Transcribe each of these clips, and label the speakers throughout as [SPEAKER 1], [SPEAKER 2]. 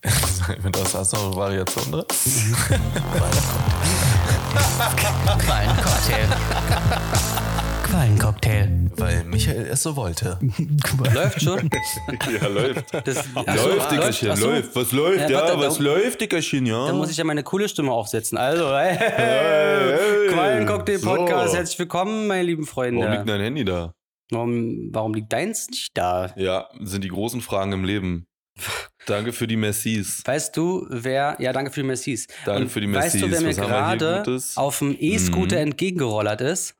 [SPEAKER 1] Wenn das hast du noch eine Variation drin.
[SPEAKER 2] Quallencocktail. Quallencocktail.
[SPEAKER 1] Weil Michael es so wollte.
[SPEAKER 2] Läuft schon.
[SPEAKER 3] Ja, läuft.
[SPEAKER 2] Das,
[SPEAKER 3] läuft, Dickerchen,
[SPEAKER 2] ach so.
[SPEAKER 3] läuft. Was läuft,
[SPEAKER 2] Ja,
[SPEAKER 3] ja,
[SPEAKER 2] warte,
[SPEAKER 3] was
[SPEAKER 2] da-
[SPEAKER 3] läuft, Dickerchen, ja?
[SPEAKER 2] Da muss ich ja meine coole Stimme aufsetzen. Also, hey, hey, Quallencocktail Podcast,
[SPEAKER 3] so.
[SPEAKER 2] herzlich willkommen, meine lieben Freunde.
[SPEAKER 3] Warum liegt dein Handy da?
[SPEAKER 2] warum, warum liegt deins nicht da?
[SPEAKER 3] Ja, sind die großen Fragen im Leben. Danke für die Messis.
[SPEAKER 2] Weißt du, wer. Ja, danke für die Messis.
[SPEAKER 3] Danke
[SPEAKER 2] Und
[SPEAKER 3] für die
[SPEAKER 2] Weißt du,
[SPEAKER 3] Messis.
[SPEAKER 2] wer mir
[SPEAKER 3] Was haben wir hier
[SPEAKER 2] gerade
[SPEAKER 3] Gutes?
[SPEAKER 2] auf dem E-Scooter
[SPEAKER 3] Mhm.
[SPEAKER 2] entgegengerollert ist?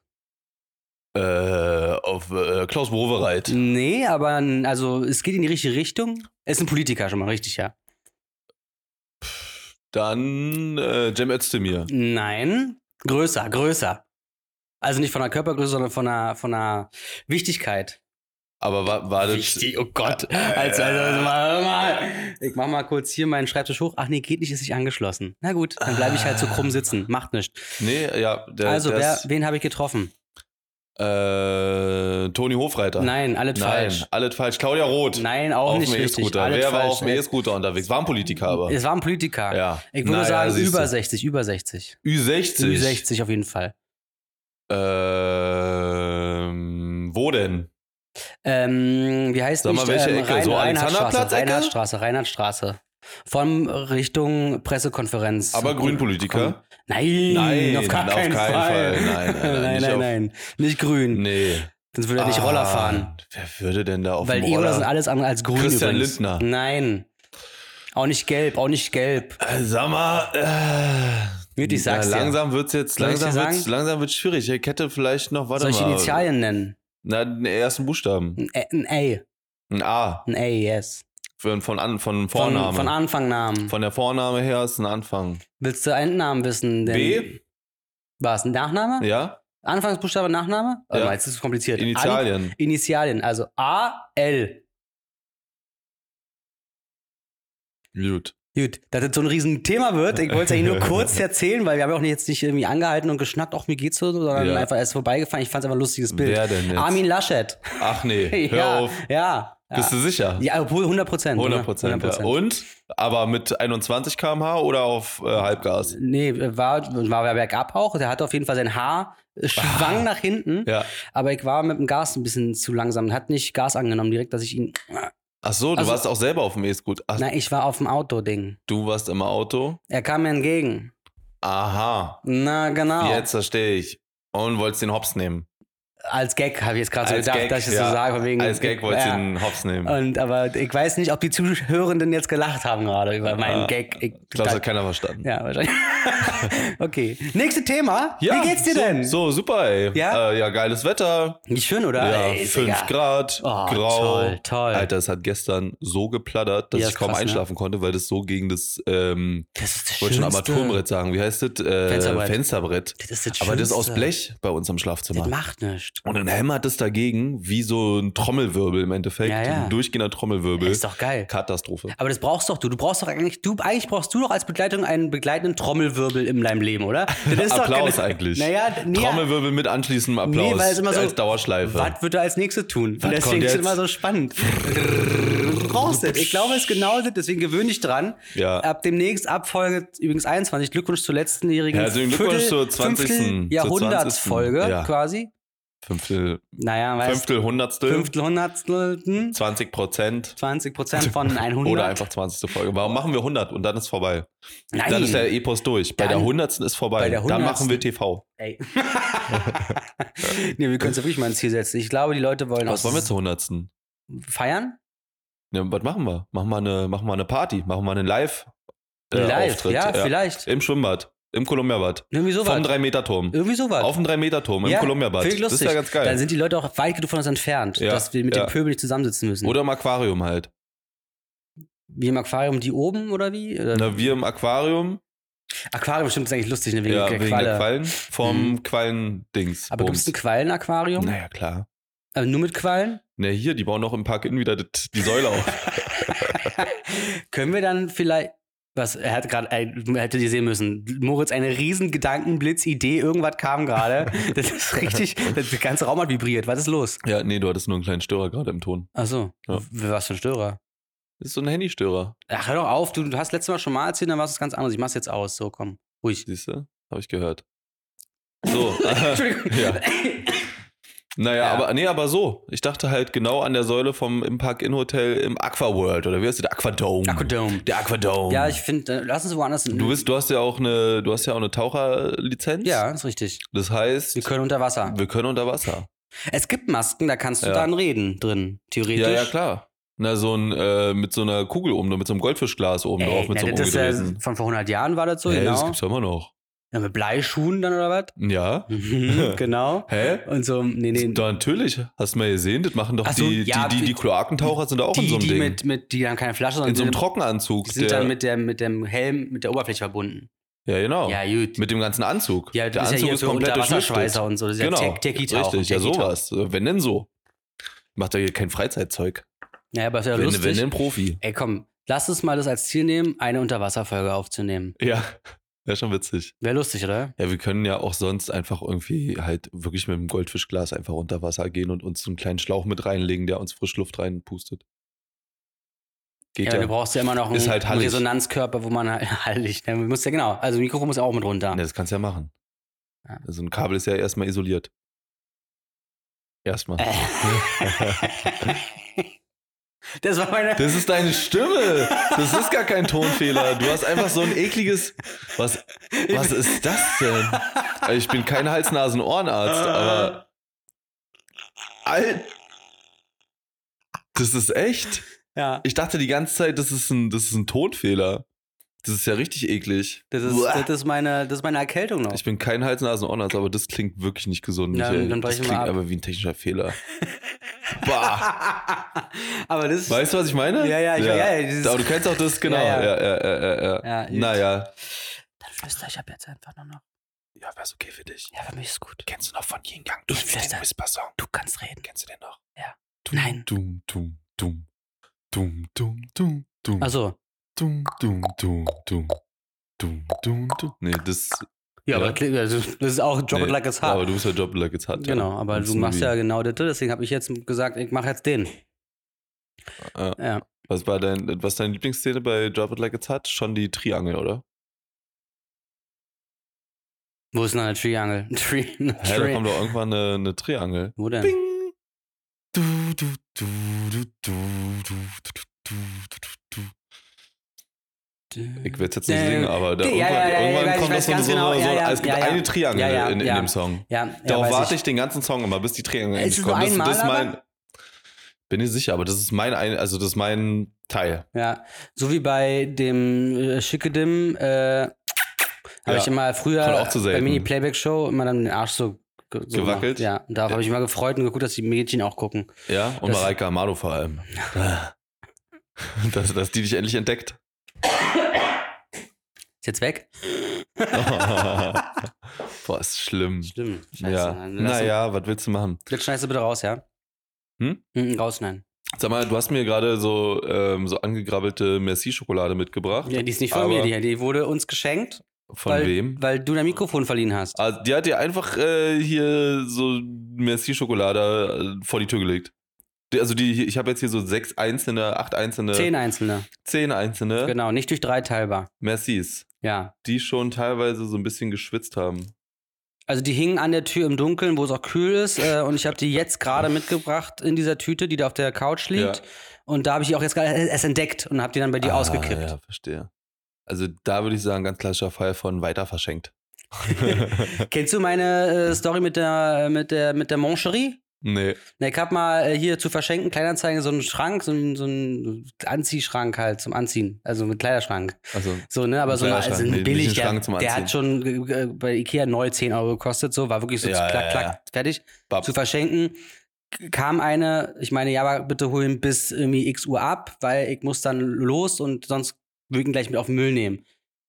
[SPEAKER 3] Äh, auf äh, Klaus Wowereit.
[SPEAKER 2] Nee, aber n- also es geht in die richtige Richtung. Ist ein Politiker schon mal, richtig, ja.
[SPEAKER 3] Dann äh, Cem Özdemir.
[SPEAKER 2] Nein, größer, größer. Also nicht von der Körpergröße, sondern von der, von der Wichtigkeit.
[SPEAKER 3] Aber war, war das.
[SPEAKER 2] Wichtig, oh Gott. Also, also, also, mal, mal. Ich mach mal kurz hier meinen Schreibtisch hoch. Ach nee, geht nicht, ist nicht angeschlossen. Na gut, dann bleibe ich halt so krumm sitzen. Macht nichts.
[SPEAKER 3] Nee, ja, der,
[SPEAKER 2] Also, wer,
[SPEAKER 3] das,
[SPEAKER 2] wen habe ich getroffen?
[SPEAKER 3] äh, Toni Hofreiter.
[SPEAKER 2] Nein, alles
[SPEAKER 3] Nein,
[SPEAKER 2] falsch.
[SPEAKER 3] alles falsch. Claudia Roth.
[SPEAKER 2] Nein, auch
[SPEAKER 3] auf
[SPEAKER 2] nicht
[SPEAKER 3] dem
[SPEAKER 2] richtig.
[SPEAKER 3] E-Scooter.
[SPEAKER 2] Alles
[SPEAKER 3] Wer war
[SPEAKER 2] falsch,
[SPEAKER 3] auf dem
[SPEAKER 2] ey.
[SPEAKER 3] E-Scooter unterwegs? War ein Politiker, aber.
[SPEAKER 2] Es war ein Politiker.
[SPEAKER 3] Ja.
[SPEAKER 2] Ich würde
[SPEAKER 3] Naja,
[SPEAKER 2] sagen,
[SPEAKER 3] siehst du.
[SPEAKER 2] über 60, über 60.
[SPEAKER 3] Ü60.
[SPEAKER 2] Über 60 auf jeden Fall.
[SPEAKER 3] Ähm, wo denn?
[SPEAKER 2] Ähm, wie heißt
[SPEAKER 3] Sag mal,
[SPEAKER 2] nicht?
[SPEAKER 3] welche
[SPEAKER 2] ähm,
[SPEAKER 3] Ecke? So Alexanderplatz-Ecke?
[SPEAKER 2] Reinhardstraße, Reinhardstraße. Von Richtung Pressekonferenz.
[SPEAKER 3] Aber Grünpolitiker?
[SPEAKER 2] Nein,
[SPEAKER 3] Nein,
[SPEAKER 2] auf gar
[SPEAKER 3] auf
[SPEAKER 2] keinen,
[SPEAKER 3] keinen
[SPEAKER 2] Fall.
[SPEAKER 3] Fall. Nein, nein, nein,
[SPEAKER 2] nein,
[SPEAKER 3] nicht
[SPEAKER 2] nein,
[SPEAKER 3] auf-
[SPEAKER 2] nein. Nicht grün.
[SPEAKER 3] Nee.
[SPEAKER 2] Sonst würde er nicht
[SPEAKER 3] Ah,
[SPEAKER 2] Roller fahren.
[SPEAKER 3] Wer würde denn da auf
[SPEAKER 2] Weil
[SPEAKER 3] dem
[SPEAKER 2] die Roller
[SPEAKER 3] Roller?
[SPEAKER 2] sind alles andere als grün
[SPEAKER 3] Christian
[SPEAKER 2] übrigens.
[SPEAKER 3] Lindner.
[SPEAKER 2] Nein. Auch nicht gelb, auch nicht gelb.
[SPEAKER 3] Äh, Sag mal, äh,
[SPEAKER 2] Gut, ich sag's
[SPEAKER 3] na,
[SPEAKER 2] dir.
[SPEAKER 3] langsam wird's jetzt,
[SPEAKER 2] Soll ich dir
[SPEAKER 3] langsam wird's,
[SPEAKER 2] sagen?
[SPEAKER 3] langsam wird's schwierig. Ich hätte vielleicht noch, warte
[SPEAKER 2] Soll ich
[SPEAKER 3] mal.
[SPEAKER 2] Initialien nennen?
[SPEAKER 3] Na, den ersten Buchstaben.
[SPEAKER 2] Ein Ä- ein A.
[SPEAKER 3] Ein A.
[SPEAKER 2] Ein A, yes.
[SPEAKER 3] Von, von, an, von
[SPEAKER 2] Von,
[SPEAKER 3] Vorname.
[SPEAKER 2] von Anfang Namen.
[SPEAKER 3] Von der Vorname her ist ein Anfang.
[SPEAKER 2] Willst du einen Namen wissen? Denn
[SPEAKER 3] B?
[SPEAKER 2] Was? Ein Nachname?
[SPEAKER 3] Ja?
[SPEAKER 2] Anfangsbuchstabe, Nachname? Warte
[SPEAKER 3] Ja.
[SPEAKER 2] mal, jetzt ist es kompliziert. An
[SPEAKER 3] Initialien.
[SPEAKER 2] Initialien, also A, L.
[SPEAKER 3] Gut.
[SPEAKER 2] Gut, dass das so ein Riesenthema wird, ich wollte es eigentlich nur kurz erzählen, weil wir haben ja auch jetzt nicht irgendwie angehalten und geschnackt, auch mir geht's so, sondern
[SPEAKER 3] Ja.
[SPEAKER 2] einfach erst vorbeigefahren. Ich fand's einfach ein lustiges Bild.
[SPEAKER 3] Wer denn jetzt?
[SPEAKER 2] Armin Laschet.
[SPEAKER 3] Ach nee, hör
[SPEAKER 2] ja,
[SPEAKER 3] auf.
[SPEAKER 2] Ja. ja.
[SPEAKER 3] Bist du sicher?
[SPEAKER 2] ja, ne, obwohl 100 Prozent.
[SPEAKER 3] 100 Prozent. Ja. Und? Aber mit 21 km/h oder auf äh, Halbgas?
[SPEAKER 2] Nee, war, war er bergab auch. Der hatte auf jeden Fall sein Haar äh, schwang nach hinten.
[SPEAKER 3] Ja.
[SPEAKER 2] Aber ich war mit dem Gas ein bisschen zu langsam. Hat nicht Gas angenommen direkt, dass ich ihn.
[SPEAKER 3] Ach so, du
[SPEAKER 2] Also-
[SPEAKER 3] warst auch selber auf dem E-Scooter. Ach,
[SPEAKER 2] Na, ich war auf dem Outdoor-Ding.
[SPEAKER 3] du warst im Auto?
[SPEAKER 2] Er kam mir entgegen.
[SPEAKER 3] Aha,
[SPEAKER 2] Na, genau.
[SPEAKER 3] jetzt verstehe ich. Und wolltest den Hops nehmen.
[SPEAKER 2] Als Gag habe ich jetzt gerade so
[SPEAKER 3] Als
[SPEAKER 2] gedacht,
[SPEAKER 3] Gag,
[SPEAKER 2] dass ich das
[SPEAKER 3] ja.
[SPEAKER 2] so sage. von Wegen,
[SPEAKER 3] Als Gag wolltest du den Hops nehmen.
[SPEAKER 2] Und aber ich weiß nicht, ob die Zuhörenden jetzt gelacht haben gerade über meinen
[SPEAKER 3] Ah,
[SPEAKER 2] Gag. Ich,
[SPEAKER 3] Ich glaube, das hat keiner verstanden.
[SPEAKER 2] ja, wahrscheinlich. okay. Nächstes Thema.
[SPEAKER 3] Ja,
[SPEAKER 2] Wie geht's dir
[SPEAKER 3] so,
[SPEAKER 2] denn?
[SPEAKER 3] So, super, ey.
[SPEAKER 2] Ja?
[SPEAKER 3] äh, ja geiles Wetter.
[SPEAKER 2] Nicht schön, oder?
[SPEAKER 3] Ja,
[SPEAKER 2] Ey,
[SPEAKER 3] 5
[SPEAKER 2] Digga.
[SPEAKER 3] Grad,
[SPEAKER 2] Oh,
[SPEAKER 3] grau.
[SPEAKER 2] toll, toll.
[SPEAKER 3] Alter, es hat gestern so geplattert, dass
[SPEAKER 2] Ja,
[SPEAKER 3] ich
[SPEAKER 2] ist
[SPEAKER 3] kaum
[SPEAKER 2] krass, ne?
[SPEAKER 3] einschlafen konnte, weil das so gegen das, ähm,
[SPEAKER 2] Das ist das
[SPEAKER 3] ich wollte schon
[SPEAKER 2] Schönste.
[SPEAKER 3] Armaturenbrett sagen, wie heißt das? Äh,
[SPEAKER 2] Fensterbrett.
[SPEAKER 3] Fensterbrett.
[SPEAKER 2] Das ist das
[SPEAKER 3] Aber das ist aus
[SPEAKER 2] Schönste.
[SPEAKER 3] Blech bei uns im
[SPEAKER 2] Das
[SPEAKER 3] Schlafzimmer.
[SPEAKER 2] macht nichts.
[SPEAKER 3] Und dann hämmert es dagegen wie so ein Trommelwirbel im Endeffekt.
[SPEAKER 2] Ja, ja.
[SPEAKER 3] Ein durchgehender Trommelwirbel.
[SPEAKER 2] Ist doch geil.
[SPEAKER 3] Katastrophe.
[SPEAKER 2] Aber das brauchst doch du. Du brauchst doch eigentlich, du, eigentlich brauchst du doch als Begleitung einen begleitenden Trommelwirbel in deinem Leben, oder? Das doch
[SPEAKER 3] Applaus
[SPEAKER 2] keine-
[SPEAKER 3] eigentlich.
[SPEAKER 2] Naja, nee,
[SPEAKER 3] Trommelwirbel mit anschließendem Applaus
[SPEAKER 2] Nee, weil es immer so-
[SPEAKER 3] als Dauerschleife.
[SPEAKER 2] Was wird er als nächstes tun?
[SPEAKER 3] Äh. Was
[SPEAKER 2] Und deswegen
[SPEAKER 3] kommt
[SPEAKER 2] ist es
[SPEAKER 3] jetzt?
[SPEAKER 2] immer so spannend. Du brauchst das. Ich glaube, es ist genau das. Deswegen gewöhne ich dran.
[SPEAKER 3] Ja.
[SPEAKER 2] Ab demnächst, ab Folge übrigens 21, Glückwunsch zur letztenjährigen
[SPEAKER 3] Herzlichen also Glückwunsch zur 20., zur
[SPEAKER 2] Jahrhundertsfolge
[SPEAKER 3] 20.. Ja.
[SPEAKER 2] quasi.
[SPEAKER 3] Fünftel,
[SPEAKER 2] Naja, weißt
[SPEAKER 3] Fünftel, Hundertstel,
[SPEAKER 2] du, Fünftel, Hundertstel, hm,
[SPEAKER 3] 20 Prozent
[SPEAKER 2] 20 Prozent von 100.
[SPEAKER 3] oder einfach 20. Folge. Warum machen wir 100 und dann ist vorbei?
[SPEAKER 2] Nein.
[SPEAKER 3] Dann ist der Epos durch. Bei
[SPEAKER 2] Dann-
[SPEAKER 3] der 100. ist vorbei.
[SPEAKER 2] bei der
[SPEAKER 3] Dann
[SPEAKER 2] 100.
[SPEAKER 3] machen wir TV.
[SPEAKER 2] Ey. nee, wir können es wirklich mal ein Ziel setzen. Ich glaube, die Leute wollen
[SPEAKER 3] Was
[SPEAKER 2] auch
[SPEAKER 3] wollen wir zur 100.?
[SPEAKER 2] feiern.
[SPEAKER 3] Ja, was machen wir? Machen wir eine, machen wir eine Party? Machen wir einen Live-Auftritt?
[SPEAKER 2] Live, ja, vielleicht.
[SPEAKER 3] Im Schwimmbad, im Kolumbiabad.
[SPEAKER 2] Irgendwie sowas.
[SPEAKER 3] Vom 3-Meter-Turm.
[SPEAKER 2] Irgendwie sowas.
[SPEAKER 3] Auf dem 3-Meter-Turm im Kolumbiabad.
[SPEAKER 2] finde ich
[SPEAKER 3] Das ist
[SPEAKER 2] lustig.
[SPEAKER 3] ja ganz geil.
[SPEAKER 2] Dann sind die Leute auch weit genug von uns entfernt,
[SPEAKER 3] Ja,
[SPEAKER 2] dass wir mit
[SPEAKER 3] ja.
[SPEAKER 2] dem Pöbel nicht zusammensitzen müssen.
[SPEAKER 3] Oder im Aquarium halt.
[SPEAKER 2] Wie im Aquarium, die oben oder wie? Oder
[SPEAKER 3] Na, wir im Aquarium,
[SPEAKER 2] Aquarium stimmt, ist eigentlich lustig, ne? wegen
[SPEAKER 3] ja,
[SPEAKER 2] der
[SPEAKER 3] wegen
[SPEAKER 2] Qualle. Mhm.
[SPEAKER 3] der Quallen, vom Quallendings.
[SPEAKER 2] Aber gibt es ein Quallenaquarium?
[SPEAKER 3] Naja, klar.
[SPEAKER 2] Also nur mit Quallen?
[SPEAKER 3] Na, hier, die bauen noch im Park Inn wieder das- die Säule auf.
[SPEAKER 2] Können wir dann vielleicht. Was, er hat gerade, er hätte die sehen müssen. Moritz, eine riesen Gedankenblitz-Idee, irgendwas kam gerade. Das ist richtig, das ganze Raum hat vibriert. Was ist los?
[SPEAKER 3] ja, nee, du hattest nur einen kleinen Störer gerade im Ton.
[SPEAKER 2] Achso,
[SPEAKER 3] Ja.
[SPEAKER 2] was für ein Störer.
[SPEAKER 3] Das ist so ein Handystörer.
[SPEAKER 2] Ach, hör doch auf, du, du hast letztes Mal schon mal erzählt, dann war es ganz anderes. Ich mach's jetzt aus. So, komm. Ruhig.
[SPEAKER 3] Siehst du? Habe ich gehört. So.
[SPEAKER 2] Entschuldigung.
[SPEAKER 3] Ja. Naja,
[SPEAKER 2] Ja.
[SPEAKER 3] aber nee, aber so. Ich dachte halt genau an der Säule vom im Park Inn Hotel im Aqua World oder wie heißt der Aquadome.
[SPEAKER 2] Aquadome.
[SPEAKER 3] Der Aquadome.
[SPEAKER 2] Ja, ich finde, äh, lass uns woanders hin.
[SPEAKER 3] Oh du bist, du hast ja auch eine, du hast ja auch eine Taucherlizenz.
[SPEAKER 2] Ja, ist richtig.
[SPEAKER 3] Das heißt,
[SPEAKER 2] Wir können unter Wasser.
[SPEAKER 3] wir können unter Wasser.
[SPEAKER 2] Es gibt Masken, da kannst du
[SPEAKER 3] Ja.
[SPEAKER 2] dann reden drin, theoretisch.
[SPEAKER 3] Ja, ja, klar. Na, so ein, äh, mit so einer Kugel oben, mit so einem Goldfischglas oben
[SPEAKER 2] Ey,
[SPEAKER 3] drauf, mit
[SPEAKER 2] na,
[SPEAKER 3] so einem
[SPEAKER 2] das ist ja
[SPEAKER 3] umgedrehten.
[SPEAKER 2] von vor 100 Jahren war das so,
[SPEAKER 3] Hä, Das
[SPEAKER 2] genau.
[SPEAKER 3] gibt's ja immer noch.
[SPEAKER 2] Ja, mit Bleischuhen dann oder was?
[SPEAKER 3] Ja.
[SPEAKER 2] Mhm, genau.
[SPEAKER 3] Hä?
[SPEAKER 2] Und so, nee, nee.
[SPEAKER 3] Da, natürlich. Hast du mal gesehen, das machen doch
[SPEAKER 2] Ach so,
[SPEAKER 3] die,
[SPEAKER 2] ja,
[SPEAKER 3] die, die,
[SPEAKER 2] die-
[SPEAKER 3] die Kloakentaucher sind da auch
[SPEAKER 2] die,
[SPEAKER 3] in so einem
[SPEAKER 2] die
[SPEAKER 3] Ding.
[SPEAKER 2] mit, mit, die haben keine Flasche, sondern
[SPEAKER 3] in so einem
[SPEAKER 2] die-
[SPEAKER 3] Trockenanzug.
[SPEAKER 2] die sind
[SPEAKER 3] der-
[SPEAKER 2] dann mit, der, mit dem Helm, mit der Oberfläche verbunden.
[SPEAKER 3] ja, genau.
[SPEAKER 2] Ja, gut.
[SPEAKER 3] mit dem ganzen Anzug.
[SPEAKER 2] ja,
[SPEAKER 3] der
[SPEAKER 2] das ist
[SPEAKER 3] Anzug
[SPEAKER 2] ja hier
[SPEAKER 3] ist
[SPEAKER 2] für
[SPEAKER 3] komplett
[SPEAKER 2] Unterwasserschweißer
[SPEAKER 3] durchlüftet.
[SPEAKER 2] und so. Das ist
[SPEAKER 3] Genau.
[SPEAKER 2] ja Tech- um Techie-Tauchen.
[SPEAKER 3] Richtig, ja,
[SPEAKER 2] Techie-Tauchen.
[SPEAKER 3] sowas. Wenn denn so. Macht er hier kein Freizeitzeug.
[SPEAKER 2] Ja, aber ist ja
[SPEAKER 3] wenn,
[SPEAKER 2] lustig.
[SPEAKER 3] wenn denn Profi.
[SPEAKER 2] Ey, komm, lass uns mal das als Ziel nehmen, eine Unterwasserfolge aufzunehmen.
[SPEAKER 3] Ja, wäre schon witzig.
[SPEAKER 2] Wäre lustig, oder?
[SPEAKER 3] Ja, wir können ja auch sonst einfach irgendwie halt wirklich mit dem Goldfischglas einfach unter Wasser gehen und uns so einen kleinen Schlauch mit reinlegen, der uns Frischluft reinpustet. Geht
[SPEAKER 2] Ja,
[SPEAKER 3] ja.
[SPEAKER 2] du brauchst ja immer noch einen,
[SPEAKER 3] Ist halt
[SPEAKER 2] einen
[SPEAKER 3] hallig.
[SPEAKER 2] Resonanzkörper, wo man halt hallig, ne, muss ja genau, also Mikrofon muss ja auch mit runter.
[SPEAKER 3] Ja, das kannst du ja machen.
[SPEAKER 2] Ja.
[SPEAKER 3] Also ein Kabel ist ja erstmal isoliert.
[SPEAKER 2] Äh,
[SPEAKER 3] Erstmal.
[SPEAKER 2] das war meine,
[SPEAKER 3] Das ist deine Stimme. Das ist gar kein Tonfehler. Du hast einfach so ein ekliges. Was, was ist das denn? Also Ich bin kein Hals-Nasen-Ohrenarzt, aber. Al- Das ist echt.
[SPEAKER 2] ja,
[SPEAKER 3] Ich dachte die ganze Zeit, das ist ein, das ist ein Tonfehler. Das ist ja richtig eklig.
[SPEAKER 2] das ist,
[SPEAKER 3] Uah.
[SPEAKER 2] das ist meine, das ist meine Erkältung noch.
[SPEAKER 3] ich bin kein hals nasen ohrenarzt aber das klingt wirklich nicht gesund,
[SPEAKER 2] Na,
[SPEAKER 3] Michael.
[SPEAKER 2] dann
[SPEAKER 3] das
[SPEAKER 2] brechen wir
[SPEAKER 3] klingt
[SPEAKER 2] ab.
[SPEAKER 3] aber wie ein technischer Fehler. Bah.
[SPEAKER 2] aber das,
[SPEAKER 3] Weißt du, was ich meine?
[SPEAKER 2] Ja, ja, ich- ja, ja, dieses-
[SPEAKER 3] Aber du kennst auch das, genau.
[SPEAKER 2] Ja,
[SPEAKER 3] Ja,
[SPEAKER 2] ja.
[SPEAKER 3] ja, ja, ja. ja,
[SPEAKER 2] Ja, gut.
[SPEAKER 3] naja.
[SPEAKER 2] dann flüster ich ab jetzt einfach nur noch.
[SPEAKER 3] Ja, wär's okay für dich.
[SPEAKER 2] Ja, für mich ist gut.
[SPEAKER 3] Kennst du noch von Yin Yang?
[SPEAKER 2] Ich flüster.
[SPEAKER 3] Whisper-Song.
[SPEAKER 2] Du kannst reden.
[SPEAKER 3] Kennst du den noch?
[SPEAKER 2] Ja.
[SPEAKER 3] Dum,
[SPEAKER 2] Nein.
[SPEAKER 3] Dum, dum, dum. Dum, dum, dum, dum.
[SPEAKER 2] Also,
[SPEAKER 3] Dum, dum, dum, dum. Dum, dum, dum. Nee, das.
[SPEAKER 2] ja,
[SPEAKER 3] Ja.
[SPEAKER 2] aber kli- also, das ist auch Drop It
[SPEAKER 3] nee,
[SPEAKER 2] Like It's Hot.
[SPEAKER 3] Aber du bist ja Job Like It's Hot. ja.
[SPEAKER 2] Genau, aber
[SPEAKER 3] Und
[SPEAKER 2] du machst ja
[SPEAKER 3] Snoopy.
[SPEAKER 2] genau das, deswegen habe ich jetzt gesagt, ich mache jetzt den.
[SPEAKER 3] Ah.
[SPEAKER 2] Ja.
[SPEAKER 3] Was war dein, was ist deine Lieblingsszene bei Drop It Like It's Hot? Schon die Triangel, oder?
[SPEAKER 2] Wo ist denn eine Triangle? Tri
[SPEAKER 3] Hä, da kommt
[SPEAKER 2] Tri
[SPEAKER 3] doch irgendwann eine, eine Triangel.
[SPEAKER 2] Wo denn?
[SPEAKER 3] Bing. Du, du, du, du, du, du, du, du, du, du, du. Ich werde jetzt nicht
[SPEAKER 2] Äh,
[SPEAKER 3] singen, aber da
[SPEAKER 2] ja,
[SPEAKER 3] irgendwann,
[SPEAKER 2] ja, ja,
[SPEAKER 3] irgendwann
[SPEAKER 2] ja, ich
[SPEAKER 3] kommt
[SPEAKER 2] weiß
[SPEAKER 3] das so,
[SPEAKER 2] ganz
[SPEAKER 3] so,
[SPEAKER 2] genau,
[SPEAKER 3] so
[SPEAKER 2] ja, ja,
[SPEAKER 3] es gibt
[SPEAKER 2] ja, ja.
[SPEAKER 3] eine Triangel
[SPEAKER 2] Ja, ja,
[SPEAKER 3] in, in
[SPEAKER 2] ja.
[SPEAKER 3] dem Song.
[SPEAKER 2] Ja, ja,
[SPEAKER 3] Darauf
[SPEAKER 2] weiß
[SPEAKER 3] warte ich. den ganzen Song immer, bis die Triangel endlich
[SPEAKER 2] Ist es nur
[SPEAKER 3] kommt. Das,
[SPEAKER 2] einmal,
[SPEAKER 3] das ist mein,
[SPEAKER 2] aber?
[SPEAKER 3] bin ich sicher, aber das ist mein, ein- also das ist mein Teil.
[SPEAKER 2] Ja, so wie bei dem äh, Schickedim, äh, habe
[SPEAKER 3] Ja,
[SPEAKER 2] ich immer
[SPEAKER 3] kommt
[SPEAKER 2] früher
[SPEAKER 3] auch zu
[SPEAKER 2] bei
[SPEAKER 3] selten.
[SPEAKER 2] Mini-Playback-Show immer dann den Arsch so, ge- so
[SPEAKER 3] Gewackelt?
[SPEAKER 2] gemacht. Ja, und darauf habe ich immer gefreut und geguckt, dass die Mädchen auch gucken.
[SPEAKER 3] Ja, und
[SPEAKER 2] Das-
[SPEAKER 3] Mareike Amado vor allem. dass, dass die dich endlich entdeckt.
[SPEAKER 2] Ist jetzt weg?
[SPEAKER 3] Boah, ist schlimm.
[SPEAKER 2] Stimmt.
[SPEAKER 3] Ja.
[SPEAKER 2] Naja.
[SPEAKER 3] Naja, was willst du machen?
[SPEAKER 2] Das schneidest du bitte raus, ja?
[SPEAKER 3] Hm?
[SPEAKER 2] Mhm, rausschneiden.
[SPEAKER 3] Sag mal, du hast mir gerade so, ähm, so angegrabbelte Merci-Schokolade mitgebracht.
[SPEAKER 2] Ja, die ist nicht von
[SPEAKER 3] Aber-
[SPEAKER 2] mir, die, die wurde uns geschenkt,
[SPEAKER 3] Von
[SPEAKER 2] weil,
[SPEAKER 3] wem?
[SPEAKER 2] weil du dein Mikrofon verliehen hast.
[SPEAKER 3] Ah, die hat dir einfach äh, hier so Merci-Schokolade äh, vor die Tür gelegt. Die- Also die, ich habe jetzt hier so sechs einzelne, acht einzelne,
[SPEAKER 2] Zehn einzelne.
[SPEAKER 3] zehn einzelne
[SPEAKER 2] Genau, nicht durch drei teilbar.
[SPEAKER 3] Mercis,
[SPEAKER 2] Ja.
[SPEAKER 3] die schon teilweise so ein bisschen geschwitzt haben.
[SPEAKER 2] Also die hingen an der Tür im Dunkeln, wo es auch kühl ist. Äh, und ich habe die jetzt gerade mitgebracht in dieser Tüte, die da auf der Couch liegt.
[SPEAKER 3] Ja.
[SPEAKER 2] Und da habe ich die auch jetzt gerade erst entdeckt und habe die dann bei dir
[SPEAKER 3] Ah,
[SPEAKER 2] ausgekippt.
[SPEAKER 3] Ja, verstehe. Also da würde ich sagen, ganz klassischer Fall von weiter verschenkt.
[SPEAKER 2] Kennst du meine äh, Story mit der, mit der, mit der Mancherie?
[SPEAKER 3] nee.
[SPEAKER 2] Na, ich hab mal äh, hier zu verschenken, Kleinanzeigen, so einen Schrank, so einen, so einen Anziehschrank halt zum Anziehen. Also mit Kleiderschrank.
[SPEAKER 3] Also
[SPEAKER 2] So, ne, aber so ein,
[SPEAKER 3] Ein
[SPEAKER 2] also
[SPEAKER 3] Kleiderschrank,
[SPEAKER 2] ein
[SPEAKER 3] nicht-
[SPEAKER 2] billig,
[SPEAKER 3] nicht ein
[SPEAKER 2] der,
[SPEAKER 3] Schrank zum
[SPEAKER 2] der hat schon äh, bei Ikea neu 10 Euro gekostet, so, war wirklich so
[SPEAKER 3] Ja,
[SPEAKER 2] klack,
[SPEAKER 3] ja,
[SPEAKER 2] klack,
[SPEAKER 3] ja.
[SPEAKER 2] fertig.
[SPEAKER 3] bab.
[SPEAKER 2] Zu verschenken K- kam eine, ich meine, ja, aber bitte hol ihn bis irgendwie x Uhr ab, weil ich muss dann los und sonst will ich ihn gleich mit auf den Müll nehmen.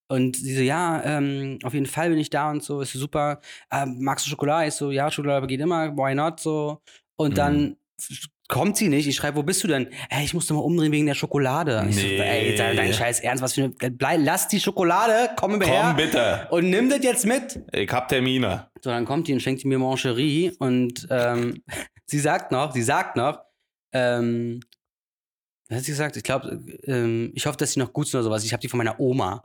[SPEAKER 2] Und sie so, ja, ähm, auf jeden Fall bin ich da und so, ist super. Ähm, magst du Schokolade? Ich so, ja, Schokolade geht immer, why not? So. Und
[SPEAKER 3] Mhm.
[SPEAKER 2] dann f- kommt sie nicht. Ich schreibe, wo bist du denn? Ey, ich musste mal umdrehen wegen der Schokolade. Ich so,
[SPEAKER 3] Nee.
[SPEAKER 2] ey, dein, dein Scheiß Ernst, was für eine. Blei, lass die Schokolade, komm mir her
[SPEAKER 3] Komm bitte,
[SPEAKER 2] und nimm das jetzt mit.
[SPEAKER 3] ich hab Termine.
[SPEAKER 2] So, dann kommt die und schenkt die mir Mancherie und ähm, sie sagt noch, sie sagt noch, ähm, Was hat sie gesagt? Ich glaube, ähm, ich hoffe, dass sie noch gut sind oder sowas. Ich habe die von meiner Oma.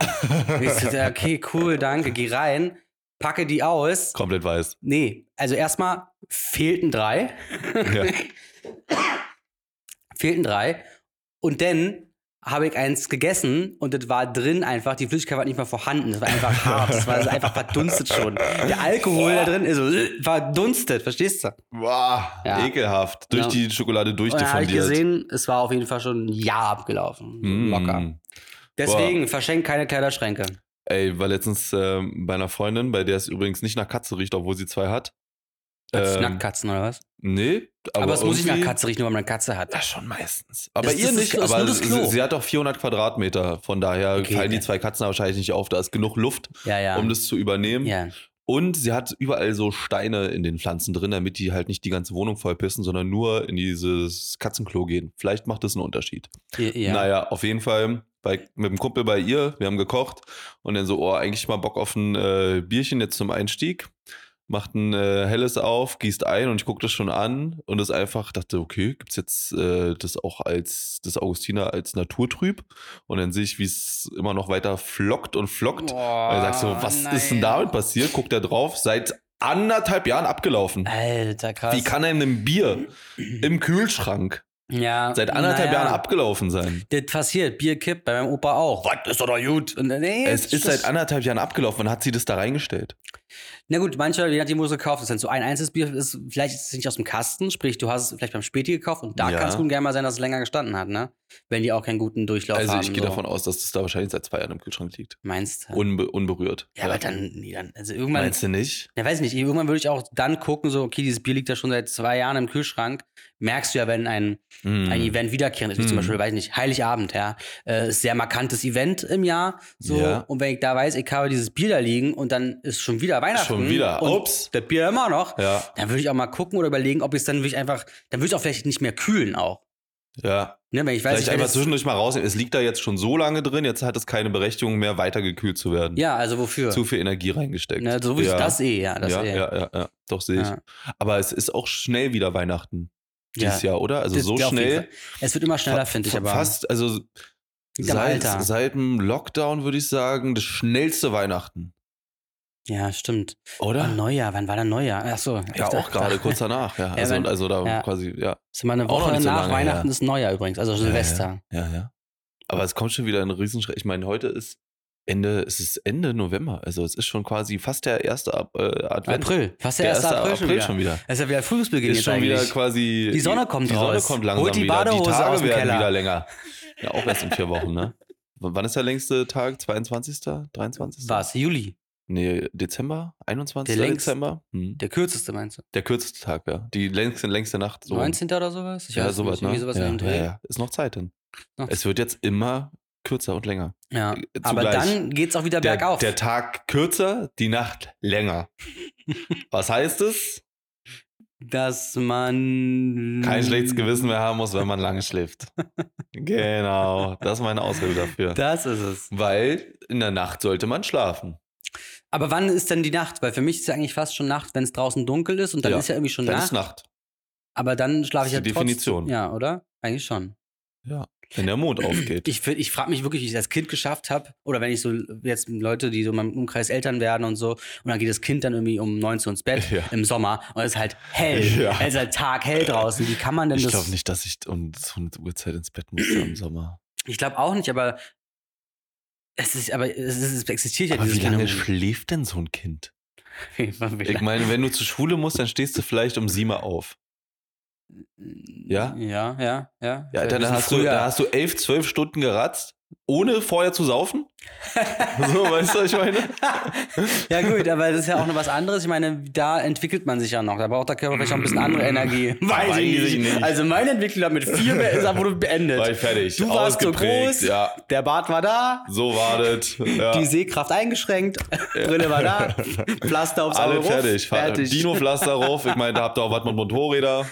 [SPEAKER 2] Und ich so, okay, cool, danke, geh rein, packe die aus.
[SPEAKER 3] Komplett weiß.
[SPEAKER 2] Nee, also erstmal fehlten drei.
[SPEAKER 3] Ja.
[SPEAKER 2] fehlten drei. Und dann habe ich eins gegessen und das war drin einfach, die Flüssigkeit war nicht mehr vorhanden. Das war einfach hart, das war also einfach verdunstet schon. Der Alkohol da drin ist so äh, verdunstet, verstehst du?
[SPEAKER 3] Wow,
[SPEAKER 2] Ja.
[SPEAKER 3] ekelhaft. Durch
[SPEAKER 2] Ja.
[SPEAKER 3] die Schokolade
[SPEAKER 2] Und dann habe ich
[SPEAKER 3] durchdiffundiert.
[SPEAKER 2] gesehen, es war auf jeden Fall schon ein Jahr abgelaufen.
[SPEAKER 3] Mm.
[SPEAKER 2] Locker. Deswegen, verschenkt keine Kleiderschränke.
[SPEAKER 3] Ey, war letztens ähm, bei einer Freundin, bei der es übrigens nicht nach Katze riecht, obwohl sie zwei hat.
[SPEAKER 2] Als
[SPEAKER 3] Ähm,
[SPEAKER 2] Schnackkatzen oder was?
[SPEAKER 3] Nee, aber,
[SPEAKER 2] Aber, es muss nicht nach
[SPEAKER 3] irgendwie-
[SPEAKER 2] Katze riechen, wenn man eine Katze hat.
[SPEAKER 3] Ja, schon meistens. Aber
[SPEAKER 2] Das-
[SPEAKER 3] ihr
[SPEAKER 2] das ist-
[SPEAKER 3] nicht,
[SPEAKER 2] das ist
[SPEAKER 3] aber
[SPEAKER 2] nur das
[SPEAKER 3] sie,
[SPEAKER 2] Klo.
[SPEAKER 3] sie hat doch 400 Quadratmeter. Von daher
[SPEAKER 2] Okay.
[SPEAKER 3] fallen die zwei Katzen wahrscheinlich nicht auf. Da ist genug Luft,
[SPEAKER 2] Ja, ja.
[SPEAKER 3] um das zu übernehmen.
[SPEAKER 2] ja.
[SPEAKER 3] Und sie hat überall so Steine in den Pflanzen drin, damit die halt nicht die ganze Wohnung vollpissen, sondern nur in dieses Katzenklo gehen. Vielleicht macht das einen Unterschied.
[SPEAKER 2] Ja, ja.
[SPEAKER 3] Naja, auf jeden Fall bei, mit dem Kumpel bei ihr, wir haben gekocht und dann so, oh, eigentlich mal Bock auf ein äh, Bierchen jetzt zum Einstieg. Macht ein äh, helles auf, gießt ein und ich gucke das schon an und das einfach, dachte, okay, gibt's jetzt äh, das auch als, das Augustiner als Naturtrüb? Und dann sehe ich, wie es immer noch weiter flockt und flockt.
[SPEAKER 2] Boah,
[SPEAKER 3] und ich sag so, was ist denn damit passiert? Guckt da drauf, seit anderthalb Jahren abgelaufen.
[SPEAKER 2] Alter, krass.
[SPEAKER 3] Wie kann einem ein Bier im Kühlschrank
[SPEAKER 2] ja,
[SPEAKER 3] seit anderthalb
[SPEAKER 2] naja.
[SPEAKER 3] Jahren abgelaufen sein?
[SPEAKER 2] Das passiert, Bier kippt, bei meinem Opa auch. Was, ist doch doch gut. Und, äh, nee,
[SPEAKER 3] Es
[SPEAKER 2] das-
[SPEAKER 3] ist seit anderthalb Jahren abgelaufen. Wann hat sie das da reingestellt?
[SPEAKER 2] Na gut, manche, je nachdem, wo es gekauft ist. Wenn es so ein einzelnes Bier ist, vielleicht ist es nicht aus dem Kasten, sprich, du hast es vielleicht beim Späti gekauft und da
[SPEAKER 3] Ja.
[SPEAKER 2] kann es gut und gerne mal sein, dass es länger gestanden hat, ne? Wenn die auch keinen guten Durchlauf
[SPEAKER 3] also
[SPEAKER 2] haben.
[SPEAKER 3] ich gehe
[SPEAKER 2] so.
[SPEAKER 3] davon aus, dass das da wahrscheinlich seit zwei Jahren im Kühlschrank liegt.
[SPEAKER 2] Meinst du?
[SPEAKER 3] Unbe unberührt.
[SPEAKER 2] ja, aber dann, nee, dann, also irgendwann,
[SPEAKER 3] Meinst du nicht?
[SPEAKER 2] Ja, weiß nicht. Irgendwann würde ich auch dann gucken, so, okay, dieses Bier liegt ja schon seit zwei Jahren im Kühlschrank. Merkst du ja, wenn ein,
[SPEAKER 3] Hm.
[SPEAKER 2] ein Event wiederkehrend ist, wie
[SPEAKER 3] Hm.
[SPEAKER 2] zum Beispiel, weiß nicht, Heiligabend, ja. Äh, ist sehr markantes Event im Jahr. So,
[SPEAKER 3] Ja.
[SPEAKER 2] und wenn ich da weiß, ich habe dieses Bier da liegen und dann ist schon wieder Weihnachten.
[SPEAKER 3] Schon wieder.
[SPEAKER 2] Und
[SPEAKER 3] Ups.
[SPEAKER 2] Das Bier immer noch.
[SPEAKER 3] Ja,
[SPEAKER 2] Dann würde ich auch mal gucken oder überlegen, ob ich es dann wirklich einfach, dann würde ich auch vielleicht nicht mehr kühlen auch.
[SPEAKER 3] ja.
[SPEAKER 2] Ne, wenn ich weiß,
[SPEAKER 3] Vielleicht
[SPEAKER 2] ich werde
[SPEAKER 3] einfach
[SPEAKER 2] jetzt,
[SPEAKER 3] zwischendurch mal rausnehmen. Es liegt da jetzt schon so lange drin, jetzt hat es keine Berechtigung mehr, weitergekühlt zu werden.
[SPEAKER 2] ja, also wofür?
[SPEAKER 3] Zu viel Energie reingesteckt.
[SPEAKER 2] Ne, so wie
[SPEAKER 3] ja.
[SPEAKER 2] das eh, ja, das
[SPEAKER 3] ja,
[SPEAKER 2] eh.
[SPEAKER 3] ja, ja, ja, doch sehe ich.
[SPEAKER 2] Ja.
[SPEAKER 3] Aber es ist auch schnell wieder Weihnachten dieses Jahr, oder? Also
[SPEAKER 2] Das-
[SPEAKER 3] so
[SPEAKER 2] ja, auf jeden
[SPEAKER 3] schnell.
[SPEAKER 2] Fall. Es wird immer schneller,
[SPEAKER 3] Fa-
[SPEAKER 2] finde ich,
[SPEAKER 3] fa-
[SPEAKER 2] aber.
[SPEAKER 3] Fast, also
[SPEAKER 2] liegt am
[SPEAKER 3] seit,
[SPEAKER 2] Alter.
[SPEAKER 3] seit dem Lockdown würde ich sagen, das schnellste Weihnachten.
[SPEAKER 2] Ja, stimmt.
[SPEAKER 3] Oder?
[SPEAKER 2] Oh, Neujahr, wann war denn Neujahr? Achso,
[SPEAKER 3] Ah. Ja, auch gerade kurz danach, ja. Also,
[SPEAKER 2] wenn-
[SPEAKER 3] also da
[SPEAKER 2] ja.
[SPEAKER 3] quasi, ja.
[SPEAKER 2] Ist immer eine
[SPEAKER 3] Auch noch
[SPEAKER 2] Woche
[SPEAKER 3] nicht so
[SPEAKER 2] nach
[SPEAKER 3] lange
[SPEAKER 2] Weihnachten
[SPEAKER 3] her.
[SPEAKER 2] ist Neujahr übrigens, also Silvester.
[SPEAKER 3] Ja, ja. Aber es kommt schon wieder ein Riesenschritt. Ich meine, heute ist Ende, es ist Ende November. Also es ist schon quasi fast der erste Ab- äh, Advent.
[SPEAKER 2] April. Fast der, 1. April, schon wieder.
[SPEAKER 3] schon wieder.
[SPEAKER 2] Es ist ja wieder Frühlingsbeginn
[SPEAKER 3] Ist
[SPEAKER 2] jetzt
[SPEAKER 3] schon wieder
[SPEAKER 2] eigentlich.
[SPEAKER 3] quasi.
[SPEAKER 2] Die Sonne kommt
[SPEAKER 3] Die Sonne
[SPEAKER 2] raus.
[SPEAKER 3] kommt langsam
[SPEAKER 2] Holt die
[SPEAKER 3] wieder. Die
[SPEAKER 2] Badehose
[SPEAKER 3] Tage
[SPEAKER 2] aus dem
[SPEAKER 3] werden
[SPEAKER 2] Keller.
[SPEAKER 3] wieder länger. Ja, auch erst in vier Wochen, ne? W- Wann ist der längste Tag? 22. 23.
[SPEAKER 2] Was? Juli?
[SPEAKER 3] Nee, Dezember? 21.
[SPEAKER 2] Der längste-
[SPEAKER 3] Dezember? Hm. Der,
[SPEAKER 2] Der kürzeste meinst du?
[SPEAKER 3] kürzeste Tag, ja. Die längste, längste Nacht. So.
[SPEAKER 2] 19. oder sowas? Ich
[SPEAKER 3] ja,
[SPEAKER 2] weiß
[SPEAKER 3] sowas,
[SPEAKER 2] nicht, irgendwie
[SPEAKER 3] ne?
[SPEAKER 2] sowas
[SPEAKER 3] ja,
[SPEAKER 2] in dem Dreh.
[SPEAKER 3] ja, ja. Ist noch Zeit hin.
[SPEAKER 2] Noch
[SPEAKER 3] Es wird jetzt immer kürzer und länger.
[SPEAKER 2] Ja.
[SPEAKER 3] Äh, zugleich.
[SPEAKER 2] Aber dann geht's auch wieder
[SPEAKER 3] Der,
[SPEAKER 2] bergauf.
[SPEAKER 3] der Tag kürzer, die Nacht länger. Was heißt es?
[SPEAKER 2] dass man.
[SPEAKER 3] Kein schlechtes Gewissen mehr haben muss, wenn man lange schläft. genau, das ist meine Ausrede dafür.
[SPEAKER 2] Das ist es.
[SPEAKER 3] Weil in der Nacht sollte man schlafen.
[SPEAKER 2] Aber wann ist denn die Nacht? Weil für mich ist ja eigentlich fast schon Nacht, wenn es draußen dunkel ist und dann
[SPEAKER 3] Ja,
[SPEAKER 2] ist ja irgendwie schon
[SPEAKER 3] Dann
[SPEAKER 2] Nacht.
[SPEAKER 3] ist Nacht,
[SPEAKER 2] Aber dann schlafe ich ja
[SPEAKER 3] Das ist die
[SPEAKER 2] trotzdem.
[SPEAKER 3] Definition.
[SPEAKER 2] Ja, oder? Eigentlich schon.
[SPEAKER 3] wenn der Mond aufgeht.
[SPEAKER 2] Ich, find- ich frage mich wirklich, wie ich das als Kind geschafft habe, oder wenn ich so jetzt Leute, die so in meinem Umkreis Eltern werden und so, und dann geht das Kind dann irgendwie um 19 ins Bett
[SPEAKER 3] Ja.
[SPEAKER 2] im Sommer und es ist halt hell,
[SPEAKER 3] Ja.
[SPEAKER 2] es ist halt taghell draußen. Wie kann man denn
[SPEAKER 3] ich
[SPEAKER 2] das?
[SPEAKER 3] glaube nicht, dass ich um so eine Uhrzeit ins Bett muss im Sommer.
[SPEAKER 2] Ich glaube auch nicht, aber es ist, aber es, ist, es existiert ja
[SPEAKER 3] Aber wie
[SPEAKER 2] dieses
[SPEAKER 3] lange
[SPEAKER 2] Phänomen.
[SPEAKER 3] schläft denn so ein Kind?
[SPEAKER 2] Wie
[SPEAKER 3] Ich
[SPEAKER 2] lange-
[SPEAKER 3] meine, wenn du zur Schule musst, dann stehst du vielleicht um sieben auf. Ja?
[SPEAKER 2] Ja, ja, ja.
[SPEAKER 3] Ja, dann
[SPEAKER 2] Vielleicht ein bisschen
[SPEAKER 3] hast du,
[SPEAKER 2] früher.
[SPEAKER 3] dann hast du elf, zwölf Stunden geratzt, ohne vorher zu saufen. so, weißt du, was ich meine?
[SPEAKER 2] Ja, gut, aber das ist ja auch noch was anderes. Ich meine, da entwickelt man sich ja noch. Da braucht der Körper vielleicht auch ein bisschen andere Energie.
[SPEAKER 3] Weiß ich nicht.
[SPEAKER 2] Also, meine Entwicklung hat mit vier Be- ist wurde beendet.
[SPEAKER 3] War ich fertig.
[SPEAKER 2] Du warst so
[SPEAKER 3] Ausgeprägt,
[SPEAKER 2] groß.
[SPEAKER 3] Ja,
[SPEAKER 2] Der Bart war da.
[SPEAKER 3] so wartet. Ja.
[SPEAKER 2] Die Sehkraft eingeschränkt, Brille war da, Pflaster aufs
[SPEAKER 3] Alle
[SPEAKER 2] Auge rauf,
[SPEAKER 3] fertig. fertig. Dino-Pflaster rauf. Ich meine, da habt ihr auch was mit Motorräder.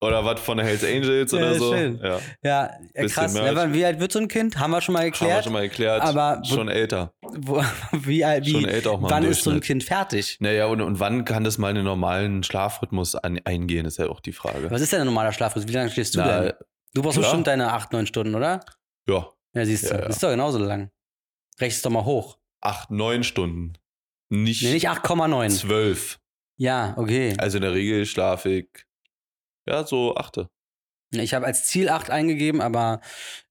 [SPEAKER 3] Oder was von den Hells Angels oder
[SPEAKER 2] Ja,
[SPEAKER 3] so.
[SPEAKER 2] schön.
[SPEAKER 3] Ja,
[SPEAKER 2] Ja, ja,
[SPEAKER 3] Bisschen
[SPEAKER 2] krass.
[SPEAKER 3] Merch.
[SPEAKER 2] Ja, wie alt wird so ein Kind? Haben wir schon mal
[SPEAKER 3] haben wir
[SPEAKER 2] geklärt.
[SPEAKER 3] schon mal erklärt.
[SPEAKER 2] Aber wo-
[SPEAKER 3] schon älter.
[SPEAKER 2] Wo, wie, alt- wie,
[SPEAKER 3] Schon älter auch mal im
[SPEAKER 2] wann ist so ein
[SPEAKER 3] Durchschnitt.
[SPEAKER 2] Kind fertig?
[SPEAKER 3] Naja, und, und wann kann das mal in den normalen Schlafrhythmus an, eingehen, ist ja auch die Frage.
[SPEAKER 2] Was ist denn ein normaler Schlafrhythmus? Wie lange schläfst du
[SPEAKER 3] Na,
[SPEAKER 2] denn? Du brauchst
[SPEAKER 3] Klar.
[SPEAKER 2] bestimmt deine 8, 9 Stunden, oder?
[SPEAKER 3] Ja,
[SPEAKER 2] Ja, siehst du.
[SPEAKER 3] Ja, ja.
[SPEAKER 2] Ist doch genauso lang. Rechnest doch mal hoch.
[SPEAKER 3] acht, neun Stunden. Nicht,
[SPEAKER 2] Nee, nicht 8,9.
[SPEAKER 3] zwölf.
[SPEAKER 2] Ja, okay.
[SPEAKER 3] Also in der Regel schlafe ich, ja, so achte. Also
[SPEAKER 2] Ich habe als Ziel 8 eingegeben, aber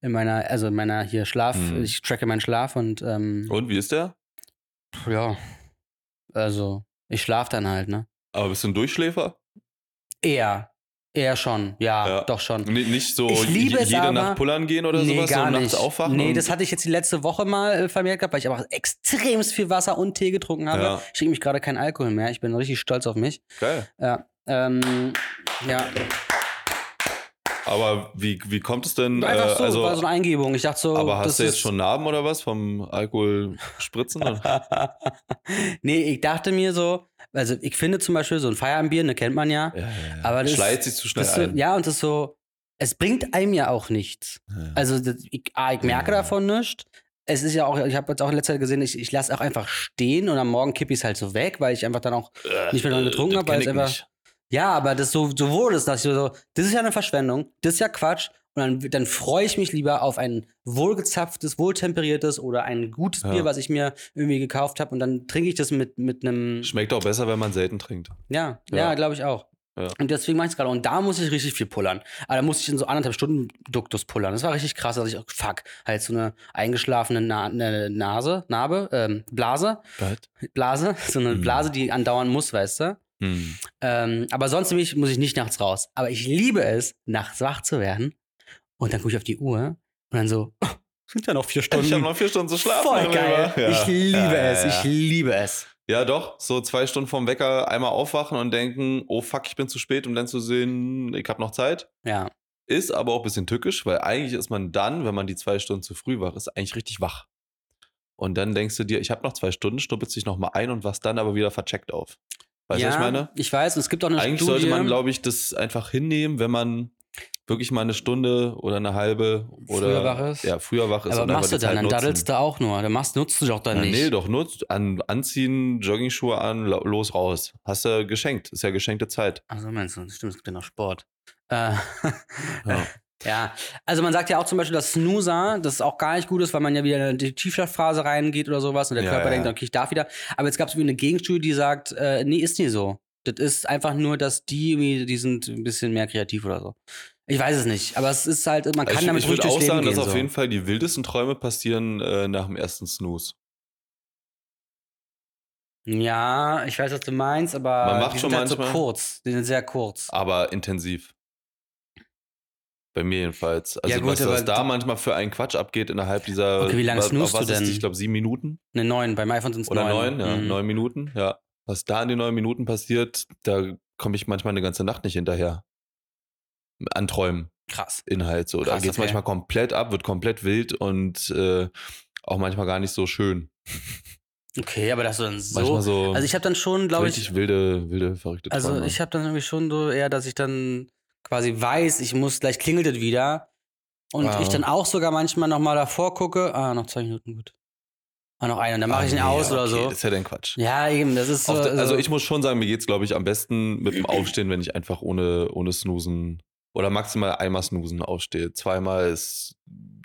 [SPEAKER 2] in meiner, also in meiner hier Schlaf,
[SPEAKER 3] Hm.
[SPEAKER 2] ich tracke meinen Schlaf und, ähm,
[SPEAKER 3] Und wie ist der?
[SPEAKER 2] pf, ja. Also, ich schlafe dann halt, ne?
[SPEAKER 3] Aber bist du ein Durchschläfer?
[SPEAKER 2] Eher. Eher schon. Ja,
[SPEAKER 3] Ja.
[SPEAKER 2] doch schon.
[SPEAKER 3] Nee, nicht so
[SPEAKER 2] Ich liebe
[SPEAKER 3] je-
[SPEAKER 2] es
[SPEAKER 3] jede
[SPEAKER 2] aber-
[SPEAKER 3] Nacht pullern gehen oder sowas und nachts aufwachen?
[SPEAKER 2] Nee,
[SPEAKER 3] und-
[SPEAKER 2] das hatte ich jetzt die letzte Woche mal äh, vermehrt gehabt, weil ich aber extremst viel Wasser und Tee getrunken habe.
[SPEAKER 3] Ja.
[SPEAKER 2] Ich trinke mich gerade keinen Alkohol mehr. Ich bin richtig stolz auf mich.
[SPEAKER 3] Geil.
[SPEAKER 2] Ja. Ähm, ja.
[SPEAKER 3] Aber wie, wie kommt es denn?
[SPEAKER 2] Einfach
[SPEAKER 3] äh,
[SPEAKER 2] so,
[SPEAKER 3] also,
[SPEAKER 2] war so eine Eingebung. Ich dachte so,
[SPEAKER 3] aber
[SPEAKER 2] das
[SPEAKER 3] hast du jetzt
[SPEAKER 2] ist-
[SPEAKER 3] schon Narben oder was vom Alkoholspritzen?
[SPEAKER 2] nee, ich dachte mir so, also ich finde zum Beispiel so ein Feierabendbier, ne, kennt man ja. Aber das-
[SPEAKER 3] Schleit sich zu schnell
[SPEAKER 2] Das ist so,
[SPEAKER 3] ein.
[SPEAKER 2] ja, und das ist so, es bringt einem ja auch nichts.
[SPEAKER 3] Ja.
[SPEAKER 2] Also das, ich, ah, ich merke
[SPEAKER 3] Ja.
[SPEAKER 2] davon nichts. Es ist ja auch, ich habe jetzt auch in letzter Zeit gesehen, ich, ich lasse auch einfach stehen und am Morgen kippe ich es halt so weg, weil ich einfach dann auch, nicht mehr dran getrunken
[SPEAKER 3] Das
[SPEAKER 2] habe, weil
[SPEAKER 3] kenn
[SPEAKER 2] es
[SPEAKER 3] ich nicht.
[SPEAKER 2] ja, aber das so, so wurde es, dass ich so, das ist ja eine Verschwendung, das ist ja Quatsch. Und dann, dann freue ich mich lieber auf ein wohlgezapftes, wohltemperiertes oder ein gutes
[SPEAKER 3] Ja.
[SPEAKER 2] Bier, was ich mir irgendwie gekauft habe. Und dann trinke ich das mit, mit einem
[SPEAKER 3] Schmeckt auch besser, wenn man selten trinkt.
[SPEAKER 2] Ja, ja,
[SPEAKER 3] Ja.
[SPEAKER 2] glaube ich auch.
[SPEAKER 3] Ja.
[SPEAKER 2] Und deswegen mache ich es gerade. Und da muss ich richtig viel pullern. Aber da musste ich in so anderthalb Stunden Duktus pullern. Das war richtig krass, dass ich, oh, fuck, halt so eine eingeschlafene Na ne Nase, Narbe, ähm, Blase,
[SPEAKER 3] Was?
[SPEAKER 2] Blase, so eine
[SPEAKER 3] Mhm.
[SPEAKER 2] Blase, die andauern muss, weißt du.
[SPEAKER 3] Hm.
[SPEAKER 2] Ähm, aber sonst nämlich muss ich nicht nachts raus. Aber ich liebe es, nachts wach zu werden. Und dann gucke ich auf die Uhr und dann so, sind ja noch vier Stunden.
[SPEAKER 3] Ich habe noch vier Stunden zu schlafen.
[SPEAKER 2] Ähm, Voll
[SPEAKER 3] mein
[SPEAKER 2] geil.
[SPEAKER 3] Lieber. Ja.
[SPEAKER 2] Ich liebe
[SPEAKER 3] Ja, ja,
[SPEAKER 2] es,
[SPEAKER 3] ja.
[SPEAKER 2] ich liebe es.
[SPEAKER 3] Ja, doch. So zwei Stunden vom Wecker einmal aufwachen und denken, oh fuck, ich bin zu spät, um dann zu sehen, ich habe noch Zeit.
[SPEAKER 2] Ja,
[SPEAKER 3] Ist aber auch ein bisschen tückisch, weil eigentlich ist man dann, wenn man die zwei Stunden zu früh wach ist, eigentlich richtig wach. Und dann denkst du dir, ich habe noch zwei Stunden, schnuppelst dich nochmal ein und wachst dann aber wieder vercheckt auf. Weißt du,
[SPEAKER 2] ja,
[SPEAKER 3] was ich meine?
[SPEAKER 2] Ich weiß, und es gibt auch eine
[SPEAKER 3] Eigentlich
[SPEAKER 2] Studie.
[SPEAKER 3] sollte man, glaube ich, das einfach hinnehmen, wenn man wirklich mal eine Stunde oder eine halbe oder
[SPEAKER 2] Früher wach ist?
[SPEAKER 3] Ja, früher wach ist.
[SPEAKER 2] Aber
[SPEAKER 3] und einfach
[SPEAKER 2] machst du
[SPEAKER 3] die Zeit
[SPEAKER 2] dann, dann
[SPEAKER 3] nutzen.
[SPEAKER 2] daddelst du auch nur. Dann machst, nutzt du doch dann
[SPEAKER 3] Ja,
[SPEAKER 2] nicht.
[SPEAKER 3] Nee, doch nur an, anziehen, Joggingschuhe an, lo- los raus. Hast du geschenkt. Ist ja geschenkte Zeit.
[SPEAKER 2] Also meinst du, stimmt, es gibt ja noch Sport. Äh,
[SPEAKER 3] Ja.
[SPEAKER 2] ja, also man sagt ja auch zum Beispiel, dass Snoozer, das auch gar nicht gut ist, weil man ja wieder in die Tiefschlafphase reingeht oder sowas und der
[SPEAKER 3] Ja,
[SPEAKER 2] Körper
[SPEAKER 3] ja.
[SPEAKER 2] denkt, okay, ich darf wieder. Aber jetzt gab es irgendwie eine Gegenstudie, die sagt, äh, nee, ist nie so. Das ist einfach nur, dass die, irgendwie- die sind ein bisschen mehr kreativ oder so. Ich weiß es nicht, aber es ist halt, man kann
[SPEAKER 3] Also ich
[SPEAKER 2] damit
[SPEAKER 3] ich
[SPEAKER 2] ruhig
[SPEAKER 3] würde
[SPEAKER 2] durchs
[SPEAKER 3] auch
[SPEAKER 2] Leben
[SPEAKER 3] sagen,
[SPEAKER 2] gehen.
[SPEAKER 3] dass auf
[SPEAKER 2] so.
[SPEAKER 3] jeden Fall die wildesten Träume passieren äh, nach dem ersten Snooze.
[SPEAKER 2] Ja, ich weiß, was du meinst, aber
[SPEAKER 3] Man macht
[SPEAKER 2] die
[SPEAKER 3] schon
[SPEAKER 2] sind halt so
[SPEAKER 3] manchmal- Ah.
[SPEAKER 2] kurz. Die sind sehr kurz.
[SPEAKER 3] Aber intensiv. Bei mir jedenfalls. Also
[SPEAKER 2] Ja, gut,
[SPEAKER 3] was, was
[SPEAKER 2] aber
[SPEAKER 3] da
[SPEAKER 2] du-
[SPEAKER 3] manchmal für einen Quatsch abgeht innerhalb dieser.
[SPEAKER 2] Okay, wie lange
[SPEAKER 3] was,
[SPEAKER 2] snoost
[SPEAKER 3] auf was
[SPEAKER 2] du
[SPEAKER 3] ist
[SPEAKER 2] denn?
[SPEAKER 3] die? Ich glaube sieben Minuten
[SPEAKER 2] Ne, neun, beim iPhone sind es
[SPEAKER 3] oder neun, ja,
[SPEAKER 2] Mhm.
[SPEAKER 3] neun Minuten, ja. Was da in den neun Minuten passiert, da komme ich manchmal eine ganze Nacht nicht hinterher. An Träumen.
[SPEAKER 2] Krass.
[SPEAKER 3] Inhalt so. da
[SPEAKER 2] Krass,
[SPEAKER 3] geht es
[SPEAKER 2] okay.
[SPEAKER 3] manchmal komplett ab, wird komplett wild und äh, auch manchmal gar nicht so schön.
[SPEAKER 2] Okay, aber dass du dann so.
[SPEAKER 3] manchmal so
[SPEAKER 2] also ich habe dann schon, glaube
[SPEAKER 3] richtig
[SPEAKER 2] ich,
[SPEAKER 3] wilde, wilde, verrückte
[SPEAKER 2] also
[SPEAKER 3] Träume.
[SPEAKER 2] ich habe dann irgendwie schon so eher, dass ich dann quasi weiß, ich muss gleich klingelt es wieder und
[SPEAKER 3] Ah.
[SPEAKER 2] ich dann auch sogar manchmal noch mal davor gucke. Ah, noch zwei Minuten gut. Ah, noch eine und dann mache
[SPEAKER 3] Ah,
[SPEAKER 2] ich ihn
[SPEAKER 3] nee,
[SPEAKER 2] aus
[SPEAKER 3] ja,
[SPEAKER 2] oder
[SPEAKER 3] okay,
[SPEAKER 2] so.
[SPEAKER 3] Ist ja dein Quatsch.
[SPEAKER 2] Ja, eben, das ist so.
[SPEAKER 3] Oft,
[SPEAKER 2] so-
[SPEAKER 3] also ich muss schon sagen, mir geht es, glaube ich, am besten mit dem Aufstehen, wenn ich einfach ohne, ohne Snoosen oder maximal einmal Snoosen aufstehe. Zweimal ist,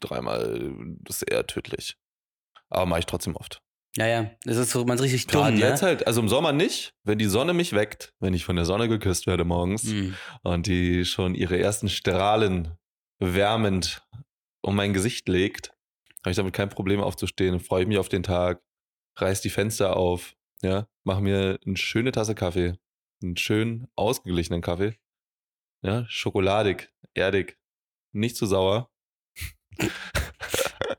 [SPEAKER 3] dreimal ist eher tödlich. Aber mache ich trotzdem oft.
[SPEAKER 2] ja, ja, das ist so, man ist richtig
[SPEAKER 3] Gerade
[SPEAKER 2] dumm, ne?
[SPEAKER 3] jetzt halt, also im Sommer nicht, wenn die Sonne mich weckt, wenn ich von der Sonne geküsst werde morgens.
[SPEAKER 2] Hm.
[SPEAKER 3] und die schon ihre ersten Strahlen wärmend um mein Gesicht legt, habe ich damit kein Problem aufzustehen, freue mich auf den Tag, reiß die Fenster auf, ja, mach mir eine schöne Tasse Kaffee, einen schönen ausgeglichenen Kaffee, ja, schokoladig, erdig, nicht zu sauer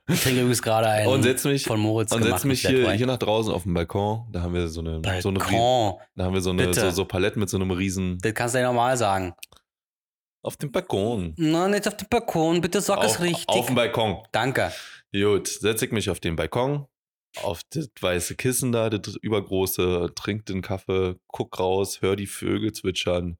[SPEAKER 2] Ich trinke übrigens gerade einen
[SPEAKER 3] und setz mich
[SPEAKER 2] Ähm, von Moritz
[SPEAKER 3] und
[SPEAKER 2] gemacht.
[SPEAKER 3] setz mich hier, hier nach draußen auf den Balkon, da haben wir so eine so eine Rie-
[SPEAKER 2] Balkon.
[SPEAKER 3] da haben wir so eine
[SPEAKER 2] Bitte.
[SPEAKER 3] so, so Paletten mit so einem riesen
[SPEAKER 2] Halt, Das kannst du ja normal sagen.
[SPEAKER 3] auf dem Balkon.
[SPEAKER 2] Nein, nicht auf dem Balkon, bitte sag es
[SPEAKER 3] Auf,
[SPEAKER 2] richtig.
[SPEAKER 3] auf dem Balkon.
[SPEAKER 2] Danke.
[SPEAKER 3] Gut, setze ich mich auf den Balkon, auf das weiße Kissen da, das übergroße, trink den Kaffee, guck raus, hör die Vögel zwitschern,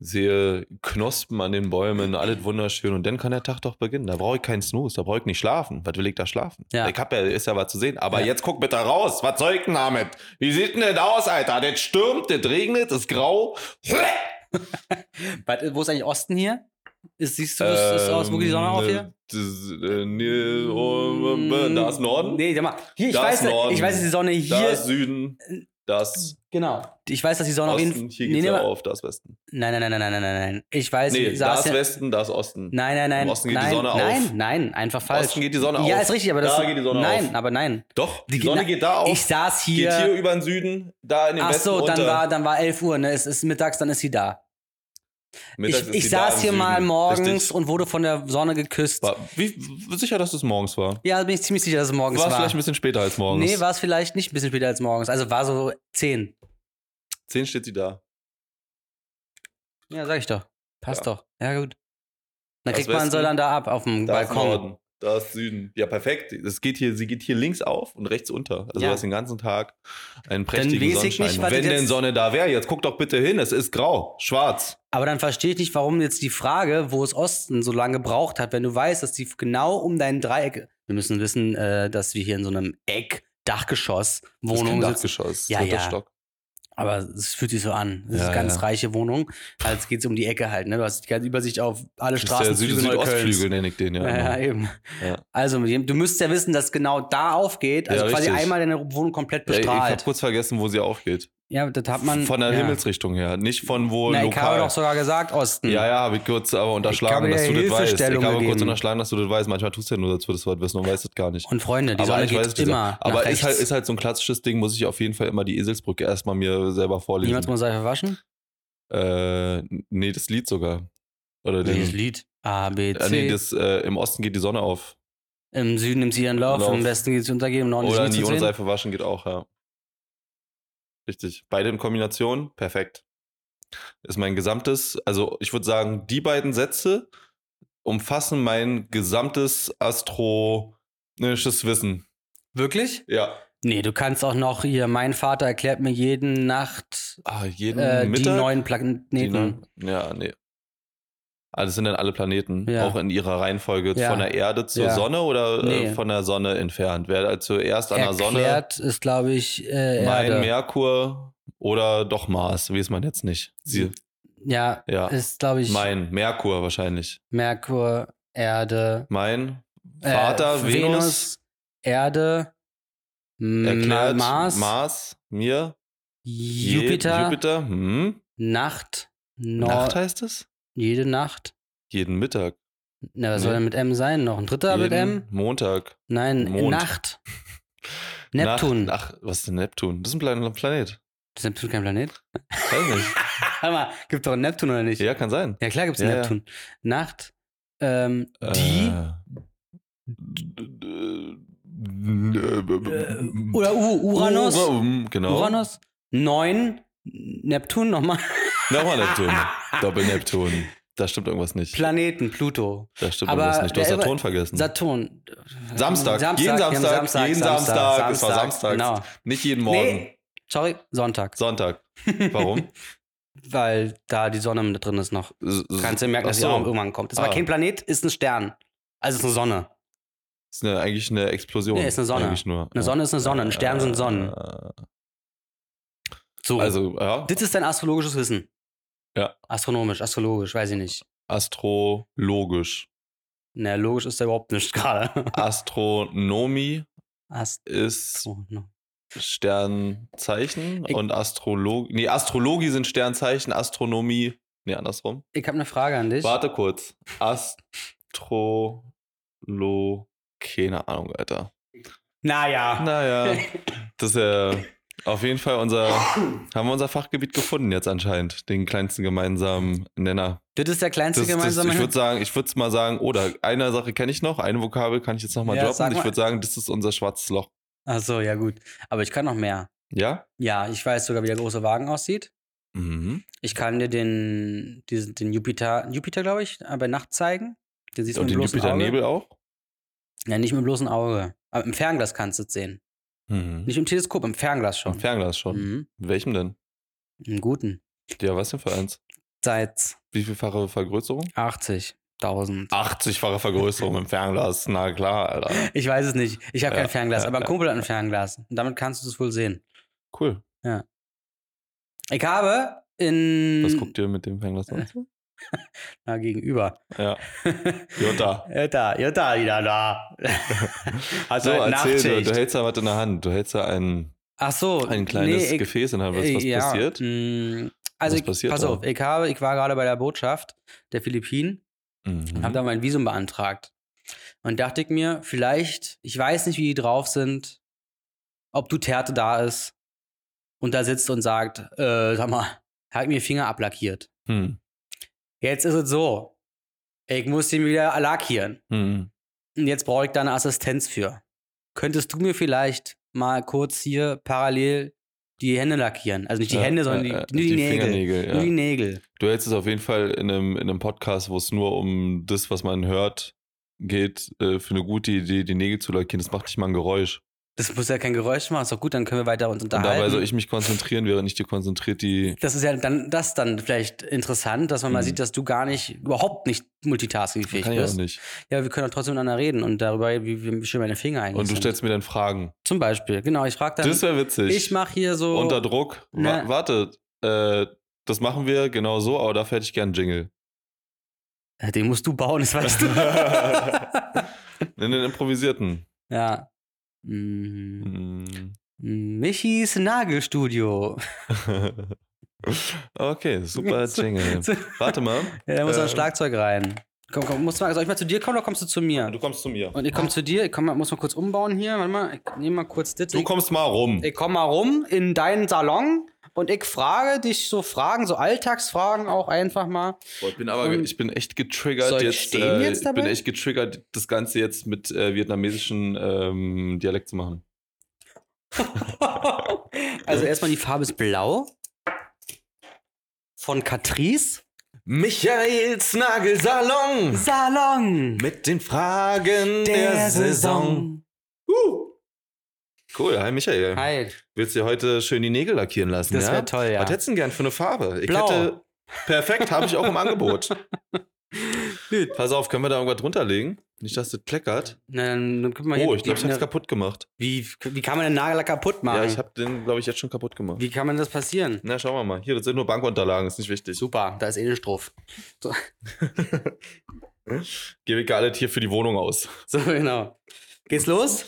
[SPEAKER 3] sehe Knospen an den Bäumen, alles wunderschön und dann kann der Tag doch beginnen. Da brauche ich keinen Snooze, da brauche ich nicht schlafen. Was will ich da schlafen?
[SPEAKER 2] Ja.
[SPEAKER 3] Ich hab ja, ist ja was zu sehen, aber
[SPEAKER 2] Ja.
[SPEAKER 3] jetzt guck bitte raus, was soll ich denn damit? Wie sieht denn das aus, Alter? Das stürmt, das regnet, das ist grau.
[SPEAKER 2] Was, wo ist eigentlich Osten hier? Ist, siehst du, ist, ist aus, wo geht die Sonne auf hier?
[SPEAKER 3] Ähm, das, äh, nee, oh, äh, da ist Norden,
[SPEAKER 2] Nee, sag mal. Hier, ich
[SPEAKER 3] Da
[SPEAKER 2] weiß,
[SPEAKER 3] ist Norden.
[SPEAKER 2] ich weiß, dass die Sonne hier.
[SPEAKER 3] da ist Süden, das
[SPEAKER 2] genau. Ich weiß, dass die Sonne auf jeden Fall.
[SPEAKER 3] Osten, hier geht's ja
[SPEAKER 2] mal-
[SPEAKER 3] auf, da ist Westen.
[SPEAKER 2] Nein, nein, nein, nein, nein, nein, nein. Ich weiß,
[SPEAKER 3] Nee,
[SPEAKER 2] ich
[SPEAKER 3] da
[SPEAKER 2] saß
[SPEAKER 3] ist
[SPEAKER 2] also ja-
[SPEAKER 3] Westen, da ist Osten.
[SPEAKER 2] Nein, nein, nein.
[SPEAKER 3] Im Osten geht die
[SPEAKER 2] nein,
[SPEAKER 3] Sonne auf.
[SPEAKER 2] nein, nein, einfach falsch.
[SPEAKER 3] Osten geht die Sonne
[SPEAKER 2] Ja,
[SPEAKER 3] auf.
[SPEAKER 2] ist richtig, aber das
[SPEAKER 3] Da geht die Sonne
[SPEAKER 2] Nein,
[SPEAKER 3] auf.
[SPEAKER 2] aber nein.
[SPEAKER 3] Doch, die,
[SPEAKER 2] Die-
[SPEAKER 3] Sonne
[SPEAKER 2] na,
[SPEAKER 3] geht da auf,
[SPEAKER 2] Ich saß
[SPEAKER 3] geht hier
[SPEAKER 2] hier.
[SPEAKER 3] über den Süden, da in den
[SPEAKER 2] Ach
[SPEAKER 3] Westen
[SPEAKER 2] so, dann
[SPEAKER 3] runter.
[SPEAKER 2] war dann war 11 Uhr, ne? Es ist mittags, dann ist sie da.
[SPEAKER 3] Mittags ist
[SPEAKER 2] ich ich
[SPEAKER 3] die da
[SPEAKER 2] saß
[SPEAKER 3] im
[SPEAKER 2] hier
[SPEAKER 3] Süden.
[SPEAKER 2] mal morgens
[SPEAKER 3] Richtig.
[SPEAKER 2] und wurde von der Sonne geküsst.
[SPEAKER 3] War, wie, w- sicher, dass es morgens war?
[SPEAKER 2] Ja, bin ich ziemlich sicher, dass es morgens
[SPEAKER 3] War es
[SPEAKER 2] war.
[SPEAKER 3] vielleicht ein bisschen später als morgens?
[SPEAKER 2] nee, war es vielleicht nicht ein bisschen später als morgens. Also war so 10.
[SPEAKER 3] Zehn steht sie da.
[SPEAKER 2] Ja, sag ich doch. Passt
[SPEAKER 3] Ja.
[SPEAKER 2] doch. Ja, gut. Dann
[SPEAKER 3] Das
[SPEAKER 2] kriegt man
[SPEAKER 3] Westen,
[SPEAKER 2] so dann da ab auf dem
[SPEAKER 3] Da ist
[SPEAKER 2] Balkon.
[SPEAKER 3] Norden, da ist Süden. Ja, perfekt. Es geht hier, sie geht hier links auf und rechts unter. Also
[SPEAKER 2] Ja.
[SPEAKER 3] du hast den ganzen Tag einen prächtigen
[SPEAKER 2] weiß ich
[SPEAKER 3] Sonnenschein.
[SPEAKER 2] nicht, was
[SPEAKER 3] Wenn
[SPEAKER 2] das
[SPEAKER 3] denn
[SPEAKER 2] jetzt-
[SPEAKER 3] Sonne da wäre, jetzt guck doch bitte hin, es ist grau, schwarz.
[SPEAKER 2] Aber dann verstehe ich nicht, warum jetzt die Frage, wo es Osten so lange gebraucht hat, wenn du weißt, dass die genau um dein Dreieck. Wir müssen wissen, äh, dass wir hier in so einem Eck, Dachgeschoss,
[SPEAKER 3] Das ist kein
[SPEAKER 2] Wohnung sitzen.
[SPEAKER 3] Dachgeschoss,
[SPEAKER 2] Ja,
[SPEAKER 3] dritter
[SPEAKER 2] ja.
[SPEAKER 3] Stock.
[SPEAKER 2] Aber es fühlt sich so an. Es
[SPEAKER 3] Ja,
[SPEAKER 2] ist ganz
[SPEAKER 3] ja.
[SPEAKER 2] reiche Wohnung. Als geht es um die Ecke halt. Ne? Du hast die ganze Übersicht auf alle
[SPEAKER 3] Das ist der Süd
[SPEAKER 2] Straßenzüge
[SPEAKER 3] Südostflügel
[SPEAKER 2] Neuköllns.
[SPEAKER 3] nenne ich den, ja. genau.
[SPEAKER 2] Ja, ja,
[SPEAKER 3] ja,
[SPEAKER 2] eben.
[SPEAKER 3] Ja.
[SPEAKER 2] Also, mit dem- du müsstest ja wissen, dass genau da aufgeht. Also
[SPEAKER 3] Ja,
[SPEAKER 2] quasi
[SPEAKER 3] richtig.
[SPEAKER 2] einmal deine Wohnung komplett
[SPEAKER 3] ich
[SPEAKER 2] bestrahlt.
[SPEAKER 3] habe kurz vergessen, wo sie aufgeht.
[SPEAKER 2] Ja, das hat man.
[SPEAKER 3] von der
[SPEAKER 2] ja.
[SPEAKER 3] Himmelsrichtung her, nicht von wo
[SPEAKER 2] Na, ich habe
[SPEAKER 3] lokal.
[SPEAKER 2] doch sogar gesagt, Osten.
[SPEAKER 3] ja, ja, habe ich kurz aber unterschlagen,
[SPEAKER 2] dir
[SPEAKER 3] dass du das weißt. Ich habe
[SPEAKER 2] Hilfestellung
[SPEAKER 3] kurz
[SPEAKER 2] gegeben.
[SPEAKER 3] unterschlagen, dass du das weißt. Manchmal tust du ja nur, als würdest du das wissen und weißt es gar nicht.
[SPEAKER 2] Und Freunde, die
[SPEAKER 3] aber
[SPEAKER 2] Sonne
[SPEAKER 3] ich weiß es
[SPEAKER 2] geht
[SPEAKER 3] nicht.
[SPEAKER 2] immer. nach
[SPEAKER 3] Aber ist
[SPEAKER 2] rechts.
[SPEAKER 3] halt, ist halt so ein klassisches Ding, muss ich auf jeden Fall immer die Eselsbrücke erstmal mir selber
[SPEAKER 2] Niemals
[SPEAKER 3] vorlesen.
[SPEAKER 2] mal Seife waschen?
[SPEAKER 3] Äh, nee, das Lied sogar. Oder den,
[SPEAKER 2] Welches Lied? A, B, C.
[SPEAKER 3] äh, nee, das äh, Im Osten geht die Sonne auf.
[SPEAKER 2] Im Süden nimmt sie ihren Lauf,
[SPEAKER 3] Lauf.
[SPEAKER 2] im Westen geht sie untergehen, im Norden
[SPEAKER 3] Oder
[SPEAKER 2] ist sie
[SPEAKER 3] nie
[SPEAKER 2] zu
[SPEAKER 3] ohne
[SPEAKER 2] sehen.
[SPEAKER 3] Seife waschen geht auch, ja. Richtig. Beide in Kombination, perfekt. Ist mein gesamtes, also ich würde sagen, die beiden Sätze umfassen mein gesamtes astronomisches Wissen.
[SPEAKER 2] Wirklich?
[SPEAKER 3] Ja.
[SPEAKER 2] Nee, du kannst auch noch hier, mein Vater erklärt mir jeden Nacht
[SPEAKER 3] Ah, jeden
[SPEAKER 2] äh, die
[SPEAKER 3] Mittag.
[SPEAKER 2] neuen Planeten.
[SPEAKER 3] Die neun- ja, nee. Ah, das sind dann alle Planeten,
[SPEAKER 2] Ja.
[SPEAKER 3] auch in ihrer Reihenfolge
[SPEAKER 2] Ja.
[SPEAKER 3] von der Erde zur
[SPEAKER 2] Ja.
[SPEAKER 3] Sonne oder äh,
[SPEAKER 2] Nee.
[SPEAKER 3] von der Sonne entfernt. Wer zuerst an der Sonne,
[SPEAKER 2] Erklärt ist, glaube ich, äh, Erde.
[SPEAKER 3] mein Merkur oder doch Mars, weiß man jetzt nicht. Sie,
[SPEAKER 2] ja,
[SPEAKER 3] Ja.
[SPEAKER 2] ist, glaube ich,
[SPEAKER 3] Mein, Merkur wahrscheinlich.
[SPEAKER 2] Merkur, Erde,
[SPEAKER 3] Mein
[SPEAKER 2] äh,
[SPEAKER 3] Vater, Venus,
[SPEAKER 2] Erde, M-
[SPEAKER 3] erklärt
[SPEAKER 2] Mars,
[SPEAKER 3] Mars, mir, je-
[SPEAKER 2] Jupiter,
[SPEAKER 3] Jupiter hm?
[SPEAKER 2] Nacht, Nord,
[SPEAKER 3] Nacht heißt es?
[SPEAKER 2] jede Nacht.
[SPEAKER 3] Jeden Mittag.
[SPEAKER 2] Na, was
[SPEAKER 3] Nee.
[SPEAKER 2] soll denn mit M sein? Noch ein dritter mit M?
[SPEAKER 3] jeden Montag.
[SPEAKER 2] Nein,
[SPEAKER 3] Mond.
[SPEAKER 2] Nacht. Neptun.
[SPEAKER 3] Nacht, ach, was ist denn Neptun? Das ist ein kleiner Planet.
[SPEAKER 2] Ist Neptun kein Planet?
[SPEAKER 3] Weiß nicht.
[SPEAKER 2] Hör mal, gibt doch einen Neptun oder nicht?
[SPEAKER 3] ja, kann sein.
[SPEAKER 2] Ja, klar gibt's
[SPEAKER 3] Ja,
[SPEAKER 2] einen
[SPEAKER 3] ja.
[SPEAKER 2] Neptun. Nacht. Ähm, die
[SPEAKER 3] Äh,
[SPEAKER 2] oder U Uranus.
[SPEAKER 3] Ura- Genau.
[SPEAKER 2] Uranus. Neun. Neptun nochmal.
[SPEAKER 3] Nochmal Neptun. Doppel-Neptun. Da stimmt irgendwas nicht.
[SPEAKER 2] Planeten, Pluto.
[SPEAKER 3] Da stimmt
[SPEAKER 2] Aber
[SPEAKER 3] irgendwas nicht. Du hast
[SPEAKER 2] der-
[SPEAKER 3] Saturn vergessen.
[SPEAKER 2] Saturn.
[SPEAKER 3] Hm. Samstag. Jeden
[SPEAKER 2] wir haben
[SPEAKER 3] Samstag. Jeden Samstag. Es war samstags.
[SPEAKER 2] Genau.
[SPEAKER 3] nicht jeden Morgen.
[SPEAKER 2] Nee, sorry, Sonntag.
[SPEAKER 3] Sonntag. Warum?
[SPEAKER 2] Weil da die Sonne mit drin ist noch. Kannst du merken, dass
[SPEAKER 3] Ach
[SPEAKER 2] die auch
[SPEAKER 3] so.
[SPEAKER 2] irgendwann kommt. Ist
[SPEAKER 3] Ah.
[SPEAKER 2] aber kein Planet, ist ein Stern. Also ist eine Sonne.
[SPEAKER 3] Ist eine, eigentlich eine Explosion.
[SPEAKER 2] Nee, ist eine Sonne.
[SPEAKER 3] Eigentlich nur.
[SPEAKER 2] Eine Sonne ist eine Sonne, ein Stern sind Sonnen.
[SPEAKER 3] Äh,
[SPEAKER 2] So.
[SPEAKER 3] Also, ja.
[SPEAKER 2] das ist dein astrologisches Wissen.
[SPEAKER 3] Ja.
[SPEAKER 2] Astronomisch, astrologisch, weiß ich nicht.
[SPEAKER 3] Astrologisch.
[SPEAKER 2] Na, logisch ist da überhaupt nicht gerade.
[SPEAKER 3] Astronomie
[SPEAKER 2] Astro.
[SPEAKER 3] ist
[SPEAKER 2] ne.
[SPEAKER 3] Sternzeichen
[SPEAKER 2] Ich-
[SPEAKER 3] und Astrologie. Nee, Astrologie sind Sternzeichen, Astronomie. Nee, andersrum.
[SPEAKER 2] Ich habe eine Frage an dich.
[SPEAKER 3] Warte kurz. Astrolo. Keine Ahnung, Alter.
[SPEAKER 2] Naja.
[SPEAKER 3] Naja, das ist ja auf jeden Fall unser, haben wir unser Fachgebiet gefunden jetzt anscheinend, den kleinsten gemeinsamen Nenner.
[SPEAKER 2] Das ist der kleinste
[SPEAKER 3] Das, das,
[SPEAKER 2] gemeinsame.
[SPEAKER 3] ich würde sagen, ich würde mal sagen, oder eine Sache kenne ich noch, eine Vokabel kann ich jetzt nochmal
[SPEAKER 2] Ja,
[SPEAKER 3] mal droppen.
[SPEAKER 2] sag
[SPEAKER 3] Ich
[SPEAKER 2] mal.
[SPEAKER 3] würde sagen, das ist unser schwarzes Loch.
[SPEAKER 2] Ach so, ja gut. Aber ich kann noch mehr.
[SPEAKER 3] Ja?
[SPEAKER 2] Ja, ich weiß sogar, wie der große Wagen aussieht.
[SPEAKER 3] Mhm.
[SPEAKER 2] Ich kann dir den, diesen, den Jupiter, Jupiter glaube ich, äh, bei Nacht zeigen. Den siehst du
[SPEAKER 3] Und
[SPEAKER 2] mit dem
[SPEAKER 3] den
[SPEAKER 2] bloßen Auge.
[SPEAKER 3] Jupiternebel auch?
[SPEAKER 2] Ja, nicht mit dem bloßen Auge. Aber im Fernglas kannst du es sehen.
[SPEAKER 3] Mhm.
[SPEAKER 2] Nicht im Teleskop, im Fernglas schon.
[SPEAKER 3] Im Fernglas schon.
[SPEAKER 2] Mhm.
[SPEAKER 3] Welchem denn?
[SPEAKER 2] Einen guten.
[SPEAKER 3] Ja, was denn für eins?
[SPEAKER 2] Seit
[SPEAKER 3] Wie vielfache Vergrößerung?
[SPEAKER 2] 80.000.
[SPEAKER 3] 80-fache Vergrößerung im Fernglas. Na klar, Alter.
[SPEAKER 2] Ich weiß es nicht. Ich habe
[SPEAKER 3] Ah. Ja,
[SPEAKER 2] kein Fernglas,
[SPEAKER 3] ja,
[SPEAKER 2] aber ein
[SPEAKER 3] ja.
[SPEAKER 2] Kumpel hat ein Fernglas. Und damit kannst du es wohl sehen.
[SPEAKER 3] Cool.
[SPEAKER 2] Ich habe in. Mhm.
[SPEAKER 3] Was guckt ihr mit dem Fernglas an?
[SPEAKER 2] Na, gegenüber.
[SPEAKER 3] Ja. Jutta.
[SPEAKER 2] Ja, da, ja, da, wieder da.
[SPEAKER 3] Also erzähl,
[SPEAKER 2] halt
[SPEAKER 3] du,
[SPEAKER 2] Nachtschicht.
[SPEAKER 3] du hältst da was in der Hand. Du hältst da ein,
[SPEAKER 2] Ach so.
[SPEAKER 3] ein kleines
[SPEAKER 2] nee, ich-
[SPEAKER 3] Gefäß in der Hand. Was, was
[SPEAKER 2] ja,
[SPEAKER 3] passiert?
[SPEAKER 2] mm, Also,
[SPEAKER 3] Was
[SPEAKER 2] ich,
[SPEAKER 3] passiert
[SPEAKER 2] pass
[SPEAKER 3] da?
[SPEAKER 2] auf, ich, habe, ich war gerade bei der Botschaft der Philippinen
[SPEAKER 3] Mhm.
[SPEAKER 2] habe da mein Visum beantragt. Und dachte ich mir, vielleicht, ich weiß nicht, wie die drauf sind, ob Duterte da ist und da sitzt und sagt, äh, sag mal, hat mir Finger ablackiert.
[SPEAKER 3] Hm.
[SPEAKER 2] Jetzt ist es so, ich muss den wieder lackieren.
[SPEAKER 3] Hm.
[SPEAKER 2] Und jetzt brauche ich da eine Assistenz für. Könntest du mir vielleicht mal kurz hier parallel die Hände lackieren? Also nicht die
[SPEAKER 3] Ja,
[SPEAKER 2] Hände, sondern die,
[SPEAKER 3] äh,
[SPEAKER 2] nur
[SPEAKER 3] äh,
[SPEAKER 2] die, Nägel.
[SPEAKER 3] Fingernägel. Ja.
[SPEAKER 2] Nur die Nägel.
[SPEAKER 3] Du hältst es auf jeden Fall in einem, in einem Podcast, wo es nur um das, was man hört, geht, äh, für eine gute Idee, die Nägel zu lackieren. Das macht nicht mal ein Geräusch.
[SPEAKER 2] Das muss ja kein Geräusch machen, ist doch gut, dann können wir weiter uns
[SPEAKER 3] Und
[SPEAKER 2] unterhalten.
[SPEAKER 3] dabei soll ich mich konzentrieren, während ich dir konzentriert die.
[SPEAKER 2] Das ist ja dann das dann vielleicht interessant, dass man mal
[SPEAKER 3] Mhm.
[SPEAKER 2] sieht, dass du gar nicht, überhaupt nicht multitaskingfähig
[SPEAKER 3] Kann ich auch
[SPEAKER 2] bist.
[SPEAKER 3] nicht.
[SPEAKER 2] Ja, wir können doch trotzdem miteinander reden und darüber, wie, wie schön meine Finger eigentlich
[SPEAKER 3] Und du
[SPEAKER 2] sind.
[SPEAKER 3] stellst mir dann Fragen.
[SPEAKER 2] Zum Beispiel, genau, ich frage dann,
[SPEAKER 3] das wäre witzig.
[SPEAKER 2] ich mache hier so,
[SPEAKER 3] Unter Druck. Wa
[SPEAKER 2] Ne.
[SPEAKER 3] Warte, äh, das machen wir genau so, aber dafür hätte ich gern einen Jingle.
[SPEAKER 2] Ja, Äh, den musst du bauen, das weißt du.
[SPEAKER 3] In den improvisierten.
[SPEAKER 2] ja. Mhm.
[SPEAKER 3] Hm.
[SPEAKER 2] Michis Nagelstudio.
[SPEAKER 3] okay, super Jingle.
[SPEAKER 2] So,
[SPEAKER 3] Warte mal.
[SPEAKER 2] ja, da muss noch ein
[SPEAKER 3] Äh.
[SPEAKER 2] Schlagzeug rein. Komm, komm, muss mal, soll ich mal zu dir kommen oder kommst du zu mir?
[SPEAKER 3] Du Ah. kommst zu mir.
[SPEAKER 2] Und ich komme zu dir, ich komm, mal- muss mal kurz umbauen hier, warte mal, ich nehme mal kurz das.
[SPEAKER 3] Du
[SPEAKER 2] ich-
[SPEAKER 3] kommst mal rum.
[SPEAKER 2] Ich komme mal rum in deinen Salon und ich frage dich so Fragen, so Alltagsfragen auch einfach mal.
[SPEAKER 3] Boah, ich bin aber,
[SPEAKER 2] Und-
[SPEAKER 3] ich bin echt getriggert
[SPEAKER 2] Soll ich
[SPEAKER 3] jetzt. Äh,
[SPEAKER 2] stehen jetzt
[SPEAKER 3] ich bin
[SPEAKER 2] dabei?
[SPEAKER 3] echt getriggert, das Ganze jetzt mit äh, vietnamesischen ähm, Dialekt zu machen.
[SPEAKER 2] also erstmal die Farbe ist blau. Von Catrice.
[SPEAKER 3] Michaels Nagelsalon
[SPEAKER 2] Salon
[SPEAKER 3] mit den Fragen Uh. Cool, hi Michael.
[SPEAKER 2] Hi,
[SPEAKER 3] Willst dir heute schön die Nägel lackieren lassen?
[SPEAKER 2] das
[SPEAKER 3] ja?
[SPEAKER 2] wäre toll, ja.
[SPEAKER 3] Was hättest du denn gern für eine Farbe? Ich
[SPEAKER 2] Blau.
[SPEAKER 3] hätte. Perfekt, habe ich auch im Angebot. Pass auf, können wir da irgendwas drunterlegen? Nicht, dass das kleckert.
[SPEAKER 2] Na, dann können wir hier
[SPEAKER 3] Oh, ich glaube, ich
[SPEAKER 2] die-
[SPEAKER 3] habe es kaputt gemacht.
[SPEAKER 2] wie, wie kann man den Nagellack kaputt machen?
[SPEAKER 3] Ja, ich habe den, glaube ich, jetzt schon kaputt gemacht.
[SPEAKER 2] wie kann man das passieren?
[SPEAKER 3] Na, schauen wir mal. Hier, das sind nur Bankunterlagen, ist nicht wichtig.
[SPEAKER 2] Super, da ist Edel drauf.
[SPEAKER 3] Gebe ich gar alles hier für die Wohnung aus.
[SPEAKER 2] So, genau. Geht's los?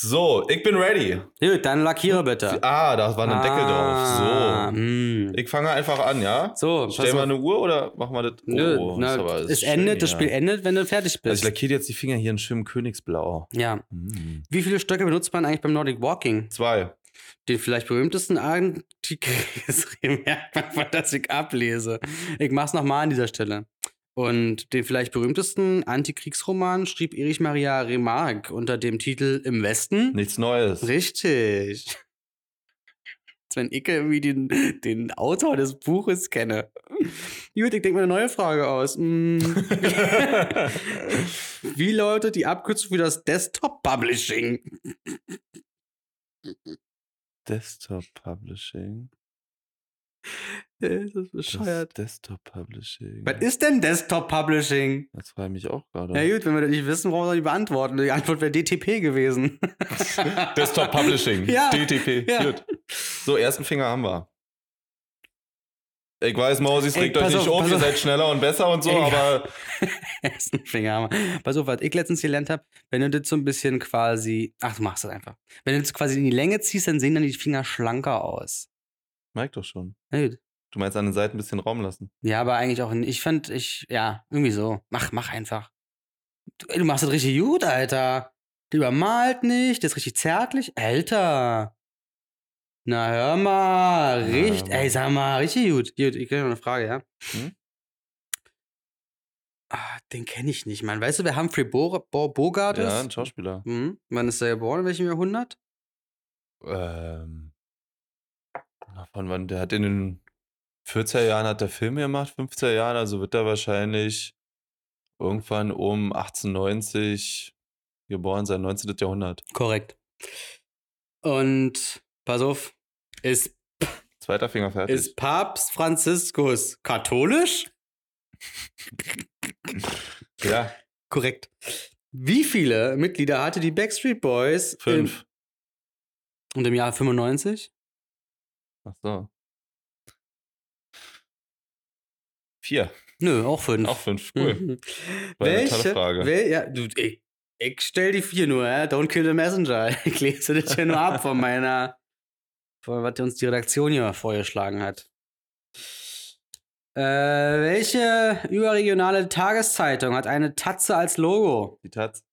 [SPEAKER 3] So, ich bin ready.
[SPEAKER 2] Gut, dann lackiere bitte.
[SPEAKER 3] Ah, da war ein Deckel
[SPEAKER 2] Ah,
[SPEAKER 3] drauf.
[SPEAKER 2] mm.
[SPEAKER 3] So. Ich fange einfach an, ja?
[SPEAKER 2] So,
[SPEAKER 3] Stellen wir eine Uhr oder machen wir das?
[SPEAKER 2] Nö,
[SPEAKER 3] Oh,
[SPEAKER 2] na,
[SPEAKER 3] ist aber- ist
[SPEAKER 2] es
[SPEAKER 3] schön
[SPEAKER 2] endet, das
[SPEAKER 3] hier.
[SPEAKER 2] Spiel endet, wenn du fertig
[SPEAKER 3] Also ich
[SPEAKER 2] bist.
[SPEAKER 3] lackiere jetzt die Finger hier in schönem Königsblau.
[SPEAKER 2] ja.
[SPEAKER 3] Mm.
[SPEAKER 2] Wie viele Stöcke benutzt man eigentlich beim Nordic Walking?
[SPEAKER 3] Zwei.
[SPEAKER 2] Den vielleicht berühmtesten Antikriegsremerkmal, von das ich ablese. Ich mach's nochmal an dieser Stelle. Und den vielleicht berühmtesten Antikriegsroman schrieb Erich Maria Remarque unter dem Titel Im Westen.
[SPEAKER 3] Nichts Neues.
[SPEAKER 2] Richtig. Wenn ich irgendwie den, den Autor des Buches kenne. Gut, ich denke mir eine neue Frage aus. Mm. Wie lautet die Abkürzung für das Desktop Publishing?
[SPEAKER 3] Desktop Publishing.
[SPEAKER 2] Äh, Das ist
[SPEAKER 3] Das
[SPEAKER 2] bescheuert.
[SPEAKER 3] Desktop Publishing.
[SPEAKER 2] Was ist denn Desktop Publishing?
[SPEAKER 3] Das frage ich mich auch gerade.
[SPEAKER 2] Na gut, wenn wir das nicht wissen, brauchen wir das nicht beantworten. Die Antwort wäre DTP gewesen.
[SPEAKER 3] Desktop Publishing.
[SPEAKER 2] Ja.
[SPEAKER 3] DTP.
[SPEAKER 2] Ja.
[SPEAKER 3] Gut. So, ersten Finger haben wir. Ich weiß, Mausis
[SPEAKER 2] Ey,
[SPEAKER 3] regt euch
[SPEAKER 2] pass
[SPEAKER 3] nicht
[SPEAKER 2] auf,
[SPEAKER 3] auf,
[SPEAKER 2] pass
[SPEAKER 3] ihr
[SPEAKER 2] auf.
[SPEAKER 3] seid schneller und besser und so,
[SPEAKER 2] Ey.
[SPEAKER 3] aber
[SPEAKER 2] ist ein Fingerhammer. Pass auf, was ich letztens gelernt habe, wenn du das so ein bisschen quasi, ach, du machst das einfach. Wenn du das quasi in die Länge ziehst, dann sehen dann die Finger schlanker aus.
[SPEAKER 3] merkt doch schon.
[SPEAKER 2] Na gut.
[SPEAKER 3] Du meinst an den Seiten ein bisschen Raum lassen.
[SPEAKER 2] Ja, aber eigentlich auch nicht. Ich fand, ich, ja, irgendwie so. Mach, mach einfach. Du, ey, du machst das richtig gut, Alter. Du übermalt nicht, das ist richtig zärtlich. Alter. Na, hör mal.
[SPEAKER 3] Na,
[SPEAKER 2] Richt,
[SPEAKER 3] hör mal.
[SPEAKER 2] ey, sag mal, richtig gut. Gut, ich kriege noch eine Frage, ja?
[SPEAKER 3] Hm?
[SPEAKER 2] Ah, den kenne ich nicht, Mann. Weißt du, wer Humphrey Bo Bo Bogart
[SPEAKER 3] Ja, ein
[SPEAKER 2] ist?
[SPEAKER 3] Schauspieler.
[SPEAKER 2] Mhm. Wann ist er geboren? In welchem Jahrhundert?
[SPEAKER 3] Ähm. na, Von wann? Der hat in den 40er Jahren hat der Film gemacht, 50er Jahren, also wird er wahrscheinlich irgendwann um 1890 geboren sein, 19. Jahrhundert.
[SPEAKER 2] Korrekt. Und pass auf, ist,
[SPEAKER 3] Zweiter Finger fertig.
[SPEAKER 2] ist Papst Franziskus katholisch?
[SPEAKER 3] ja,
[SPEAKER 2] Korrekt. Wie viele Mitglieder hatte die Backstreet Boys?
[SPEAKER 3] fünf.
[SPEAKER 2] Im, und im Jahr 95?
[SPEAKER 3] Ach so. Vier.
[SPEAKER 2] Nö, auch fünf.
[SPEAKER 3] Auch fünf, cool.
[SPEAKER 2] Mhm.
[SPEAKER 3] War eine tolle
[SPEAKER 2] Welche?
[SPEAKER 3] Frage.
[SPEAKER 2] Wel, ja, du, ich, ich stell die vier nur, ja? don't kill the messenger. Ich lese das hier nur ab von meiner, von was uns die Redaktion hier vorgeschlagen hat. Äh, welche überregionale Tageszeitung hat eine Tatze als Logo?
[SPEAKER 3] Die Taz.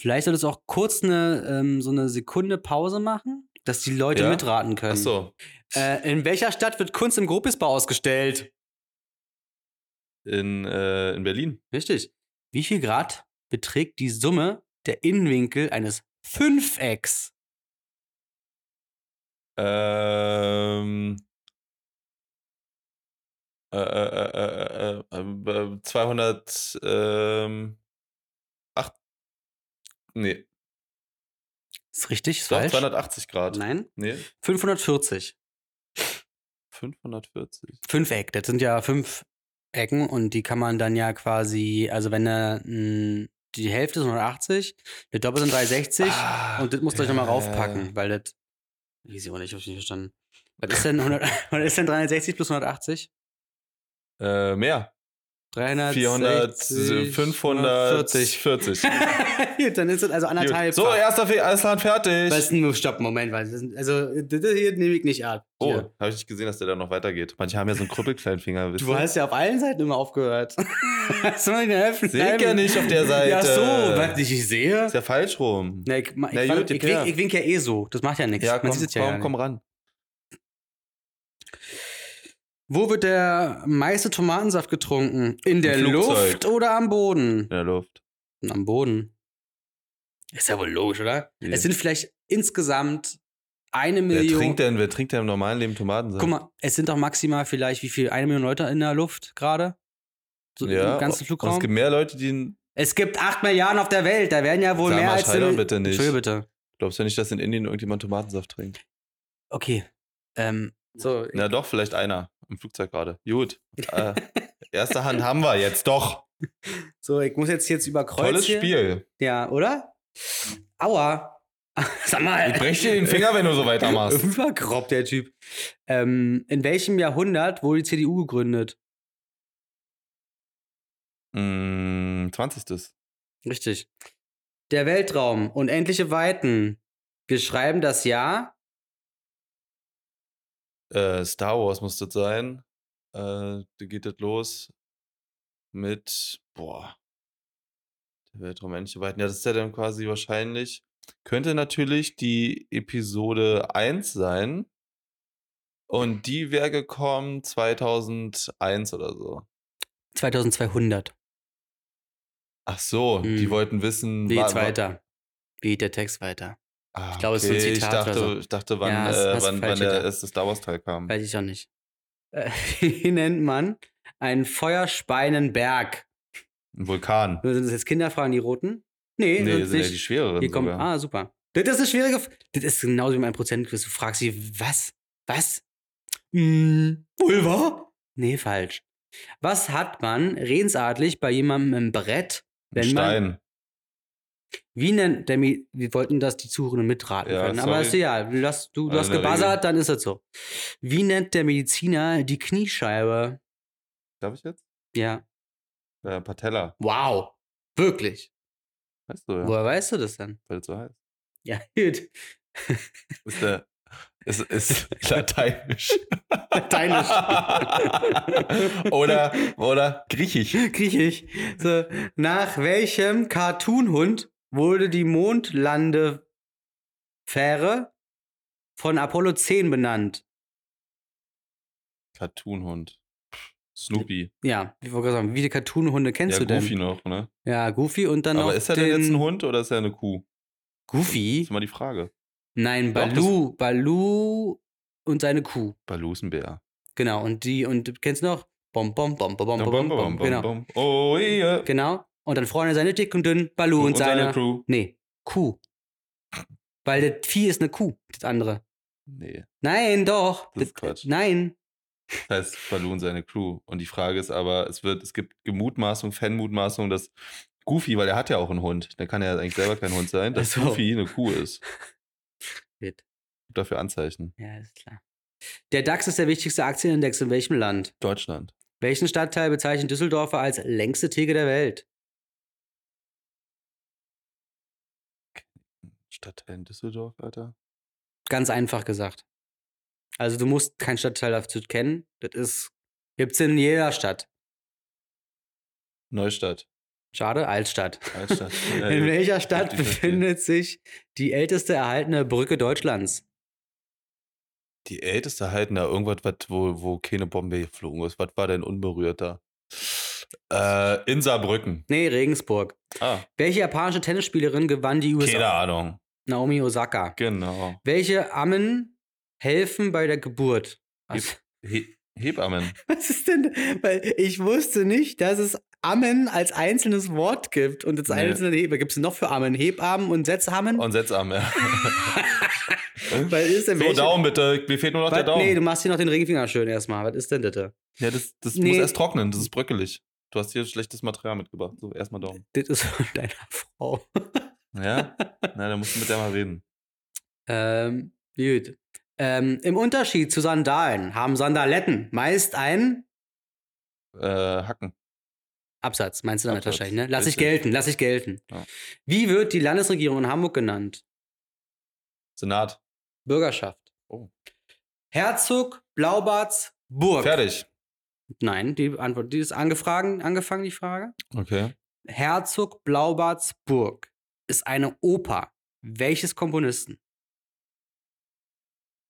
[SPEAKER 2] Vielleicht solltest du auch kurz eine, ähm, so eine Sekunde Pause machen, dass die Leute
[SPEAKER 3] Ja?
[SPEAKER 2] mitraten können.
[SPEAKER 3] Achso,
[SPEAKER 2] Äh, in welcher Stadt wird Kunst im Gruppisbau ausgestellt?
[SPEAKER 3] in, äh, in Berlin.
[SPEAKER 2] Richtig. Wie viel Grad beträgt die Summe der Innenwinkel eines Fünfecks?
[SPEAKER 3] Ähm. Äh, äh, äh, äh, äh, äh, 200, ähm, acht, nee,
[SPEAKER 2] Ist richtig? Ist
[SPEAKER 3] doch,
[SPEAKER 2] falsch?
[SPEAKER 3] 280 Grad.
[SPEAKER 2] Nein.
[SPEAKER 3] Nee,
[SPEAKER 2] 540.
[SPEAKER 3] 540.
[SPEAKER 2] Fünfeck. Das sind ja fünf Ecken und die kann man dann ja quasi, also wenn er mh, die Hälfte ist 180, der Doppel sind 360
[SPEAKER 3] Ah,
[SPEAKER 2] und das musst du euch nochmal
[SPEAKER 3] ja, ja, ja.
[SPEAKER 2] raufpacken, weil das. Ich sehe auch nicht, ich hab's nicht verstanden. Was ist denn, 100, was ist denn 360 plus 180?
[SPEAKER 3] Äh, mehr.
[SPEAKER 2] 300,
[SPEAKER 3] 400, 500, 40.
[SPEAKER 2] Gut, dann ist das also anderthalb.
[SPEAKER 3] Gut. So,
[SPEAKER 2] Fach.
[SPEAKER 3] erster Fe Island fertig.
[SPEAKER 2] Was, nun, stopp, Moment, was, ist denn- also das hier nehme ich nicht ab.
[SPEAKER 3] Oh,
[SPEAKER 2] Hier.
[SPEAKER 3] habe ich nicht gesehen, dass der da noch weitergeht. Manche haben ja so einen Krüppelkleinfinger. wisst
[SPEAKER 2] Du
[SPEAKER 3] ihr?
[SPEAKER 2] hast ja auf allen Seiten immer aufgehört. Hast du noch nicht eröffnet?
[SPEAKER 3] Sehe ich ja nicht auf der Seite.
[SPEAKER 2] Ja, so, was ich nicht sehe.
[SPEAKER 3] Ist ja falsch rum.
[SPEAKER 2] Na, ich, ma- ich,
[SPEAKER 3] Na
[SPEAKER 2] warte,
[SPEAKER 3] gut,
[SPEAKER 2] ich,
[SPEAKER 3] ja.
[SPEAKER 2] wink, ich wink ja eh so. Das macht ja nichts.
[SPEAKER 3] Ja, komm,
[SPEAKER 2] Man sieht es ja
[SPEAKER 3] komm,
[SPEAKER 2] gar
[SPEAKER 3] komm
[SPEAKER 2] nicht.
[SPEAKER 3] ran.
[SPEAKER 2] Wo wird der meiste Tomatensaft getrunken? In der
[SPEAKER 3] Flugzeug.
[SPEAKER 2] Luft oder am Boden?
[SPEAKER 3] In der Luft.
[SPEAKER 2] Am Boden. Ist ja wohl logisch, oder?
[SPEAKER 3] Ja.
[SPEAKER 2] Es sind vielleicht insgesamt eine
[SPEAKER 3] Wer
[SPEAKER 2] Million.
[SPEAKER 3] trinkt, denn, wer trinkt denn im normalen Leben Tomatensaft?
[SPEAKER 2] Guck mal, es sind doch maximal vielleicht wie viel? Eine Million Leute in der Luft gerade? So
[SPEAKER 3] ja,
[SPEAKER 2] Im ganzen
[SPEAKER 3] und
[SPEAKER 2] Flugraum?
[SPEAKER 3] Es gibt mehr Leute, die. einen-
[SPEAKER 2] Es gibt acht Milliarden auf der Welt. Da werden ja wohl
[SPEAKER 3] Sag
[SPEAKER 2] mehr
[SPEAKER 3] mal,
[SPEAKER 2] als.
[SPEAKER 3] schrei
[SPEAKER 2] eine-
[SPEAKER 3] doch bitte nicht.
[SPEAKER 2] Entschuldige bitte.
[SPEAKER 3] Glaubst du nicht, dass in Indien irgendjemand Tomatensaft trinkt?
[SPEAKER 2] Okay. Ähm, so.
[SPEAKER 3] Na doch, vielleicht einer. Im Flugzeug gerade. Gut. Äh, erste Hand haben wir jetzt. Doch.
[SPEAKER 2] so, ich muss jetzt jetzt über Kreuz.
[SPEAKER 3] Tolles
[SPEAKER 2] hier.
[SPEAKER 3] Spiel.
[SPEAKER 2] Ja, oder? Aua. Sag mal.
[SPEAKER 3] Ich breche dir den Finger, wenn du so weitermachst.
[SPEAKER 2] Überkropp, der Typ. Ähm, in welchem Jahrhundert wurde die CDU gegründet?
[SPEAKER 3] Mm, 20.
[SPEAKER 2] Richtig. Der Weltraum, unendliche Weiten. Wir schreiben das Jahr.
[SPEAKER 3] Äh, Star Wars muss das sein. Äh, da geht das los mit, boah, der Weltraum ähnliche Weiten. Ja, das ist ja dann quasi wahrscheinlich, könnte natürlich die Episode 1 sein. Und die wäre gekommen 2001 oder so.
[SPEAKER 2] 2200.
[SPEAKER 3] Ach so, die
[SPEAKER 2] Hm.
[SPEAKER 3] wollten wissen,
[SPEAKER 2] Wie
[SPEAKER 3] wa-
[SPEAKER 2] geht's
[SPEAKER 3] wa-
[SPEAKER 2] weiter? Wie geht der Text weiter?
[SPEAKER 3] Ah,
[SPEAKER 2] Ich glaube, es ist so ein
[SPEAKER 3] okay,
[SPEAKER 2] Zitat
[SPEAKER 3] Ich dachte,
[SPEAKER 2] oder so.
[SPEAKER 3] ich dachte wann,
[SPEAKER 2] Ja, hast-
[SPEAKER 3] äh,
[SPEAKER 2] hast
[SPEAKER 3] wann, wann
[SPEAKER 2] falsch
[SPEAKER 3] der
[SPEAKER 2] gedacht.
[SPEAKER 3] erste Star Wars-Teil kam.
[SPEAKER 2] Weiß ich auch nicht. Äh, Wie nennt man einen Feuerspeinenberg?
[SPEAKER 3] Ein Vulkan.
[SPEAKER 2] Sind das jetzt Kinderfragen, die roten? Nee,
[SPEAKER 3] Nee,
[SPEAKER 2] nee
[SPEAKER 3] das sind ja die
[SPEAKER 2] nicht.
[SPEAKER 3] schwereren.
[SPEAKER 2] Hier kommt,
[SPEAKER 3] sogar.
[SPEAKER 2] ah, super. Das ist eine schwierige F Das ist genauso wie mein Prozentquiz. Du fragst sie, was? Was? Hm, Pulver? Nee, falsch. Was hat man redensartlich bei jemandem im Brett,
[SPEAKER 3] Ein
[SPEAKER 2] wenn man.
[SPEAKER 3] Stein.
[SPEAKER 2] Wie nennt, Demi, wir wollten das die Zuhörenden mitraten
[SPEAKER 3] Ja,
[SPEAKER 2] können,
[SPEAKER 3] sorry.
[SPEAKER 2] aber ist egal. Du hast, du, du
[SPEAKER 3] Also
[SPEAKER 2] hast
[SPEAKER 3] in der
[SPEAKER 2] gebuzzert, dann ist das so. Wie nennt der Mediziner die Kniescheibe?
[SPEAKER 3] Darf ich jetzt?
[SPEAKER 2] Ja.
[SPEAKER 3] Äh, Patella.
[SPEAKER 2] Wow. Wirklich.
[SPEAKER 3] Weißt du, ja,
[SPEAKER 2] Woher weißt du das denn?
[SPEAKER 3] weil das so heißt.
[SPEAKER 2] Ja, gut.
[SPEAKER 3] Ist, der, ist, ist lateinisch.
[SPEAKER 2] Lateinisch.
[SPEAKER 3] oder, oder griechisch.
[SPEAKER 2] Griechisch. So, nach welchem Cartoonhund wurde die Mondlandefähre von Apollo 10 benannt?
[SPEAKER 3] Cartoonhund. Snoopy.
[SPEAKER 2] Ja, ich wollte gerade sagen, wie viele Cartoonhunde kennst
[SPEAKER 3] ja,
[SPEAKER 2] du denn?
[SPEAKER 3] Goofy noch, ne?
[SPEAKER 2] Ja, Goofy und dann noch
[SPEAKER 3] Aber ist er
[SPEAKER 2] den
[SPEAKER 3] denn jetzt ein Hund oder ist er eine Kuh?
[SPEAKER 2] Goofy?
[SPEAKER 3] Ist mal die Frage.
[SPEAKER 2] Nein,
[SPEAKER 3] Doch, das-
[SPEAKER 2] Baloo, Baloo und seine Kuh.
[SPEAKER 3] Baloo ist ein Bär.
[SPEAKER 2] Genau, und die und kennst du noch? Bom bom bom bom bom
[SPEAKER 3] Bom,
[SPEAKER 2] bom bom. Genau.
[SPEAKER 3] bom. Oh, yeah.
[SPEAKER 2] Genau. Und dann Freunde seine dick und dünn, Baloo und seine
[SPEAKER 3] Crew.
[SPEAKER 2] Nee, Kuh. Weil das Vieh ist eine Kuh, das andere.
[SPEAKER 3] Nee,
[SPEAKER 2] Nein, doch.
[SPEAKER 3] Das ist Quatsch.
[SPEAKER 2] Nein.
[SPEAKER 3] das heißt Baloo und seine Crew. Und die Frage ist aber, es, wird, es gibt Gemutmaßung, Fanmutmaßung, dass Goofy, weil er hat ja auch einen Hund, der kann ja eigentlich selber kein Hund sein, dass
[SPEAKER 2] Ach so.
[SPEAKER 3] Goofy eine Kuh ist.
[SPEAKER 2] Shit.
[SPEAKER 3] Gibt dafür Anzeichen.
[SPEAKER 2] Ja, ist klar. Der DAX ist der wichtigste Aktienindex in welchem Land?
[SPEAKER 3] Deutschland.
[SPEAKER 2] Welchen Stadtteil bezeichnen Düsseldorfer als längste Theke der Welt?
[SPEAKER 3] Stadtteil in Düsseldorf, Alter.
[SPEAKER 2] Ganz einfach gesagt. Also du musst keinen Stadtteil dazu kennen. Das ist, gibt's in jeder Stadt.
[SPEAKER 3] Neustadt.
[SPEAKER 2] Schade, Altstadt.
[SPEAKER 3] Altstadt.
[SPEAKER 2] In welcher Stadt
[SPEAKER 3] Äh, die Stadt hier.
[SPEAKER 2] befindet sich die älteste erhaltene Brücke Deutschlands?
[SPEAKER 3] Die älteste erhaltene, irgendwas, was- wo, wo keine Bombe geflogen ist. Was war denn unberührter? Äh, in Saarbrücken.
[SPEAKER 2] Nee, Regensburg.
[SPEAKER 3] Ah,
[SPEAKER 2] Welche japanische Tennisspielerin gewann die US
[SPEAKER 3] keine Ahnung.
[SPEAKER 2] Naomi Osaka.
[SPEAKER 3] Genau.
[SPEAKER 2] Welche Ammen helfen bei der Geburt? Was,
[SPEAKER 3] He Hebammen.
[SPEAKER 2] was ist denn? Weil ich wusste nicht, dass es Ammen als einzelnes Wort gibt und als
[SPEAKER 3] Nee.
[SPEAKER 2] einzelne Hebe. Gibt es noch für Ammen? Hebammen und Setzammen?
[SPEAKER 3] Und Setzarme.
[SPEAKER 2] Weil ist denn
[SPEAKER 3] so,
[SPEAKER 2] welche-
[SPEAKER 3] Daumen bitte. Mir fehlt nur noch
[SPEAKER 2] Was,
[SPEAKER 3] der Daumen.
[SPEAKER 2] nee, du machst hier noch den Ringfinger schön erstmal. Was ist denn bitte?
[SPEAKER 3] ja, das, das
[SPEAKER 2] Nee.
[SPEAKER 3] muss erst trocknen. Das ist bröckelig. Du hast hier schlechtes Material mitgebracht. So, erstmal Daumen.
[SPEAKER 2] Das ist von deiner Frau.
[SPEAKER 3] Ja? Na, dann musst du mit der mal reden.
[SPEAKER 2] Ähm, gut. Ähm, Im Unterschied zu Sandalen haben Sandaletten meist einen
[SPEAKER 3] Äh, hacken.
[SPEAKER 2] Absatz, meinst du damit
[SPEAKER 3] Absatz,
[SPEAKER 2] wahrscheinlich, ne? Lass ich
[SPEAKER 3] richtig.
[SPEAKER 2] gelten, lass ich gelten.
[SPEAKER 3] Ja.
[SPEAKER 2] Wie wird die Landesregierung in Hamburg genannt?
[SPEAKER 3] Senat.
[SPEAKER 2] Bürgerschaft.
[SPEAKER 3] Oh.
[SPEAKER 2] Herzog, Blaubarts, Burg.
[SPEAKER 3] Fertig.
[SPEAKER 2] Nein, die Antwort, die ist angefragen, angefangen, die Frage.
[SPEAKER 3] Okay.
[SPEAKER 2] Herzog Blaubarts Burg ist eine Oper. Welches Komponisten?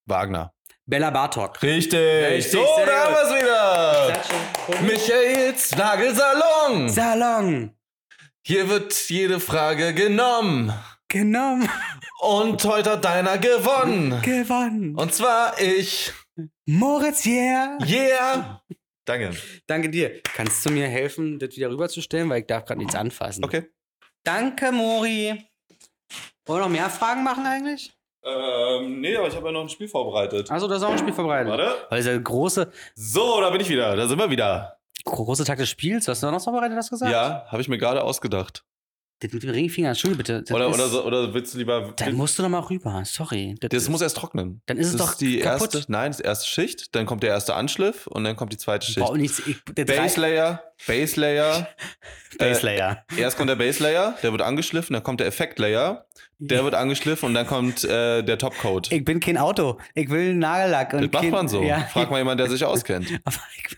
[SPEAKER 3] Wagner.
[SPEAKER 2] Bella Bartok.
[SPEAKER 3] Richtig.
[SPEAKER 2] Richtig,
[SPEAKER 3] so,
[SPEAKER 2] sehr
[SPEAKER 3] da haben
[SPEAKER 2] gut.
[SPEAKER 3] wir's wieder.
[SPEAKER 2] Klatsche.
[SPEAKER 3] Michaels Nagelsalon.
[SPEAKER 2] Salon.
[SPEAKER 3] Hier wird jede Frage genommen.
[SPEAKER 2] Genommen.
[SPEAKER 3] Und heute hat deiner gewonnen.
[SPEAKER 2] Gewonnen.
[SPEAKER 3] Und zwar ich.
[SPEAKER 2] Moritz, yeah.
[SPEAKER 3] Yeah. Danke.
[SPEAKER 2] Danke dir. Kannst du mir helfen, das wieder rüberzustellen, weil ich darf gerade nichts anfassen.
[SPEAKER 3] Okay.
[SPEAKER 2] Danke, Mori. Wollen wir noch mehr Fragen machen eigentlich?
[SPEAKER 3] Ähm, nee, aber ich habe ja noch ein Spiel vorbereitet.
[SPEAKER 2] Also, da ist auch ein Spiel verbreitet.
[SPEAKER 3] Warte.
[SPEAKER 2] Weil dieser große,
[SPEAKER 3] So, da bin ich wieder. Da sind wir wieder.
[SPEAKER 2] große Tag des Spiels, hast du da noch was vorbereitet, hast du gesagt?
[SPEAKER 3] Ja, habe ich mir gerade ausgedacht.
[SPEAKER 2] Das mit dem Ringfinger, Entschuldigung bitte. Das
[SPEAKER 3] Oder,
[SPEAKER 2] ist-
[SPEAKER 3] oder, so, oder willst du lieber.
[SPEAKER 2] Dann musst du noch mal rüber, sorry.
[SPEAKER 3] Äh, Das
[SPEAKER 2] ist-
[SPEAKER 3] muss erst trocknen.
[SPEAKER 2] Dann ist es
[SPEAKER 3] das
[SPEAKER 2] doch
[SPEAKER 3] ist die
[SPEAKER 2] kaputt.
[SPEAKER 3] erste. Nein, das ist die erste Schicht, dann kommt der erste Anschliff und dann kommt die zweite
[SPEAKER 2] Ich
[SPEAKER 3] Schicht.
[SPEAKER 2] brauche nichts. Ich, der
[SPEAKER 3] Base Layer, Base Layer.
[SPEAKER 2] Base Layer.
[SPEAKER 3] Äh, erst kommt der Base Layer, der wird angeschliffen, dann kommt der Effekt Layer, der wird angeschliffen und dann kommt äh, der Top Coat.
[SPEAKER 2] Ich bin kein Auto. Ich will Nagellack.
[SPEAKER 3] Das
[SPEAKER 2] Und
[SPEAKER 3] macht
[SPEAKER 2] kein,
[SPEAKER 3] man so.
[SPEAKER 2] Ja,
[SPEAKER 3] Frag mal jemanden, der sich auskennt.
[SPEAKER 2] aber ich,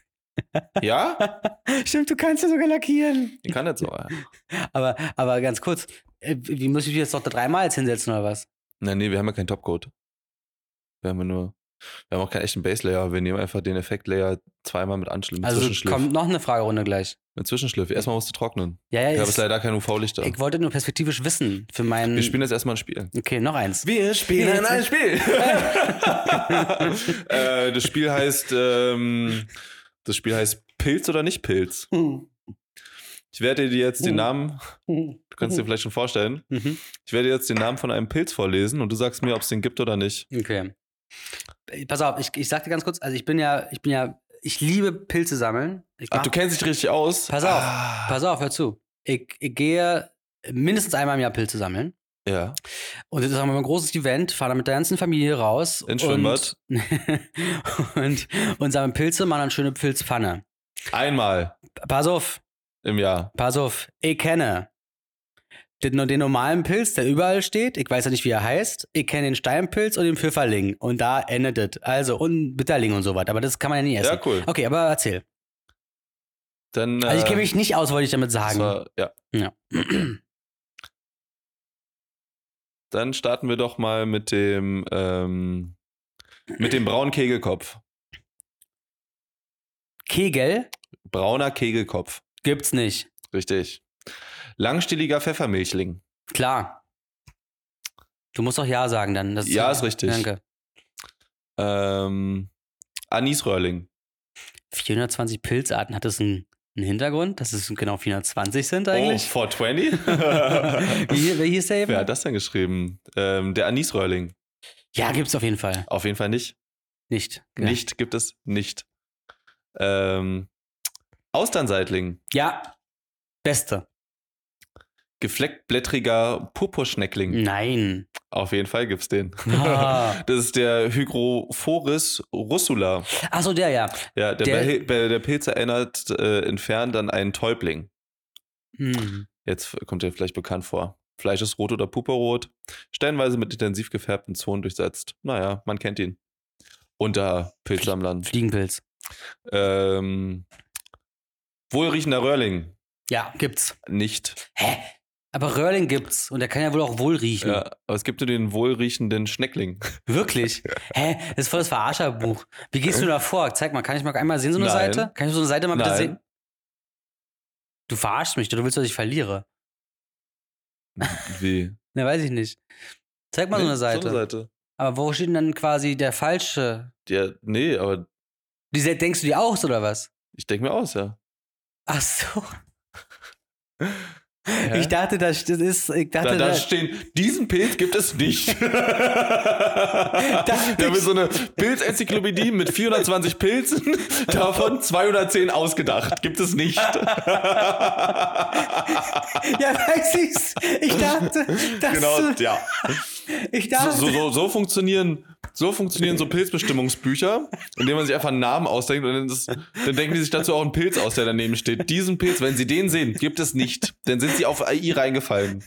[SPEAKER 3] Ja?
[SPEAKER 2] stimmt, du kannst ja sogar lackieren.
[SPEAKER 3] Ich kann das so. Ja.
[SPEAKER 2] Aber, aber ganz kurz, äh, wie muss ich mich jetzt noch da dreimal jetzt hinsetzen oder was?
[SPEAKER 3] Nein, nee, wir haben ja keinen Top Coat. Wir haben ja nur. Wir haben auch keinen echten Base Layer. Wir nehmen einfach den Effekt Layer zweimal mit Anschliff.
[SPEAKER 2] Also
[SPEAKER 3] Zwischenschliff.
[SPEAKER 2] kommt noch eine Fragerunde gleich.
[SPEAKER 3] Mit Zwischenschliff. Erstmal musst du trocknen.
[SPEAKER 2] Ja,
[SPEAKER 3] Ich
[SPEAKER 2] ja,
[SPEAKER 3] habe jetzt
[SPEAKER 2] ich,
[SPEAKER 3] leider kein UV-Lichter.
[SPEAKER 2] ich wollte nur perspektivisch wissen für meinen.
[SPEAKER 3] Wir spielen jetzt erstmal ein Spiel.
[SPEAKER 2] okay, noch eins.
[SPEAKER 3] Wir
[SPEAKER 2] spielen ein
[SPEAKER 3] Spiel. äh, das Spiel heißt, ähm, das Spiel heißt Pilz oder nicht Pilz. Ich werde dir jetzt den Namen, du kannst dir vielleicht schon vorstellen,
[SPEAKER 2] Uh. Mhm.
[SPEAKER 3] ich werde dir jetzt den Namen von einem Pilz vorlesen und du sagst mir, ob es den gibt oder nicht.
[SPEAKER 2] Okay. Äh, Pass auf, ich, ich sag dir ganz kurz, also ich bin ja, ich bin ja, ich liebe Pilze sammeln. Ich
[SPEAKER 3] Ach,
[SPEAKER 2] mach-
[SPEAKER 3] du kennst dich richtig aus.
[SPEAKER 2] Ah. Pass auf.
[SPEAKER 3] Ah.
[SPEAKER 2] Pass auf, hör zu. Ich, ich gehe mindestens einmal im Jahr Pilze sammeln.
[SPEAKER 3] Ja.
[SPEAKER 2] Und das ist auch immer ein großes Event, fahre dann mit der ganzen Familie raus.
[SPEAKER 3] Ins Schwimmbad?
[SPEAKER 2] Und, und, und sammeln Pilze, machen dann schöne Pilzpfanne.
[SPEAKER 3] Einmal
[SPEAKER 2] Pass auf,
[SPEAKER 3] im Jahr.
[SPEAKER 2] pass auf. Ich kenne den, den normalen Pilz, der überall steht. Ich weiß ja nicht, wie er heißt. Ich kenne den Steinpilz und den Pfifferling. Und da endet es. Also, und Bitterling und sowas. Aber das kann man ja nie essen.
[SPEAKER 3] Ja, cool.
[SPEAKER 2] Okay, aber erzähl.
[SPEAKER 3] Dann,
[SPEAKER 2] Also, ich
[SPEAKER 3] äh,
[SPEAKER 2] kenne mich nicht aus, wollte ich damit
[SPEAKER 3] das
[SPEAKER 2] sagen.
[SPEAKER 3] war, ja.
[SPEAKER 2] ja.
[SPEAKER 3] Dann starten wir doch mal mit dem, ähm, mit dem braunen Kegelkopf.
[SPEAKER 2] Kegel
[SPEAKER 3] Brauner Kegelkopf.
[SPEAKER 2] gibt's nicht.
[SPEAKER 3] Richtig. Langstieliger Pfeffermilchling.
[SPEAKER 2] Klar. Du musst doch Ja sagen dann. Das
[SPEAKER 3] Ja, ist richtig.
[SPEAKER 2] Danke.
[SPEAKER 3] Ähm, Anisröhrling.
[SPEAKER 2] 420 Pilzarten, hat das einen, einen Hintergrund, dass es genau 420 sind
[SPEAKER 3] Oh,
[SPEAKER 2] eigentlich?
[SPEAKER 3] 420?
[SPEAKER 2] wie, wie hieß der eben?
[SPEAKER 3] Wer
[SPEAKER 2] Ja,
[SPEAKER 3] hat das denn geschrieben? Ähm, der Anisröhrling.
[SPEAKER 2] gibt's auf jeden Fall.
[SPEAKER 3] Auf jeden Fall nicht.
[SPEAKER 2] Nicht. Ja.
[SPEAKER 3] Nicht gibt es nicht. Ähm, Austernseitling.
[SPEAKER 2] Ja. Beste.
[SPEAKER 3] geflecktblättriger Purpurschneckling.
[SPEAKER 2] Nein.
[SPEAKER 3] Auf jeden Fall gibt's den.
[SPEAKER 2] Ah.
[SPEAKER 3] Das ist der Hygrophorus russula.
[SPEAKER 2] Achso, der ja.
[SPEAKER 3] Ja, der,
[SPEAKER 2] Der-
[SPEAKER 3] der, der, der Pilz erinnert äh, entfernt an einen Täubling.
[SPEAKER 2] Hm.
[SPEAKER 3] Jetzt kommt dir vielleicht bekannt vor. Fleisch ist rot oder puperrot, stellenweise mit intensiv gefärbten Zonen durchsetzt. Naja, man kennt ihn. Unter Pilzsammlern.
[SPEAKER 2] Fliegenpilz.
[SPEAKER 3] Ähm, wohlriechender Röhrling.
[SPEAKER 2] Ja, gibt's.
[SPEAKER 3] Nicht.
[SPEAKER 2] Hä? Aber Röhrling gibt's und der kann ja wohl auch wohl riechen.
[SPEAKER 3] Ja, aber es gibt nur den wohlriechenden Schneckling.
[SPEAKER 2] Wirklich? Hä? Das ist voll das Verarscherbuch. Wie gehst du da vor? Zeig mal, kann ich mal einmal sehen so eine
[SPEAKER 3] Nein.
[SPEAKER 2] Seite? Kann ich so eine Seite mal bitte
[SPEAKER 3] Nein.
[SPEAKER 2] sehen? Du verarschst mich, du willst, dass ich verliere.
[SPEAKER 3] Wie?
[SPEAKER 2] Ne, weiß ich nicht. Zeig mal so eine Seite.
[SPEAKER 3] So eine Seite.
[SPEAKER 2] Aber wo steht denn dann quasi der falsche?
[SPEAKER 3] Ja, nee, aber
[SPEAKER 2] Die se- denkst du die aus oder was?
[SPEAKER 3] ich denke mir aus, ja.
[SPEAKER 2] Ach so. Ich dachte, das das ist ich
[SPEAKER 3] da,
[SPEAKER 2] dachte
[SPEAKER 3] da
[SPEAKER 2] das
[SPEAKER 3] stehen, diesen Pilz gibt es nicht. da haben wir so eine Pilzenzyklopädie mit 420 Pilzen, davon 210 ausgedacht. Gibt es nicht.
[SPEAKER 2] Ja, weiß ich's. Ich dachte, dass
[SPEAKER 3] genau,
[SPEAKER 2] du,
[SPEAKER 3] ja.
[SPEAKER 2] ich
[SPEAKER 3] So,
[SPEAKER 2] dachte
[SPEAKER 3] so, so, so funktionieren. So funktionieren so Pilzbestimmungsbücher, indem man sich einfach einen Namen ausdenkt und dann, ist, dann denken die sich dazu auch einen Pilz aus, der daneben steht. Diesen Pilz, wenn sie den sehen, gibt es nicht. Dann sind sie auf AI reingefallen.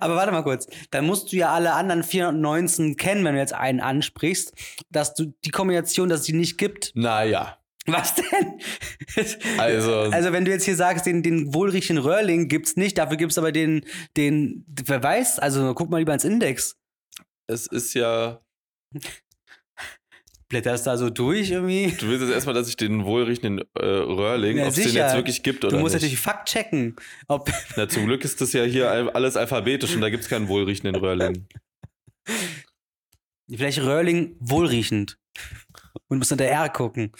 [SPEAKER 2] Aber warte mal kurz. Dann musst du ja alle anderen 419 kennen, wenn du jetzt einen ansprichst, dass du die Kombination, dass es die nicht gibt.
[SPEAKER 3] Naja,
[SPEAKER 2] Was denn?
[SPEAKER 3] also,
[SPEAKER 2] Also, wenn du jetzt hier sagst, den, den wohlriechenden Röhrling gibt's nicht, dafür gibt's aber den, den, wer weiß, also guck mal lieber ins Index.
[SPEAKER 3] es ist ja,
[SPEAKER 2] Blätterst da so durch irgendwie.
[SPEAKER 3] du willst jetzt erstmal, dass ich den wohlriechenden äh, Röhrling,
[SPEAKER 2] Ja,
[SPEAKER 3] ob es den
[SPEAKER 2] sicher.
[SPEAKER 3] jetzt wirklich gibt oder
[SPEAKER 2] Du musst
[SPEAKER 3] nicht.
[SPEAKER 2] natürlich Fakt checken. Ob,
[SPEAKER 3] Na, zum Glück ist das ja hier al- alles alphabetisch und da gibt es keinen wohlriechenden Röhrling.
[SPEAKER 2] vielleicht Röhrling wohlriechend. Und musst unter R gucken.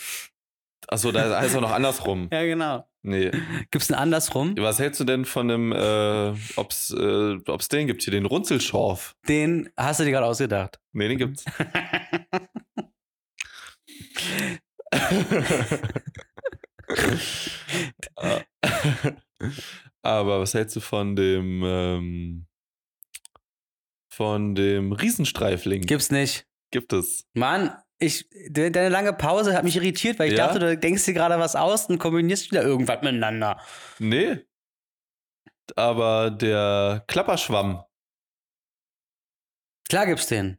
[SPEAKER 3] Achso, da heißt auch noch andersrum.
[SPEAKER 2] Ja, genau.
[SPEAKER 3] Nee.
[SPEAKER 2] Gibt's einen andersrum?
[SPEAKER 3] Was hältst du denn von dem, äh, ob's, äh, ob's den gibt hier, den Runzelschorf?
[SPEAKER 2] Den hast du dir gerade ausgedacht.
[SPEAKER 3] Nee, den
[SPEAKER 2] Mhm.
[SPEAKER 3] gibt's. Ah. Aber was hältst du von dem, ähm, von dem Riesenstreifling?
[SPEAKER 2] Gibt's nicht.
[SPEAKER 3] Gibt es.
[SPEAKER 2] Mann, ich, de, deine lange Pause hat mich irritiert, weil ich
[SPEAKER 3] Ja?
[SPEAKER 2] dachte, du denkst dir gerade was aus und kombinierst wieder irgendwas miteinander.
[SPEAKER 3] Nee. Aber der Klapperschwamm,
[SPEAKER 2] Klar gibt's den.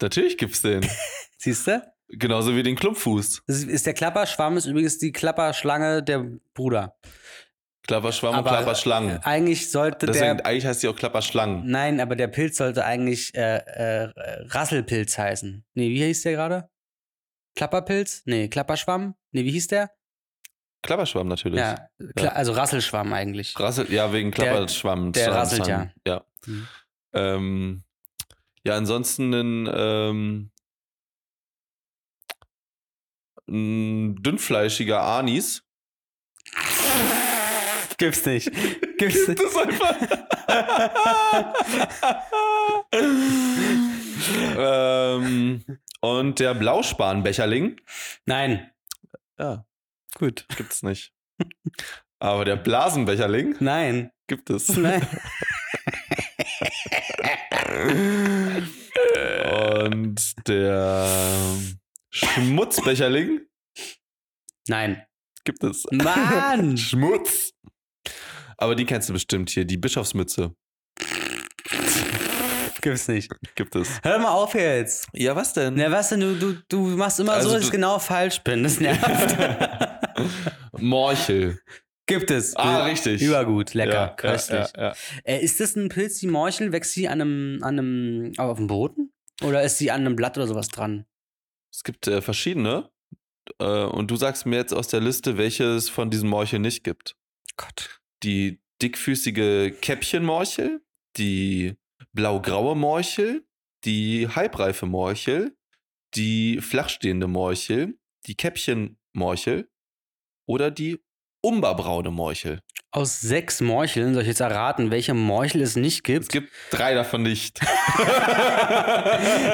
[SPEAKER 3] natürlich gibt's den.
[SPEAKER 2] Siehst du?
[SPEAKER 3] Genauso wie den Klumpfuß.
[SPEAKER 2] Ist, ist der Klapperschwamm ist übrigens die Klapperschlange der Bruder.
[SPEAKER 3] Klapperschwamm und
[SPEAKER 2] Aber-
[SPEAKER 3] Klapperschlangen.
[SPEAKER 2] Eigentlich sollte
[SPEAKER 3] Deswegen,
[SPEAKER 2] der. Hm.
[SPEAKER 3] eigentlich heißt sie auch Klapperschlangen.
[SPEAKER 2] Nein, aber der Pilz sollte eigentlich äh, äh, Rasselpilz heißen. Nee, wie hieß der gerade? Klapperpilz? Nee, Klapperschwamm? Nee, wie hieß der?
[SPEAKER 3] Klapperschwamm natürlich.
[SPEAKER 2] Ja, Kla
[SPEAKER 3] Ja.
[SPEAKER 2] also Rasselschwamm eigentlich.
[SPEAKER 3] Rasselt, ja, wegen Klapperschwamm.
[SPEAKER 2] der
[SPEAKER 3] Zahn,
[SPEAKER 2] rasselt
[SPEAKER 3] Zahn. Ja.
[SPEAKER 2] Mhm.
[SPEAKER 3] Ähm, ja, ansonsten ein, ähm, ein dünnfleischiger Anis.
[SPEAKER 2] Gibt's nicht. Gibt's nicht.
[SPEAKER 3] Das einfach. ähm, und der Blauspanbecherling.
[SPEAKER 2] Nein.
[SPEAKER 3] Ja,
[SPEAKER 2] Gut.
[SPEAKER 3] gibt's nicht. Aber der Blasenbecherling
[SPEAKER 2] Nein.
[SPEAKER 3] gibt es.
[SPEAKER 2] Nein.
[SPEAKER 3] Und der Schmutzbecherling
[SPEAKER 2] Nein.
[SPEAKER 3] gibt es.
[SPEAKER 2] Mann!
[SPEAKER 3] Schmutz. Aber die kennst du bestimmt hier, die Bischofsmütze
[SPEAKER 2] Gibt's nicht.
[SPEAKER 3] gibt es.
[SPEAKER 2] Hör mal auf jetzt.
[SPEAKER 3] Ja, was denn?
[SPEAKER 2] Na, Ne, was denn? Du, du, du machst immer
[SPEAKER 3] Also
[SPEAKER 2] so, dass
[SPEAKER 3] du-
[SPEAKER 2] ich genau falsch bin. Das nervt.
[SPEAKER 3] Morchel.
[SPEAKER 2] Gibt es.
[SPEAKER 3] Ah, richtig.
[SPEAKER 2] Übergut, lecker,
[SPEAKER 3] Ja,
[SPEAKER 2] köstlich.
[SPEAKER 3] Ja, ja, ja.
[SPEAKER 2] Äh, ist das ein Pilz, die Morchel? Wächst die an einem, an einem, aber auf dem Boden? Oder ist sie an einem Blatt oder sowas dran?
[SPEAKER 3] Es gibt äh, verschiedene. Äh, und du sagst mir jetzt aus der Liste, welche es von diesen Morcheln nicht gibt.
[SPEAKER 2] Gott.
[SPEAKER 3] Die dickfüßige Käppchenmorchel, die blaugraue Morchel, die halbreife Morchel, die flachstehende Morchel, die Käppchenmorchel oder die umberbraune Morchel.
[SPEAKER 2] Aus sechs Morcheln soll ich jetzt erraten, welche Morchel es nicht
[SPEAKER 3] Es
[SPEAKER 2] gibt?
[SPEAKER 3] gibt drei davon nicht.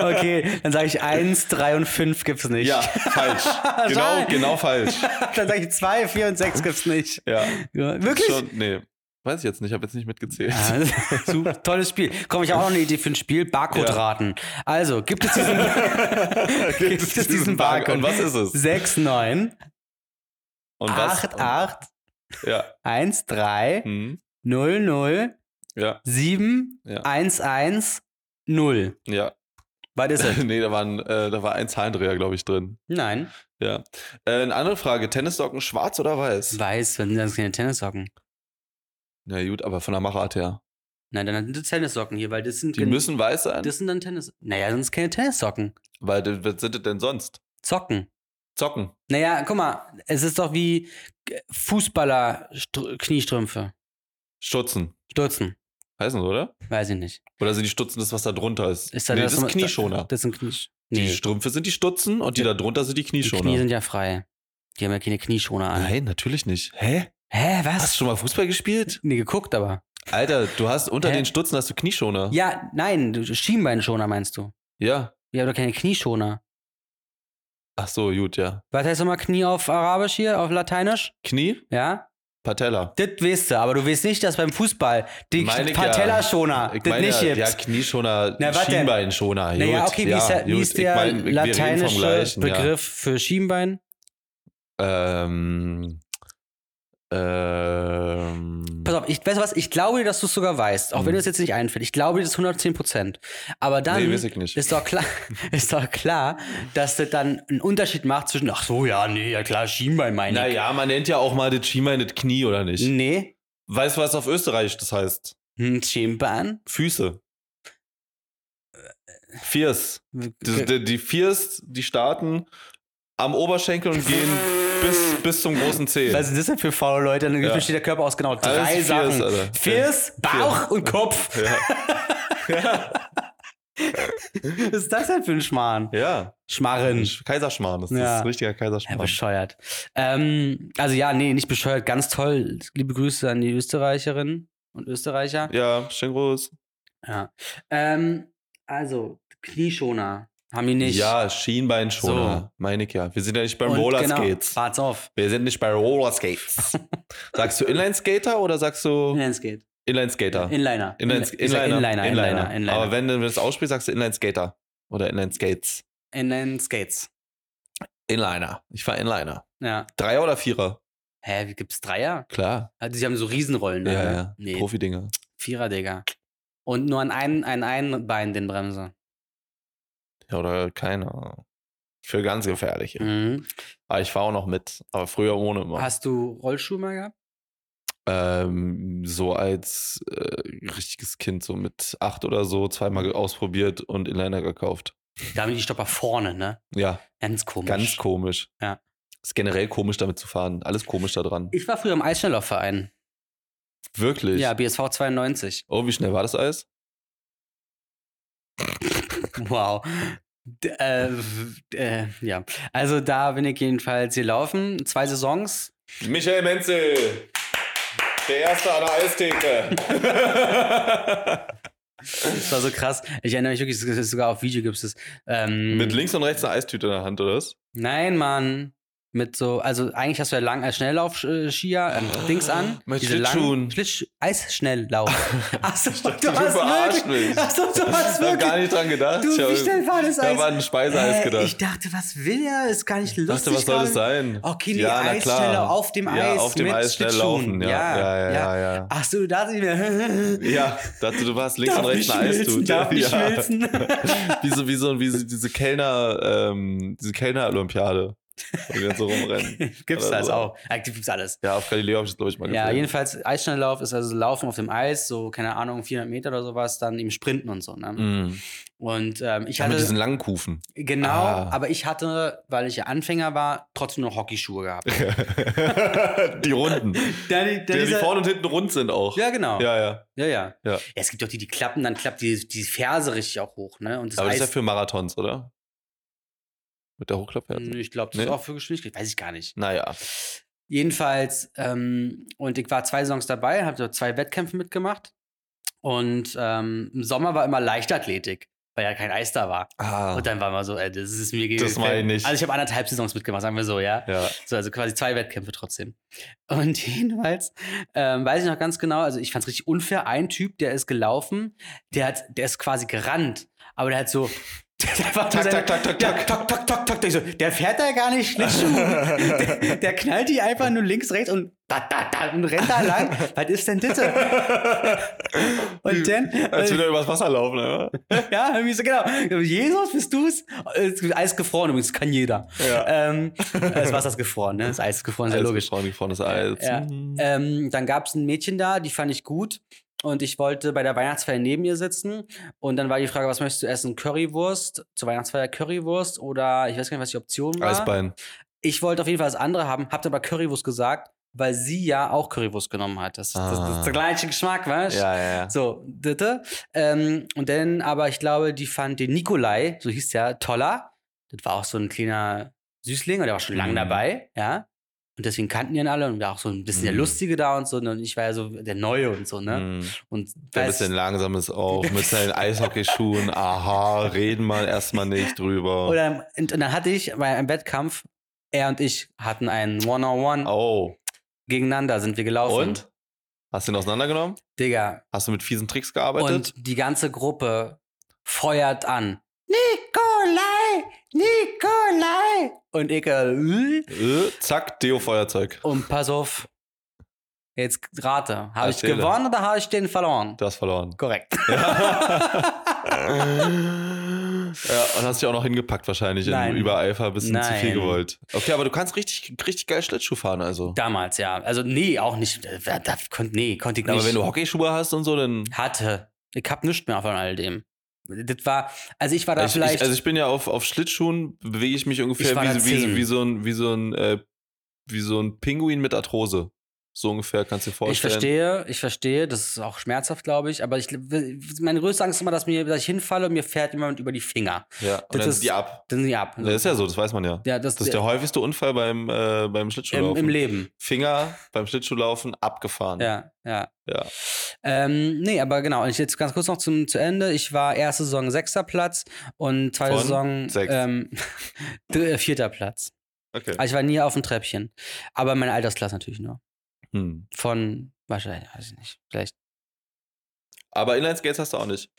[SPEAKER 2] Okay, dann sage ich eins, drei und fünf gibt's nicht.
[SPEAKER 3] Ja, falsch. genau,
[SPEAKER 2] Schade.
[SPEAKER 3] genau falsch.
[SPEAKER 2] dann sage ich zwei, vier und sechs gibt's nicht.
[SPEAKER 3] Ja.
[SPEAKER 2] Ja, wirklich? Ah,
[SPEAKER 3] Schon, nee. Weiß ich jetzt nicht, habe jetzt nicht mitgezählt.
[SPEAKER 2] Ja, super, tolles Spiel. Komm, ich habe auch noch eine Idee für ein Spiel. Barcode
[SPEAKER 3] Ja.
[SPEAKER 2] raten. Also, gibt es diesen, gibt es diesen Barcode?
[SPEAKER 3] Und was ist es?
[SPEAKER 2] 6, 9,
[SPEAKER 3] Und was?
[SPEAKER 2] 8, 8,
[SPEAKER 3] Ja.
[SPEAKER 2] 1, 3,
[SPEAKER 3] Hm.
[SPEAKER 2] 0, 0,
[SPEAKER 3] Ja,
[SPEAKER 2] 7,
[SPEAKER 3] Ja.
[SPEAKER 2] 1, 1, 0.
[SPEAKER 3] ja.
[SPEAKER 2] Was ist halt es?
[SPEAKER 3] nee, da, waren, äh, da war ein Zahlendreher, glaube ich, drin.
[SPEAKER 2] Nein.
[SPEAKER 3] Ja. Äh, eine andere Frage: Tennissocken schwarz oder weiß?
[SPEAKER 2] Weiß, wenn sind das keine Tennissocken.
[SPEAKER 3] Na gut, aber von der Machart her.
[SPEAKER 2] Nein, dann sind das Tennissocken hier, weil das sind,
[SPEAKER 3] Die müssen weiß sein,
[SPEAKER 2] Genau. das sind dann Tennis. Naja, sonst keine Tennissocken.
[SPEAKER 3] weil d- was sind das denn sonst?
[SPEAKER 2] Zocken.
[SPEAKER 3] Zocken.
[SPEAKER 2] Naja, guck mal, es ist doch wie äh, Fußballer-Kniestrümpfe.
[SPEAKER 3] Stutzen.
[SPEAKER 2] Stürzen.
[SPEAKER 3] Heißen so, oder?
[SPEAKER 2] Weiß ich nicht.
[SPEAKER 3] Oder sind die Stutzen das, was da drunter ist?
[SPEAKER 2] Ist da
[SPEAKER 3] nee,
[SPEAKER 2] das
[SPEAKER 3] das, ist
[SPEAKER 2] nochmal-
[SPEAKER 3] Knieschoner.
[SPEAKER 2] Das sind Knie.
[SPEAKER 3] Die
[SPEAKER 2] Nee,
[SPEAKER 3] Strümpfe sind die Stutzen und die da drunter sind die
[SPEAKER 2] die Knie
[SPEAKER 3] Knieschoner.
[SPEAKER 2] sind ja frei. Die haben ja keine Knieschoner an.
[SPEAKER 3] Nein, natürlich nicht. Hä?
[SPEAKER 2] Hä,
[SPEAKER 3] Hast du
[SPEAKER 2] was?
[SPEAKER 3] schon mal Fußball gespielt?
[SPEAKER 2] Nee, geguckt aber.
[SPEAKER 3] Alter, du hast unter
[SPEAKER 2] Hä?
[SPEAKER 3] den Stutzen hast du Knieschoner.
[SPEAKER 2] Ja, nein, du- Schienbeinschoner meinst du.
[SPEAKER 3] ja.
[SPEAKER 2] Wir haben doch keine Knieschoner.
[SPEAKER 3] Ach so, gut, ja.
[SPEAKER 2] Was heißt nochmal Knie auf Arabisch hier, auf Lateinisch?
[SPEAKER 3] Knie,
[SPEAKER 2] Ja?
[SPEAKER 3] Patella.
[SPEAKER 2] Das weißt du, aber du weißt nicht, dass beim Fußball die
[SPEAKER 3] Meine ich ja.
[SPEAKER 2] Patellaschoner
[SPEAKER 3] Ich
[SPEAKER 2] das
[SPEAKER 3] meine,
[SPEAKER 2] nicht
[SPEAKER 3] ja,
[SPEAKER 2] gibt.
[SPEAKER 3] ja, Knieschoner,
[SPEAKER 2] Na, was denn?
[SPEAKER 3] Schienbeinschoner.
[SPEAKER 2] naja,
[SPEAKER 3] gut,
[SPEAKER 2] okay, wie ist der, wie
[SPEAKER 3] gut.
[SPEAKER 2] ist der
[SPEAKER 3] ich mein, wir reden vom
[SPEAKER 2] lateinische
[SPEAKER 3] Gleichen, Ja.
[SPEAKER 2] Begriff für Schienbein?
[SPEAKER 3] Ähm, ähm,
[SPEAKER 2] Pass auf, ich, weißt du was? Ich glaube dir, dass du es sogar weißt, auch wenn
[SPEAKER 3] Hm.
[SPEAKER 2] dir das jetzt nicht einfällt. Ich glaube dir das 110 Prozent. Aber dann
[SPEAKER 3] nee, weiß ich nicht.
[SPEAKER 2] ist doch klar, ist doch klar, dass das dann einen Unterschied macht zwischen, ach so, ja, nee, ja klar, Schienbein meine ich.
[SPEAKER 3] Naja, man nennt ja auch mal das Schienbein das Knie, oder nicht?
[SPEAKER 2] Nee,
[SPEAKER 3] Weißt du, was auf Österreich das heißt?
[SPEAKER 2] hm, Schienbein.
[SPEAKER 3] Füße.
[SPEAKER 2] Äh,
[SPEAKER 3] Fiers. Die,
[SPEAKER 2] Ge-
[SPEAKER 3] die, die Fiers, die starten am Oberschenkel und gehen bis, bis zum großen Zeh.
[SPEAKER 2] Was sind das denn für faule Leute? Dann
[SPEAKER 3] Ja. Also
[SPEAKER 2] besteht der Körper aus genau
[SPEAKER 3] Alles
[SPEAKER 2] drei
[SPEAKER 3] Fiers,
[SPEAKER 2] Sachen.
[SPEAKER 3] Alter.
[SPEAKER 2] Fiers, Bauch und Kopf.
[SPEAKER 3] ja.
[SPEAKER 2] Was ist das denn für ein Schmarrn?
[SPEAKER 3] ja.
[SPEAKER 2] Schmarren.
[SPEAKER 3] Kaiserschmarrn, das
[SPEAKER 2] Ja.
[SPEAKER 3] ist ein richtiger
[SPEAKER 2] Ja,
[SPEAKER 3] Kaiserschmarrn.
[SPEAKER 2] bescheuert. Ähm, also ja, nee, nicht bescheuert. Ganz toll. Liebe Grüße an die Österreicherinnen und Österreicher.
[SPEAKER 3] Ja, schön groß.
[SPEAKER 2] Ja. Ähm, also, Knieschoner haben die nicht.
[SPEAKER 3] Ja, Schienbeinschoner.
[SPEAKER 2] So.
[SPEAKER 3] Meine ich ja. Wir sind ja nicht beim
[SPEAKER 2] Und
[SPEAKER 3] Rollerskates.
[SPEAKER 2] Genau, pass auf.
[SPEAKER 3] Wir sind nicht bei Rollerskates. sagst du Inlineskater oder sagst du
[SPEAKER 2] Inlineskate.
[SPEAKER 3] Inlineskater?
[SPEAKER 2] Inliner.
[SPEAKER 3] Inline,
[SPEAKER 2] Ich sag Inliner. Inliner. Inliner.
[SPEAKER 3] Aber wenn du das aussprichst, sagst du Inline-Skater oder Inline-Skates.
[SPEAKER 2] Inlineskates.
[SPEAKER 3] Inliner. Ich war Inliner.
[SPEAKER 2] Ja.
[SPEAKER 3] Dreier oder Vierer?
[SPEAKER 2] Hä, wie gibt's Dreier?
[SPEAKER 3] Klar.
[SPEAKER 2] Also, die haben so Riesenrollen.
[SPEAKER 3] Ja, ja.
[SPEAKER 2] oder? Nee,
[SPEAKER 3] Profi-Dinger.
[SPEAKER 2] Vierer, Digga. Und nur an einem, an einem Bein den Bremse.
[SPEAKER 3] Ja, oder keiner. Für ganz gefährliche.
[SPEAKER 2] Mhm.
[SPEAKER 3] Aber ich war auch noch mit. Aber früher ohne immer.
[SPEAKER 2] Hast du Rollschuhe mal gehabt?
[SPEAKER 3] Ähm, so als äh, richtiges Kind, so mit acht oder so, zweimal
[SPEAKER 2] Mhm.
[SPEAKER 3] ge- ausprobiert und Inliner gekauft.
[SPEAKER 2] Da haben die die Stopper vorne, ne?
[SPEAKER 3] Ja,
[SPEAKER 2] Ganz komisch.
[SPEAKER 3] ganz komisch.
[SPEAKER 2] Ja.
[SPEAKER 3] Ist generell komisch, damit zu fahren. Alles komisch da dran.
[SPEAKER 2] Ich war früher im Eisschnelllaufverein.
[SPEAKER 3] Wirklich.
[SPEAKER 2] Ja, BSV 92.
[SPEAKER 3] Oh, wie schnell war das Eis?
[SPEAKER 2] Wow. D äh, äh, ja, also da bin ich jedenfalls gelaufen. Zwei Saisons.
[SPEAKER 3] Michael Menzel, der Erste an der Eistheke.
[SPEAKER 2] Das war so krass. Ich erinnere mich wirklich, das ist sogar auf Video gibt es. das. Ähm,
[SPEAKER 3] Mit links und rechts eine Eistüte in der Hand, oder was?
[SPEAKER 2] Nein, Mann. Mit so, also eigentlich hast du ja lang als Schnelllauf-Skier ähm, Dings an.
[SPEAKER 3] Oh. Mit
[SPEAKER 2] langen
[SPEAKER 3] Schlittschuhen.
[SPEAKER 2] Schlittsch Eisschnelllauf. Achso, du
[SPEAKER 3] du
[SPEAKER 2] hast
[SPEAKER 3] verarschst
[SPEAKER 2] wirklich.
[SPEAKER 3] mich.
[SPEAKER 2] Achso, du hast
[SPEAKER 3] Ich hab gar
[SPEAKER 2] wirklich.
[SPEAKER 3] nicht dran gedacht.
[SPEAKER 2] Du,
[SPEAKER 3] ich hab,
[SPEAKER 2] wie schnell war das
[SPEAKER 3] da
[SPEAKER 2] Eis?
[SPEAKER 3] war ein Speiseeis
[SPEAKER 2] Äh,
[SPEAKER 3] gedacht.
[SPEAKER 2] Ich dachte, was will er? Ist gar nicht
[SPEAKER 3] Ich dachte,
[SPEAKER 2] lustig.
[SPEAKER 3] was soll das
[SPEAKER 2] gerade.
[SPEAKER 3] sein?
[SPEAKER 2] Okay, nee,
[SPEAKER 3] na
[SPEAKER 2] Eis
[SPEAKER 3] klar.
[SPEAKER 2] schneller auf dem
[SPEAKER 3] Ja,
[SPEAKER 2] Eis
[SPEAKER 3] auf dem
[SPEAKER 2] mit
[SPEAKER 3] Eis schnell
[SPEAKER 2] Schlittschuhen.
[SPEAKER 3] laufen. Ja,
[SPEAKER 2] Ja,
[SPEAKER 3] ja, ja.
[SPEAKER 2] ja.
[SPEAKER 3] ja, ja.
[SPEAKER 2] Ach so, da sind wir.
[SPEAKER 3] Ja, dachte, du warst links
[SPEAKER 2] Darf
[SPEAKER 3] und rechts
[SPEAKER 2] nicht
[SPEAKER 3] eine
[SPEAKER 2] schmilzen,
[SPEAKER 3] Eistüte.
[SPEAKER 2] darf nicht
[SPEAKER 3] ja.
[SPEAKER 2] schmilzen.
[SPEAKER 3] Wie so, wie so, wie so diese Kellner, ähm, diese Kellner-Olympiade. Wo die dann so rumrennen.
[SPEAKER 2] gibt's
[SPEAKER 3] Oder
[SPEAKER 2] das
[SPEAKER 3] so.
[SPEAKER 2] auch? Eigentlich gibt's alles.
[SPEAKER 3] Ja, auf Galileo habe ich das, glaube ich, mal
[SPEAKER 2] Ja,
[SPEAKER 3] gefilmt.
[SPEAKER 2] jedenfalls Eisschnelllauf ist also Laufen auf dem Eis, so keine Ahnung 400 Meter oder sowas, dann eben Sprinten und so. Ne?
[SPEAKER 3] Mhm.
[SPEAKER 2] Und ähm, ich
[SPEAKER 3] Ja, mit diesen
[SPEAKER 2] hatte
[SPEAKER 3] langen Kufen.
[SPEAKER 2] genau,
[SPEAKER 3] Ah.
[SPEAKER 2] aber ich hatte, weil ich ja Anfänger war, trotzdem noch Hockeyschuhe gehabt.
[SPEAKER 3] die Runden.
[SPEAKER 2] Der, der,
[SPEAKER 3] Die, die vorne und hinten rund sind auch.
[SPEAKER 2] ja genau, ja
[SPEAKER 3] ja. ja.
[SPEAKER 2] ja. ja.
[SPEAKER 3] Ja.
[SPEAKER 2] es gibt auch die, die klappen, dann klappt die, die Ferse richtig auch hoch, ne? Und das
[SPEAKER 3] Aber das
[SPEAKER 2] Eis
[SPEAKER 3] ist ja für Marathons, oder? Mit der Hochklappe?
[SPEAKER 2] Nö, Hm, Ich glaube, das ist
[SPEAKER 3] Nee?
[SPEAKER 2] auch für Geschwindigkeit, weiß ich gar nicht.
[SPEAKER 3] Naja.
[SPEAKER 2] Jedenfalls, ähm, und ich war zwei Saisons dabei, habe so zwei Wettkämpfe mitgemacht. Und ähm, im Sommer war immer Leichtathletik, weil ja kein Eis da war.
[SPEAKER 3] Ah,
[SPEAKER 2] Und dann war mal so, ey, das ist mir gegen.
[SPEAKER 3] Das meine ich nicht.
[SPEAKER 2] Also ich habe anderthalb Saisons mitgemacht, sagen wir so, ja.
[SPEAKER 3] ja.
[SPEAKER 2] So, also quasi zwei Wettkämpfe trotzdem. Und jedenfalls ähm, weiß ich noch ganz genau, also ich fand es richtig unfair. Ein Typ, der ist gelaufen, der hat, der ist quasi gerannt, aber der hat so. Der war
[SPEAKER 3] Tak, tak, tak, tak,
[SPEAKER 2] der, tak, tak, tak, tak. Ich so, der fährt da gar nicht Schlittschuh. der, der knallt die einfach nur links, rechts und, da, da, da, und rennt da lang. Was ist denn das? Und dann.
[SPEAKER 3] Als würde er übers Wasser laufen, ne? oder?
[SPEAKER 2] Ja, irgendwie so, genau. Jesus, bist du's? Äh, Eis gefroren übrigens, kann jeder. Ähm, das Wasser ist gefroren, ne? Das Eis ist gefroren, ist ja
[SPEAKER 3] Alles
[SPEAKER 2] logisch.
[SPEAKER 3] gefroren, gefrorenes Eis.
[SPEAKER 2] Ja.
[SPEAKER 3] Mhm.
[SPEAKER 2] Ähm, dann gab's ein Mädchen da, die fand ich gut. Und ich wollte bei der Weihnachtsfeier neben ihr sitzen. Und dann war die Frage, was möchtest du essen? Currywurst? Zur Weihnachtsfeier Currywurst? Oder ich weiß gar nicht, was die Option war.
[SPEAKER 3] Eisbein.
[SPEAKER 2] Ich wollte auf jeden Fall das andere haben, habt aber Currywurst gesagt, weil sie ja auch Currywurst genommen hat. Das, das, das
[SPEAKER 3] Ah.
[SPEAKER 2] ist der gleiche Geschmack, weißt du?
[SPEAKER 3] ja.
[SPEAKER 2] So, dritte. Ähm, und dann, aber ich glaube, die fand den Nikolai, so hieß der, toller. Das war auch so ein kleiner Süßling und der war schon lange
[SPEAKER 3] Mhm.
[SPEAKER 2] dabei, ja. Und deswegen kannten ihn alle und war auch so ein bisschen der
[SPEAKER 3] Mhm.
[SPEAKER 2] Lustige da und so. ne, Und ich war ja so der Neue und so, ne?
[SPEAKER 3] Mhm.
[SPEAKER 2] Und
[SPEAKER 3] Der ein
[SPEAKER 2] weiß-
[SPEAKER 3] bisschen langsam ist auch, mit seinen Eishockeyschuhen. Aha, reden mal erstmal nicht drüber.
[SPEAKER 2] oder, und, und dann hatte ich bei einem Wettkampf, er und ich hatten einen One-on-One.
[SPEAKER 3] oh.
[SPEAKER 2] Gegeneinander sind wir gelaufen.
[SPEAKER 3] Und? Hast du ihn auseinandergenommen?
[SPEAKER 2] Digga.
[SPEAKER 3] Hast du mit fiesen Tricks gearbeitet?
[SPEAKER 2] Und die ganze Gruppe feuert an. Nikolai! Nikolai! Und ich, äh,
[SPEAKER 3] Äh, zack, Deo-Feuerzeug.
[SPEAKER 2] Und pass auf. Jetzt rate. Habe ich
[SPEAKER 3] Erzähle.
[SPEAKER 2] gewonnen oder habe ich den verloren?
[SPEAKER 3] Du hast verloren.
[SPEAKER 2] Korrekt.
[SPEAKER 3] ja,
[SPEAKER 2] Äh.
[SPEAKER 3] und hast dich auch noch hingepackt wahrscheinlich
[SPEAKER 2] Nein.
[SPEAKER 3] in Übereifer, ein bisschen zu viel
[SPEAKER 2] Nein.
[SPEAKER 3] gewollt. Okay, aber du kannst richtig, richtig geil Schlittschuh fahren, also.
[SPEAKER 2] Damals, ja. Also, nee, auch nicht. Äh, Da, da, konnt, nee, konnte ich nicht.
[SPEAKER 3] aber wenn du Hockeyschuhe hast und so, dann.
[SPEAKER 2] hatte. Ich hab nichts mehr von all dem. Das war, also ich war da
[SPEAKER 3] ich, ich,
[SPEAKER 2] vielleicht.
[SPEAKER 3] also ich bin ja auf, auf Schlittschuhen, bewege ich mich ungefähr
[SPEAKER 2] Ich war da
[SPEAKER 3] wie, wie,
[SPEAKER 2] zehn.
[SPEAKER 3] wie so ein, wie so ein, äh, wie so ein Pinguin mit Arthrose. So ungefähr kannst du dir vorstellen.
[SPEAKER 2] Ich verstehe, ich verstehe, das ist auch schmerzhaft, glaube ich, aber ich, meine größte Angst ist immer, dass, mir, dass ich hinfalle und mir fährt jemand über die Finger.
[SPEAKER 3] Ja, und dann
[SPEAKER 2] Das ist-
[SPEAKER 3] sind die ab.
[SPEAKER 2] Dann sind die ab.
[SPEAKER 3] Das ist ja so, das weiß man ja.
[SPEAKER 2] ja, das,
[SPEAKER 3] Das ist der häufigste Unfall beim, äh, beim
[SPEAKER 2] im,
[SPEAKER 3] Schlittschuhlaufen.
[SPEAKER 2] im Leben.
[SPEAKER 3] Finger beim Schlittschuhlaufen abgefahren.
[SPEAKER 2] Ja, ja.
[SPEAKER 3] Ja.
[SPEAKER 2] Ähm, nee, aber genau, und ich jetzt ganz kurz noch zum, zu Ende. Ich war erste Saison sechster Platz und zweite
[SPEAKER 3] Von
[SPEAKER 2] Saison
[SPEAKER 3] sechs.
[SPEAKER 2] ähm, dr- äh, vierter Platz.
[SPEAKER 3] Okay.
[SPEAKER 2] Also ich war nie auf dem Treppchen. Aber meine Altersklasse natürlich nur.
[SPEAKER 3] Hm.
[SPEAKER 2] Von, wahrscheinlich, weiß ich nicht, vielleicht.
[SPEAKER 3] Aber Inlineskates hast du auch nicht.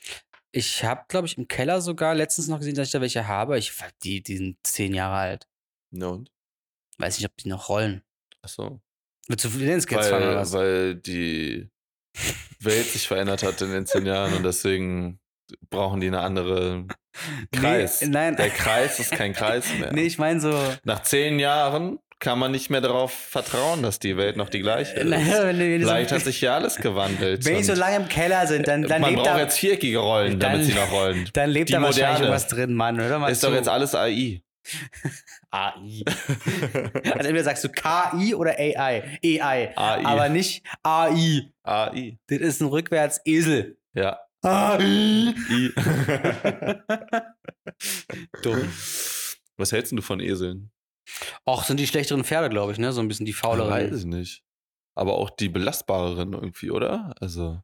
[SPEAKER 2] Ich habe, glaube ich, im Keller sogar letztens noch gesehen, dass ich da welche habe. Ich, die, die sind zehn Jahre alt.
[SPEAKER 3] Ja, und?
[SPEAKER 2] Weiß nicht, ob die noch rollen.
[SPEAKER 3] Achso.
[SPEAKER 2] Willst du Lenskids fahren oder
[SPEAKER 3] Weil,
[SPEAKER 2] was?
[SPEAKER 3] weil die Welt sich verändert hat in den zehn Jahren und deswegen brauchen die eine andere Kreis.
[SPEAKER 2] Nee, nein,
[SPEAKER 3] Der Kreis ist kein Kreis mehr.
[SPEAKER 2] nee, ich meine so,
[SPEAKER 3] Nach zehn Jahren kann man nicht mehr darauf vertrauen, dass die Welt noch die gleiche ist.
[SPEAKER 2] Äh, Naja, wenn die- wenn die so-
[SPEAKER 3] Vielleicht hat sich ja alles gewandelt.
[SPEAKER 2] wenn die so
[SPEAKER 3] und
[SPEAKER 2] lange im Keller sind, dann, dann
[SPEAKER 3] man
[SPEAKER 2] lebt
[SPEAKER 3] braucht
[SPEAKER 2] da,
[SPEAKER 3] jetzt viereckige Rollen,
[SPEAKER 2] Dann-
[SPEAKER 3] damit sie noch rollen.
[SPEAKER 2] dann lebt
[SPEAKER 3] die
[SPEAKER 2] da wahrscheinlich
[SPEAKER 3] Moderne.
[SPEAKER 2] irgendwas drin, Mann, oder? Mal
[SPEAKER 3] Ist doch
[SPEAKER 2] zu.
[SPEAKER 3] jetzt alles AI.
[SPEAKER 2] AI. also entweder sagst du KI oder AI. AI.
[SPEAKER 3] AI.
[SPEAKER 2] Aber nicht AI.
[SPEAKER 3] AI.
[SPEAKER 2] Das ist ein rückwärts Esel.
[SPEAKER 3] Ja.
[SPEAKER 2] AI.
[SPEAKER 3] I. Dumm. Was hältst denn du von Eseln?
[SPEAKER 2] Och, sind die schlechteren Pferde, glaube ich, ne? So ein bisschen die
[SPEAKER 3] Weiß
[SPEAKER 2] fauleren.
[SPEAKER 3] ich nicht. Aber auch die belastbareren irgendwie, oder? Also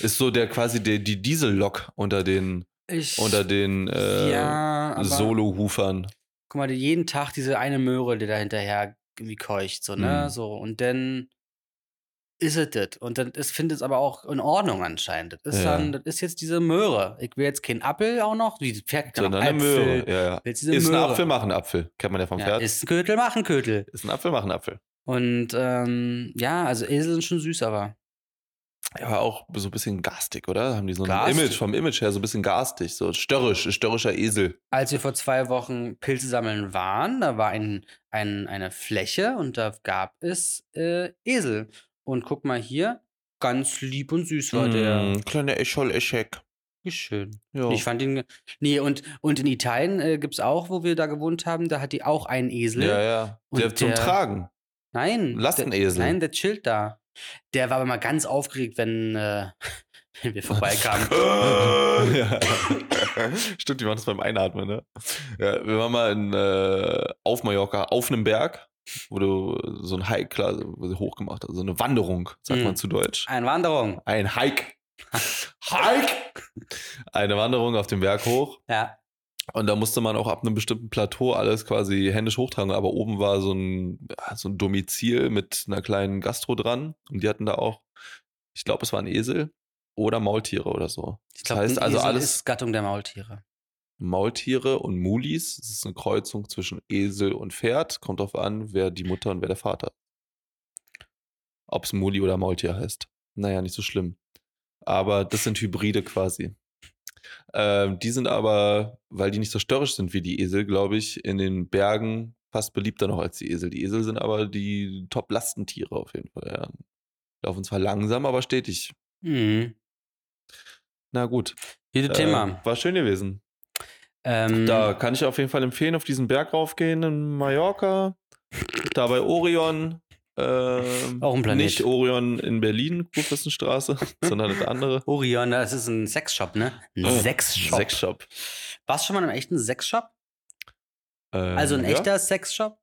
[SPEAKER 3] ist so der quasi der, die Diesellok unter den
[SPEAKER 2] Ich,
[SPEAKER 3] unter den äh,
[SPEAKER 2] ja, aber,
[SPEAKER 3] Solohufern.
[SPEAKER 2] Guck mal, die- jeden Tag diese eine Möhre, die da hinterher irgendwie keucht, so, ne?
[SPEAKER 3] Mhm.
[SPEAKER 2] So. Und dann ist es das. Und dann ist- finde ich es aber auch in Ordnung anscheinend. Das ist
[SPEAKER 3] Ja.
[SPEAKER 2] dann, das ist jetzt diese Möhre. Ich will jetzt keinen Appel auch noch. Die Pferd kann auch
[SPEAKER 3] Sondern eine
[SPEAKER 2] Genau, Äpfel.
[SPEAKER 3] Möhre. Ja, ja.
[SPEAKER 2] Willst du eine
[SPEAKER 3] Ist ein
[SPEAKER 2] Möhre?
[SPEAKER 3] Apfel, mach einen Apfel. Kennt man ja vom
[SPEAKER 2] Ja,
[SPEAKER 3] Pferd.
[SPEAKER 2] ist ein Kötel, mach ein Kötel.
[SPEAKER 3] Ist ein Apfel, mach einen Apfel.
[SPEAKER 2] Und ähm, ja, also Esel sind schon süß, aber
[SPEAKER 3] Ja, aber auch so ein bisschen garstig, oder? Haben die so ein
[SPEAKER 2] Garstig?
[SPEAKER 3] Image, vom Image her so ein bisschen garstig, so störrisch, störrischer Esel.
[SPEAKER 2] als wir vor zwei Wochen Pilze sammeln waren, da war ein, ein, eine Fläche und da gab es äh, Esel. Und guck mal hier, ganz lieb und süß war der.
[SPEAKER 3] Mm, kleiner Eschol-Eschek.
[SPEAKER 2] Wie schön.
[SPEAKER 3] Ja.
[SPEAKER 2] Ich fand ihn. Nee, und, und in Italien äh, gibt es auch, wo wir da gewohnt haben, da hat die auch einen Esel.
[SPEAKER 3] Ja, ja.
[SPEAKER 2] Und
[SPEAKER 3] der zum
[SPEAKER 2] der-
[SPEAKER 3] Tragen.
[SPEAKER 2] Nein.
[SPEAKER 3] Lastenesel.
[SPEAKER 2] Der, nein, der chillt da. Der war aber mal ganz aufgeregt, wenn, äh,
[SPEAKER 3] Oh,
[SPEAKER 2] wenn wir vorbeikamen.
[SPEAKER 3] ja. Stimmt, die machen das beim Einatmen, ne? Ja, wir waren mal in, äh, auf Mallorca, auf einem Berg, wo du so ein Hike klar, hochgemacht hast, so eine Wanderung, sagt
[SPEAKER 2] Mhm.
[SPEAKER 3] man zu Deutsch.
[SPEAKER 2] Einwanderung.
[SPEAKER 3] Ein Hike. Hulk! Eine Wanderung auf den Berg hoch.
[SPEAKER 2] Ja.
[SPEAKER 3] Und da musste man auch ab einem bestimmten Plateau alles quasi händisch hochtragen. Aber oben war so ein, ja, so ein Domizil mit einer kleinen Gastro dran. Und die hatten da auch, ich glaube, es waren Esel oder Maultiere oder so.
[SPEAKER 2] Ich glaube,
[SPEAKER 3] das heißt also alles
[SPEAKER 2] ist Gattung der Maultiere.
[SPEAKER 3] Maultiere und Mulis. Es ist eine Kreuzung zwischen Esel und Pferd. Kommt drauf an, wer die Mutter und wer der Vater. Ob es Muli oder Maultier heißt. Naja, nicht so schlimm. Aber das sind Hybride quasi. Ähm, die sind aber, weil die nicht so störrisch sind wie die Esel, glaube ich, in den Bergen fast beliebter noch als die Esel. Die Esel sind aber die Top-Lastentiere auf jeden Fall. Ja. Laufen zwar langsam, aber stetig.
[SPEAKER 2] Mhm.
[SPEAKER 3] Na gut.
[SPEAKER 2] Jedes
[SPEAKER 3] Ähm,
[SPEAKER 2] Thema.
[SPEAKER 3] war schön gewesen.
[SPEAKER 2] Ähm,
[SPEAKER 3] Da kann ich auf jeden Fall empfehlen, auf diesen Berg raufgehen in Mallorca. Da bei Orion. Ähm,
[SPEAKER 2] Auch ein Planet.
[SPEAKER 3] Nicht Orion in Berlin, Kurfürstenstraße, sondern das andere.
[SPEAKER 2] Orion, das ist ein Sexshop, ne? Ein
[SPEAKER 3] Oh,
[SPEAKER 2] Sexshop.
[SPEAKER 3] Sexshop.
[SPEAKER 2] Warst du schon mal in einem echten Sexshop?
[SPEAKER 3] Ähm,
[SPEAKER 2] Also ein
[SPEAKER 3] ja?
[SPEAKER 2] echter Sexshop?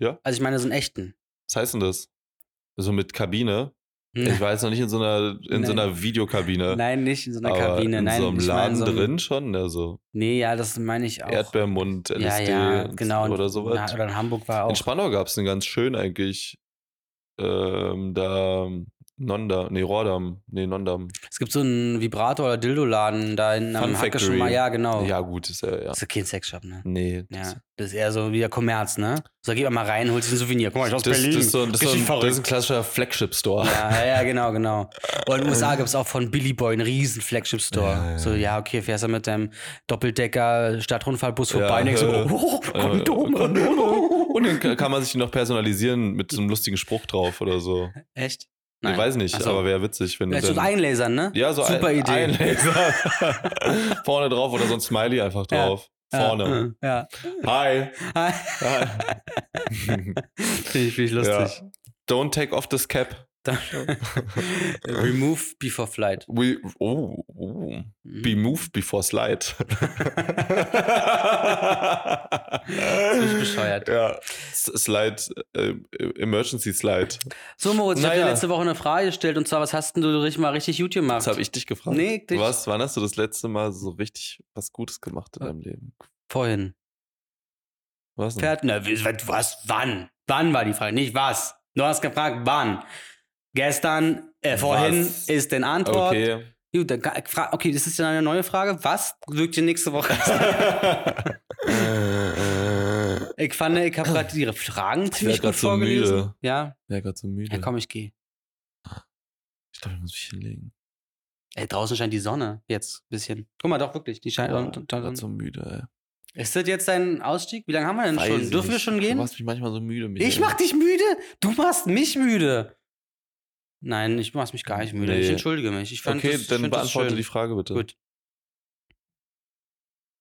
[SPEAKER 3] Ja.
[SPEAKER 2] Also ich meine so einen echten.
[SPEAKER 3] Was heißt denn das? So mit Kabine. Ich
[SPEAKER 2] Nein,
[SPEAKER 3] war jetzt noch nicht in so einer, in so
[SPEAKER 2] Mhm. Nein.
[SPEAKER 3] einer Videokabine.
[SPEAKER 2] Hm. Nein, nicht in so einer
[SPEAKER 3] aber
[SPEAKER 2] Kabine.
[SPEAKER 3] In
[SPEAKER 2] Nein,
[SPEAKER 3] so einem
[SPEAKER 2] ich meine
[SPEAKER 3] Laden
[SPEAKER 2] so einen-
[SPEAKER 3] drin schon, also
[SPEAKER 2] Nee, ja, das meine ich auch.
[SPEAKER 3] Erdbeermund,
[SPEAKER 2] ja,
[SPEAKER 3] LSD
[SPEAKER 2] ja,
[SPEAKER 3] und-
[SPEAKER 2] genau. Und-
[SPEAKER 3] oder sowas.
[SPEAKER 2] na, Oder in Hamburg war
[SPEAKER 3] In
[SPEAKER 2] auch.
[SPEAKER 3] Spandau gab es einen ganz schön eigentlich. Ähm, da Nonda, nee, Rohrdam, nee, Nondam.
[SPEAKER 2] Es gibt so einen Vibrator- oder Dildo-Laden da in
[SPEAKER 3] Fun
[SPEAKER 2] einem Hacke
[SPEAKER 3] Factory.
[SPEAKER 2] schon mal. Ja, genau.
[SPEAKER 3] Ja, gut, ist ja, ja.
[SPEAKER 2] Das ist ja kein Sexshop, ne?
[SPEAKER 3] Nee.
[SPEAKER 2] Ja,
[SPEAKER 3] das-
[SPEAKER 2] das ist eher so wieder Kommerz, ne? So, geht man mal rein, holt sich ein Souvenir. Guck mal, ich aus
[SPEAKER 3] Das, das,
[SPEAKER 2] Berlin.
[SPEAKER 3] ist so, das, ist so
[SPEAKER 2] Richtig
[SPEAKER 3] ein, das
[SPEAKER 2] verrückt.
[SPEAKER 3] ist ein klassischer Flagship-Store.
[SPEAKER 2] Ja, ja, ja, genau, genau. Und in den USA gibt es auch von Billy Boy einen riesen Flagship Store.
[SPEAKER 3] Ja, ja.
[SPEAKER 2] So, ja, okay, fährst du mit deinem Doppeldecker Stadtrundfahrtbus
[SPEAKER 3] Ja,
[SPEAKER 2] vorbei, denkst
[SPEAKER 3] äh,
[SPEAKER 2] du, oh,
[SPEAKER 3] äh,
[SPEAKER 2] Kondome.
[SPEAKER 3] Und dann ka- kann man sich die noch personalisieren mit so einem lustigen Spruch drauf oder so.
[SPEAKER 2] Echt?
[SPEAKER 3] Ich weiß nicht,
[SPEAKER 2] Ach so.
[SPEAKER 3] aber wäre witzig, wenn du.
[SPEAKER 2] Jetzt so
[SPEAKER 3] dann-
[SPEAKER 2] einlasern, ne?
[SPEAKER 3] ja, so
[SPEAKER 2] Super
[SPEAKER 3] ein,
[SPEAKER 2] Idee.
[SPEAKER 3] ein Laser. Vorne drauf oder so ein Smiley einfach
[SPEAKER 2] Ja.
[SPEAKER 3] drauf.
[SPEAKER 2] Ja,
[SPEAKER 3] Vorne.
[SPEAKER 2] äh, Ja.
[SPEAKER 3] Hi.
[SPEAKER 2] Hi.
[SPEAKER 3] Hi.
[SPEAKER 2] Finde ich, find ich lustig.
[SPEAKER 3] Don't take off this cap.
[SPEAKER 2] Remove before flight.
[SPEAKER 3] We, oh, oh.
[SPEAKER 2] Mhm.
[SPEAKER 3] Be moved before slide.
[SPEAKER 2] ist bescheuert.
[SPEAKER 3] Ja. S- Slide, äh, Emergency Slide.
[SPEAKER 2] So, Moritz, ich habe
[SPEAKER 3] Naja.
[SPEAKER 2] dir letzte Woche eine Frage gestellt und zwar, was hast denn du richtig mal richtig gut gemacht?
[SPEAKER 3] Das habe ich dich gefragt.
[SPEAKER 2] Nee, dich-
[SPEAKER 3] Was, wann hast du das letzte Mal so richtig was Gutes gemacht
[SPEAKER 2] Äh,
[SPEAKER 3] in deinem Leben?
[SPEAKER 2] Vorhin.
[SPEAKER 3] Was denn?
[SPEAKER 2] Pferd? Na, wie- was- was? Wann? Wann war die Frage? Nicht was. Du hast gefragt, wann. Gestern, äh, vorhin
[SPEAKER 3] Was?
[SPEAKER 2] ist denn Antwort.
[SPEAKER 3] Okay.
[SPEAKER 2] Gut, dann, ka- fra- okay, das ist ja eine neue Frage. Was wirkt dir nächste Woche?
[SPEAKER 3] Wäre
[SPEAKER 2] ich fand, ich habe gerade ihre Fragen ziemlich gut
[SPEAKER 3] grad so
[SPEAKER 2] vorgelesen.
[SPEAKER 3] müde.
[SPEAKER 2] Ja?
[SPEAKER 3] gerade so müde.
[SPEAKER 2] ja, komm, ich gehe.
[SPEAKER 3] Ich glaube, ich muss mich hinlegen.
[SPEAKER 2] Ey, draußen scheint die Sonne jetzt ein bisschen. Guck mal, doch wirklich. Die scheint.
[SPEAKER 3] Boah,
[SPEAKER 2] und- und-
[SPEAKER 3] ich bin grad
[SPEAKER 2] und-
[SPEAKER 3] so müde,
[SPEAKER 2] Ist das jetzt dein Ausstieg? Wie lange haben wir
[SPEAKER 3] ey.
[SPEAKER 2] denn
[SPEAKER 3] Weiß
[SPEAKER 2] schon?
[SPEAKER 3] ich
[SPEAKER 2] Dürfen wir
[SPEAKER 3] nicht.
[SPEAKER 2] schon gehen?
[SPEAKER 3] Du machst mich manchmal so müde, Michael.
[SPEAKER 2] Ich mach dich müde? Du machst mich müde. Nein, ich mach mich gar nicht müde.
[SPEAKER 3] Nee.
[SPEAKER 2] Ich entschuldige mich. Ich fand
[SPEAKER 3] Okay,
[SPEAKER 2] das, ich
[SPEAKER 3] dann
[SPEAKER 2] find das
[SPEAKER 3] beantworte
[SPEAKER 2] schön.
[SPEAKER 3] die Frage bitte.
[SPEAKER 2] Gut.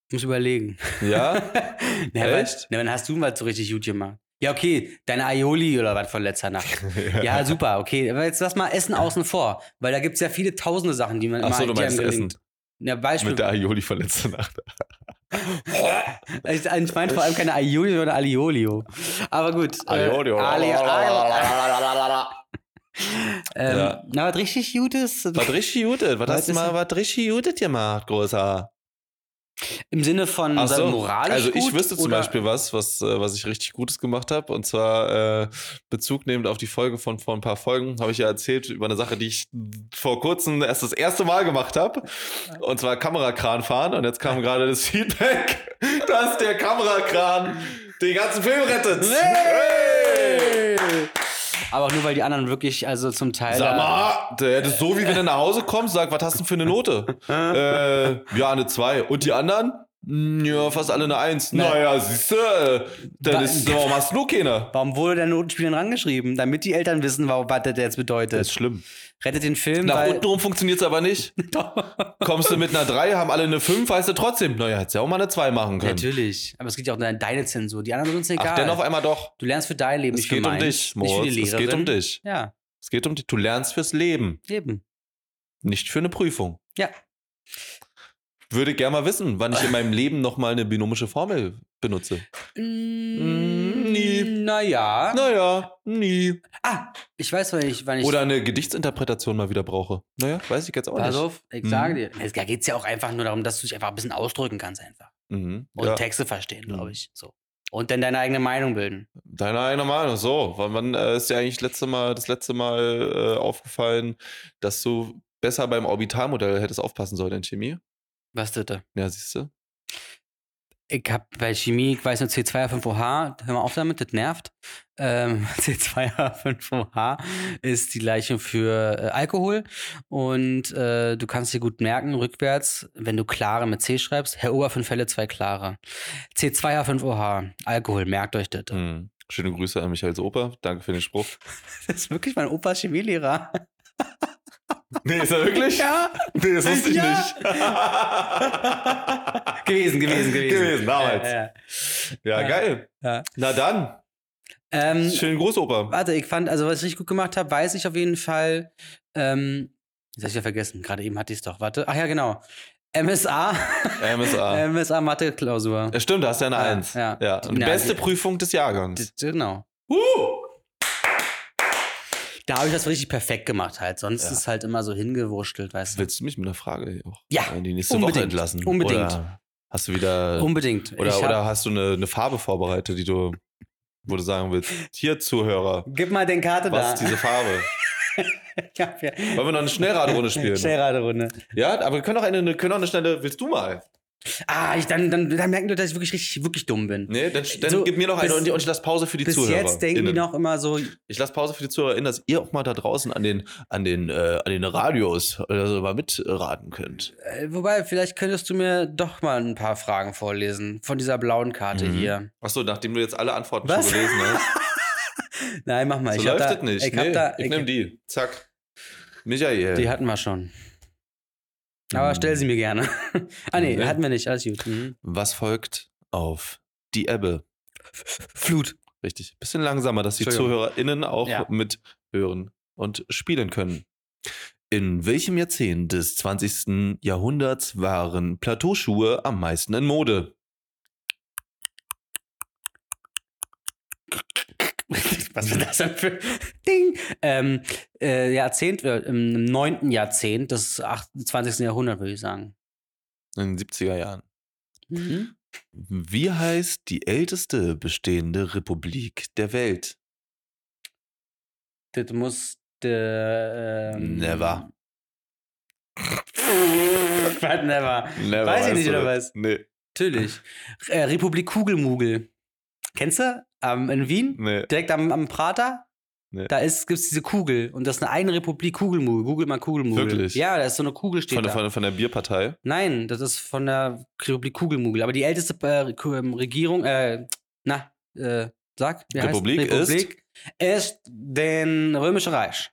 [SPEAKER 2] Ich muss überlegen.
[SPEAKER 3] Ja?
[SPEAKER 2] Na, aber-
[SPEAKER 3] Ah? Echt?
[SPEAKER 2] Na, dann hast du was so richtig gut gemacht. Ja, okay, deine Aioli oder was von letzter Nacht. Ja, super, okay. Aber jetzt lass mal Essen außen vor, weil da gibt es ja viele tausende Sachen, die man immer
[SPEAKER 3] Achso, du
[SPEAKER 2] die einem
[SPEAKER 3] meinst Essen.
[SPEAKER 2] gelingt. Ja, Beispiel.
[SPEAKER 3] Mit der Aioli von letzter Nacht.
[SPEAKER 2] Ich, Also, ich meine vor allem keine Aioli, sondern Aliolio. Aber gut. äh,
[SPEAKER 3] Aiolio.
[SPEAKER 2] Ali, ähm,
[SPEAKER 3] Ja.
[SPEAKER 2] Na, was richtig Gutes.
[SPEAKER 3] Was richtig gutet. Was
[SPEAKER 2] Was
[SPEAKER 3] hast du
[SPEAKER 2] ist
[SPEAKER 3] mal was richtig gutet gemacht, großer?
[SPEAKER 2] Im Sinne von
[SPEAKER 3] Ach
[SPEAKER 2] so,
[SPEAKER 3] so,
[SPEAKER 2] Hm, moralisch
[SPEAKER 3] also ich
[SPEAKER 2] gut
[SPEAKER 3] wüsste zum
[SPEAKER 2] oder-
[SPEAKER 3] Beispiel was, was, äh, was ich richtig Gutes gemacht habe. Und zwar äh, Bezug nehmend auf die Folge von vor ein paar Folgen habe ich ja erzählt über eine Sache, die ich vor kurzem erst das erste Mal gemacht habe. Und zwar Kamerakran fahren. Und jetzt kam gerade das Feedback, dass der Kamerakran den ganzen Film rettet. Hey!
[SPEAKER 2] Aber auch nur, weil die anderen wirklich, also zum Teil.
[SPEAKER 3] Sag
[SPEAKER 2] äh,
[SPEAKER 3] mal, der ist so, wie wenn er nach Hause kommt, sagt, was hast du denn für eine Note? äh, ja, eine 2. Und die anderen? Hm, Ja, fast alle eine 1.
[SPEAKER 2] Na.
[SPEAKER 3] Naja, siehst du, äh,
[SPEAKER 2] Wa-
[SPEAKER 3] dann ist, warum hast du keine?
[SPEAKER 2] Warum wurde der Notenspielern rangeschrieben? Damit die Eltern wissen, wa- was das jetzt bedeutet.
[SPEAKER 3] schlimm.
[SPEAKER 2] Rettet den Film,
[SPEAKER 3] Nach
[SPEAKER 2] weil.
[SPEAKER 3] unten rum funktioniert es aber nicht. Kommst du mit einer 3, haben alle eine 5, heißt du trotzdem, naja, hättest ja auch mal eine 2 machen können.
[SPEAKER 2] Natürlich. Aber es geht ja auch um deine Zensur. Die anderen sind uns egal.
[SPEAKER 3] Ach, dann auf einmal doch.
[SPEAKER 2] du lernst für dein Leben,
[SPEAKER 3] Es
[SPEAKER 2] nicht für
[SPEAKER 3] geht um
[SPEAKER 2] meins.
[SPEAKER 3] dich,
[SPEAKER 2] nicht für die
[SPEAKER 3] Moritz. Es geht
[SPEAKER 2] Lehrerin.
[SPEAKER 3] um dich.
[SPEAKER 2] Ja,
[SPEAKER 3] Es geht um dich. Du lernst fürs Leben,
[SPEAKER 2] Leben.
[SPEAKER 3] nicht für eine Prüfung.
[SPEAKER 2] Ja.
[SPEAKER 3] Würde gerne mal wissen, wann ich in meinem Leben nochmal eine binomische Formel benutze.
[SPEAKER 2] Mm,
[SPEAKER 3] Mm, nie.
[SPEAKER 2] naja.
[SPEAKER 3] Naja, nie.
[SPEAKER 2] Ah, ich weiß, wann ich. Wann ich
[SPEAKER 3] Oder eine Gedichtsinterpretation mal wieder brauche. Naja, weiß ich jetzt auch
[SPEAKER 2] pass
[SPEAKER 3] nicht. Mm.
[SPEAKER 2] auf, ich sage dir. Es, da geht es ja auch einfach nur darum, dass du dich einfach ein bisschen ausdrücken kannst, einfach.
[SPEAKER 3] Mhm.
[SPEAKER 2] Und
[SPEAKER 3] Ja.
[SPEAKER 2] Texte verstehen,
[SPEAKER 3] Mhm.
[SPEAKER 2] glaube ich. So. Und dann deine eigene Meinung bilden.
[SPEAKER 3] Deine eigene Meinung. So, wann, wann äh, ist dir eigentlich letzte mal, das letzte Mal äh, aufgefallen, dass du besser beim Orbitalmodell hättest aufpassen sollen in Chemie?
[SPEAKER 2] Was bitte?
[SPEAKER 3] Ja, siehst du?
[SPEAKER 2] Ich hab bei Chemie, ich weiß nur C2H5OH, hör mal auf damit, das nervt. Ähm, C2H5OH ist die Leiche für äh, Alkohol und äh, du kannst dir gut merken, rückwärts, wenn du klare mit C schreibst, Herr Ober, fünf Fälle, zwei klare. C2H5OH, Alkohol, merkt euch das.
[SPEAKER 3] Mhm. Schöne Grüße an Michaels Opa. Danke für den Spruch.
[SPEAKER 2] Das ist wirklich mein Opa Chemielehrer.
[SPEAKER 3] Nee, ist er wirklich?
[SPEAKER 2] Ja,
[SPEAKER 3] Nee, das wusste ich
[SPEAKER 2] Ja.
[SPEAKER 3] nicht. ja,
[SPEAKER 2] gewesen, gewesen, gewesen.
[SPEAKER 3] Gewesen, damals.
[SPEAKER 2] Ja, ja. Ja.
[SPEAKER 3] geil.
[SPEAKER 2] Ja.
[SPEAKER 3] Na dann,
[SPEAKER 2] Ähm,
[SPEAKER 3] schönen Gruß, Opa.
[SPEAKER 2] Warte, ich fand, also was ich richtig gut gemacht habe, weiß ich auf jeden Fall. Ähm, das habe ich ja vergessen, gerade eben hatte ich es doch. Warte, ach ja, genau. MSA,
[SPEAKER 3] MSA.
[SPEAKER 2] MSA Mathe-Klausur.
[SPEAKER 3] Ja, stimmt, da hast du ja eine
[SPEAKER 2] Ja,
[SPEAKER 3] Eins.
[SPEAKER 2] ähm, äh, ja.
[SPEAKER 3] Und die
[SPEAKER 2] Na,
[SPEAKER 3] beste
[SPEAKER 2] die-
[SPEAKER 3] Prüfung des Jahrgangs.
[SPEAKER 2] D- Genau. Da habe ich das richtig perfekt gemacht halt. Sonst
[SPEAKER 3] Ja.
[SPEAKER 2] ist halt immer so hingewurschtelt, weißt du.
[SPEAKER 3] Willst du mich mit einer Frage hier auch
[SPEAKER 2] Ja,
[SPEAKER 3] in die nächste Woche
[SPEAKER 2] unbedingt,
[SPEAKER 3] entlassen?
[SPEAKER 2] unbedingt.
[SPEAKER 3] Oder hast du wieder.
[SPEAKER 2] Unbedingt.
[SPEAKER 3] oder,
[SPEAKER 2] Ich hab-
[SPEAKER 3] oder hast du eine, eine Farbe vorbereitet, die du, wo du sagen willst, hier Zuhörer,
[SPEAKER 2] Gib mal den Karte
[SPEAKER 3] was ist
[SPEAKER 2] da.
[SPEAKER 3] diese Farbe?
[SPEAKER 2] Ich hab ja
[SPEAKER 3] Wollen wir noch eine Schnellradrunde spielen?
[SPEAKER 2] Schnellraderunde.
[SPEAKER 3] Ja, aber wir können auch eine, können auch eine schnelle. Willst du mal?
[SPEAKER 2] Ah, ich, dann, dann, dann merken wir, dass ich wirklich richtig, wirklich dumm bin.
[SPEAKER 3] Nee, dann, dann
[SPEAKER 2] So,
[SPEAKER 3] gib mir noch eine
[SPEAKER 2] bis-
[SPEAKER 3] und, und ich lasse Pause für die
[SPEAKER 2] Bis
[SPEAKER 3] Zuhörer.
[SPEAKER 2] jetzt denken die noch immer so,
[SPEAKER 3] Ich lasse Pause für die ZuhörerInnen, dass ihr auch mal da draußen an den, an den, äh, an den Radios oder so mal mitraten könnt.
[SPEAKER 2] äh, wobei, vielleicht könntest du mir doch mal ein paar Fragen vorlesen von dieser blauen Karte
[SPEAKER 3] Mhm.
[SPEAKER 2] hier.
[SPEAKER 3] Achso, nachdem du jetzt alle Antworten
[SPEAKER 2] Was?
[SPEAKER 3] schon gelesen hast.
[SPEAKER 2] Nein, mach mal.
[SPEAKER 3] So
[SPEAKER 2] ich
[SPEAKER 3] läuft
[SPEAKER 2] hab da,
[SPEAKER 3] das nicht.
[SPEAKER 2] Ich,
[SPEAKER 3] nee,
[SPEAKER 2] hab da,
[SPEAKER 3] ich nehme die. Zack. Michael.
[SPEAKER 2] Die hatten wir schon. Aber
[SPEAKER 3] Mhm.
[SPEAKER 2] stell sie mir gerne. ah, nee,
[SPEAKER 3] Nee.
[SPEAKER 2] hatten wir nicht. Alles gut. Mhm.
[SPEAKER 3] Was folgt auf die Ebbe?
[SPEAKER 2] Flut.
[SPEAKER 3] Richtig. Bisschen langsamer, dass die
[SPEAKER 2] Entschuldigung.
[SPEAKER 3] ZuhörerInnen auch
[SPEAKER 2] Ja.
[SPEAKER 3] mithören und spielen können. In welchem Jahrzehnt des 20. Jahrhunderts waren Plateauschuhe am meisten in Mode?
[SPEAKER 2] Was ist das denn für Ding? Ähm, äh, Jahrzehnt, äh, im neunten Jahrzehnt des 20. Jahrhunderts, würde ich sagen.
[SPEAKER 3] In den 70er Jahren. Mhm. Wie heißt die älteste bestehende Republik der Welt?
[SPEAKER 2] Das muss der. Ähm,
[SPEAKER 3] Never.
[SPEAKER 2] Was never? Weiß ich
[SPEAKER 3] weißt
[SPEAKER 2] nicht,
[SPEAKER 3] du
[SPEAKER 2] oder
[SPEAKER 3] das?
[SPEAKER 2] was?
[SPEAKER 3] Nee,
[SPEAKER 2] Natürlich. Äh, Republik Kugelmugel. Kennst du? Ähm, in Wien?
[SPEAKER 3] nee.
[SPEAKER 2] direkt am, am Prater.
[SPEAKER 3] Nee.
[SPEAKER 2] Da ist, gibt's diese Kugel und das ist eine eine Republik Kugelmugel. Google mal Kugelmugel.
[SPEAKER 3] Wirklich?
[SPEAKER 2] Ja, da ist so eine Kugel steht
[SPEAKER 3] Von, der-
[SPEAKER 2] da.
[SPEAKER 3] von, der- von der Bierpartei.
[SPEAKER 2] Nein, das ist von der Republik Kugelmugel. Aber die älteste äh, Ku- ähm, Regierung, äh, na, äh, sag, wie heißt-
[SPEAKER 3] Republik ist?
[SPEAKER 2] Republik ist den Römische Reich.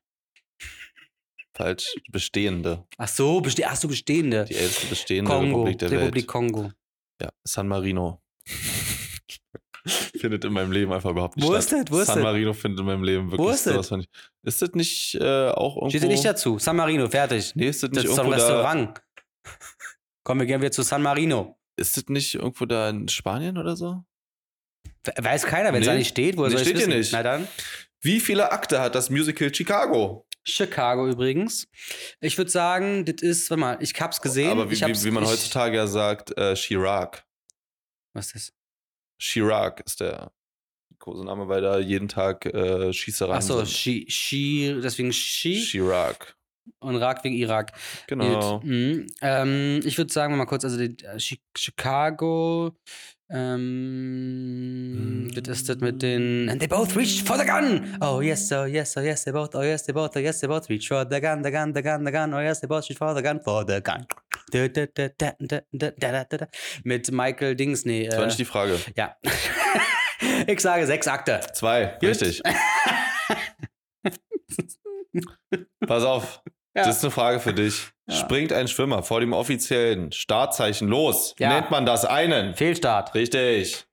[SPEAKER 3] Falsch. Bestehende.
[SPEAKER 2] Ach so, beste ach so bestehende.
[SPEAKER 3] Die älteste bestehende
[SPEAKER 2] Kongo,
[SPEAKER 3] Republik der
[SPEAKER 2] Republik
[SPEAKER 3] Welt.
[SPEAKER 2] Kongo.
[SPEAKER 3] Ja, San Marino. findet in meinem Leben einfach überhaupt nicht
[SPEAKER 2] Wo
[SPEAKER 3] statt.
[SPEAKER 2] ist das? Wo ist
[SPEAKER 3] San
[SPEAKER 2] das?
[SPEAKER 3] Marino findet in meinem Leben wirklich
[SPEAKER 2] Wo ist das?
[SPEAKER 3] sowas von nicht. Ist das nicht äh, auch irgendwo?
[SPEAKER 2] Steht ja nicht dazu. San Marino, fertig.
[SPEAKER 3] Nee, ist das
[SPEAKER 2] Das
[SPEAKER 3] nicht
[SPEAKER 2] ist doch ein
[SPEAKER 3] irgendwo da?
[SPEAKER 2] Restaurant. Kommen wir gerne wieder zu San Marino.
[SPEAKER 3] Ist das nicht irgendwo da in Spanien oder so?
[SPEAKER 2] Weiß keiner, wenn es
[SPEAKER 3] Nee.
[SPEAKER 2] da nicht steht, woher
[SPEAKER 3] Nee,
[SPEAKER 2] soll ich
[SPEAKER 3] steht hier
[SPEAKER 2] wissen?
[SPEAKER 3] nicht.
[SPEAKER 2] Na dann.
[SPEAKER 3] Wie viele Akte hat das Musical Chicago?
[SPEAKER 2] Chicago übrigens. Ich würde sagen, das ist, warte mal, ich hab's gesehen.
[SPEAKER 3] Aber wie,
[SPEAKER 2] ich hab's,
[SPEAKER 3] wie, wie man
[SPEAKER 2] ich,
[SPEAKER 3] heutzutage ja sagt, äh, Chirac.
[SPEAKER 2] Was ist das?
[SPEAKER 3] Chirac ist der große Name, weil da jeden Tag äh, Schießereien
[SPEAKER 2] Achso,
[SPEAKER 3] sind.
[SPEAKER 2] Shi, Shi, deswegen Shi
[SPEAKER 3] Chirac.
[SPEAKER 2] und Irak wegen Irak.
[SPEAKER 3] Genau.
[SPEAKER 2] Gut, mhm. ähm, ich würde sagen, mal kurz, also die, äh, Chi- Chicago. Ähm, Das ist das mit den. And they both reach for the gun! Oh yes, oh yes, oh yes, they both, oh yes, they both, oh yes, they both reach for the gun, the gun, the gun, the gun, oh yes, they both reach for the gun, for the gun. Da, da, da, da, da, da, da, da, da. Mit Michael Dings, nee.
[SPEAKER 3] Das war
[SPEAKER 2] äh,
[SPEAKER 3] nicht die Frage.
[SPEAKER 2] Ja. ich sage sechs Akte.
[SPEAKER 3] Zwei, richtig. Pass auf,
[SPEAKER 2] Ja.
[SPEAKER 3] das ist eine Frage für dich.
[SPEAKER 2] Ja.
[SPEAKER 3] Springt ein Schwimmer vor dem offiziellen Startzeichen los?
[SPEAKER 2] Ja.
[SPEAKER 3] Nennt man das einen?
[SPEAKER 2] Fehlstart.
[SPEAKER 3] Richtig.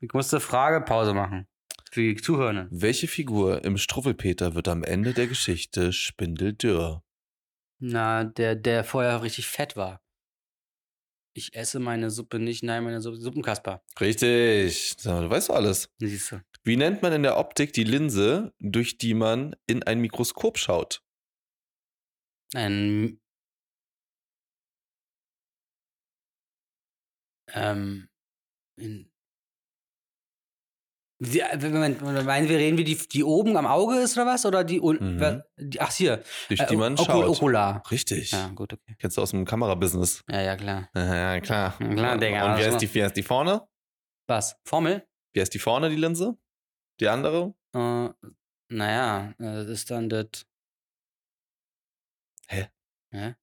[SPEAKER 2] Ich musste Fragepause machen. Für die Zuhörenden.
[SPEAKER 3] Welche Figur im Struffelpeter wird am Ende der Geschichte spindeldürr?
[SPEAKER 2] Na, der, der vorher richtig fett war. Ich esse meine Suppe nicht, nein, meine Suppe, Suppenkasper.
[SPEAKER 3] Richtig. Sag mal, Du weißt doch alles.
[SPEAKER 2] Siehst du.
[SPEAKER 3] Wie nennt man in der Optik die Linse, durch die man in ein Mikroskop schaut?
[SPEAKER 2] Ein. Ähm. In, die, wenn man, wenn man- meinen wir, reden wir, die, die oben am Auge ist oder was? Oder die unten?
[SPEAKER 3] Mhm.
[SPEAKER 2] wa- die- Ach, hier.
[SPEAKER 3] Durch
[SPEAKER 2] äh,
[SPEAKER 3] die man
[SPEAKER 2] Okul-
[SPEAKER 3] schaut.
[SPEAKER 2] Okular.
[SPEAKER 3] Richtig.
[SPEAKER 2] Ja, gut, okay.
[SPEAKER 3] Kennst du aus dem Kamerabusiness?
[SPEAKER 2] Ja, ja, klar.
[SPEAKER 3] Ja, klar.
[SPEAKER 2] Ja, klar, Digga,
[SPEAKER 3] Und wer
[SPEAKER 2] also-
[SPEAKER 3] ist, die, wer ist die vorne?
[SPEAKER 2] Was? Formel?
[SPEAKER 3] Wer ist die vorne, die Linse? Die andere?
[SPEAKER 2] Äh, naja, äh, das ist dann das.
[SPEAKER 3] Hä?
[SPEAKER 2] Hä?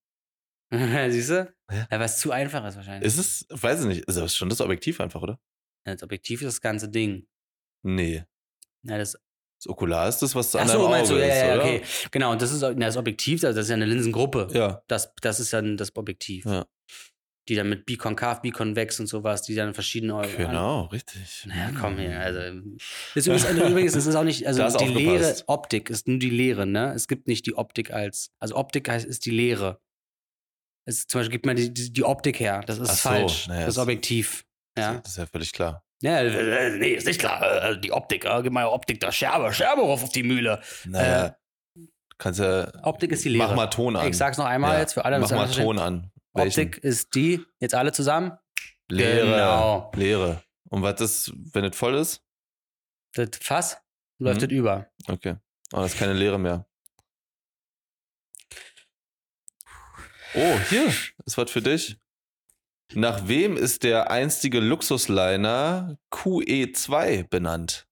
[SPEAKER 2] Siehst du?
[SPEAKER 3] Hä?
[SPEAKER 2] Ja, was zu einfach ist wahrscheinlich.
[SPEAKER 3] Ist es, weiß ich nicht, ist das schon das Objektiv einfach, oder?
[SPEAKER 2] Ja, Das Objektiv ist das ganze Ding.
[SPEAKER 3] Nee.
[SPEAKER 2] Ja, das,
[SPEAKER 3] Das Okular ist das, was an
[SPEAKER 2] ach
[SPEAKER 3] deinem
[SPEAKER 2] so,
[SPEAKER 3] Auge
[SPEAKER 2] meinst du, ja,
[SPEAKER 3] ist,
[SPEAKER 2] ja, ja,
[SPEAKER 3] oder?
[SPEAKER 2] okay. Genau, und das ist na, das Objektiv, also das ist ja eine Linsengruppe.
[SPEAKER 3] Ja.
[SPEAKER 2] Das, das ist dann das Objektiv.
[SPEAKER 3] Ja.
[SPEAKER 2] Die dann mit bikonkav, bikonvex und sowas, die dann verschiedene Augen.
[SPEAKER 3] Genau, richtig. Hm.
[SPEAKER 2] Naja, komm hier, also. Das ist übrigens, also übrigens, das ist auch nicht, also
[SPEAKER 3] ähm, Da ist
[SPEAKER 2] die
[SPEAKER 3] aufgepasst.
[SPEAKER 2] leere Optik ist nur die Leere, ne? Es gibt nicht die Optik als, also Optik heißt, ist die Leere. Es, zum Beispiel gibt man die, die, die Optik her, das ist
[SPEAKER 3] Ach so,
[SPEAKER 2] falsch,
[SPEAKER 3] naja,
[SPEAKER 2] das ist
[SPEAKER 3] ist-
[SPEAKER 2] Objektiv. Ja.
[SPEAKER 3] Das ist ja völlig klar.
[SPEAKER 2] ja, äh, äh, nee, ist nicht klar. äh, Also die Optik, äh, gib mal Optik da, Scherbe, Scherbe rauf auf die Mühle.
[SPEAKER 3] Naja. kannst ja.
[SPEAKER 2] Äh, Optik ist die Lehre.
[SPEAKER 3] Mach mal Ton an.
[SPEAKER 2] Ich sag's noch einmal
[SPEAKER 3] Ja,
[SPEAKER 2] jetzt für alle.
[SPEAKER 3] Mach
[SPEAKER 2] das
[SPEAKER 3] mal
[SPEAKER 2] verstehen.
[SPEAKER 3] Ton an.
[SPEAKER 2] Optik ist die, jetzt alle zusammen,
[SPEAKER 3] Leere.
[SPEAKER 2] Genau.
[SPEAKER 3] Leere. Und was ist, wenn es voll ist?
[SPEAKER 2] das Fass läuft
[SPEAKER 3] Mhm.
[SPEAKER 2] das über.
[SPEAKER 3] Okay. Oh, das ist keine Leere mehr. Oh, hier ist was für dich. Nach wem ist der einstige Luxusliner QE2 benannt?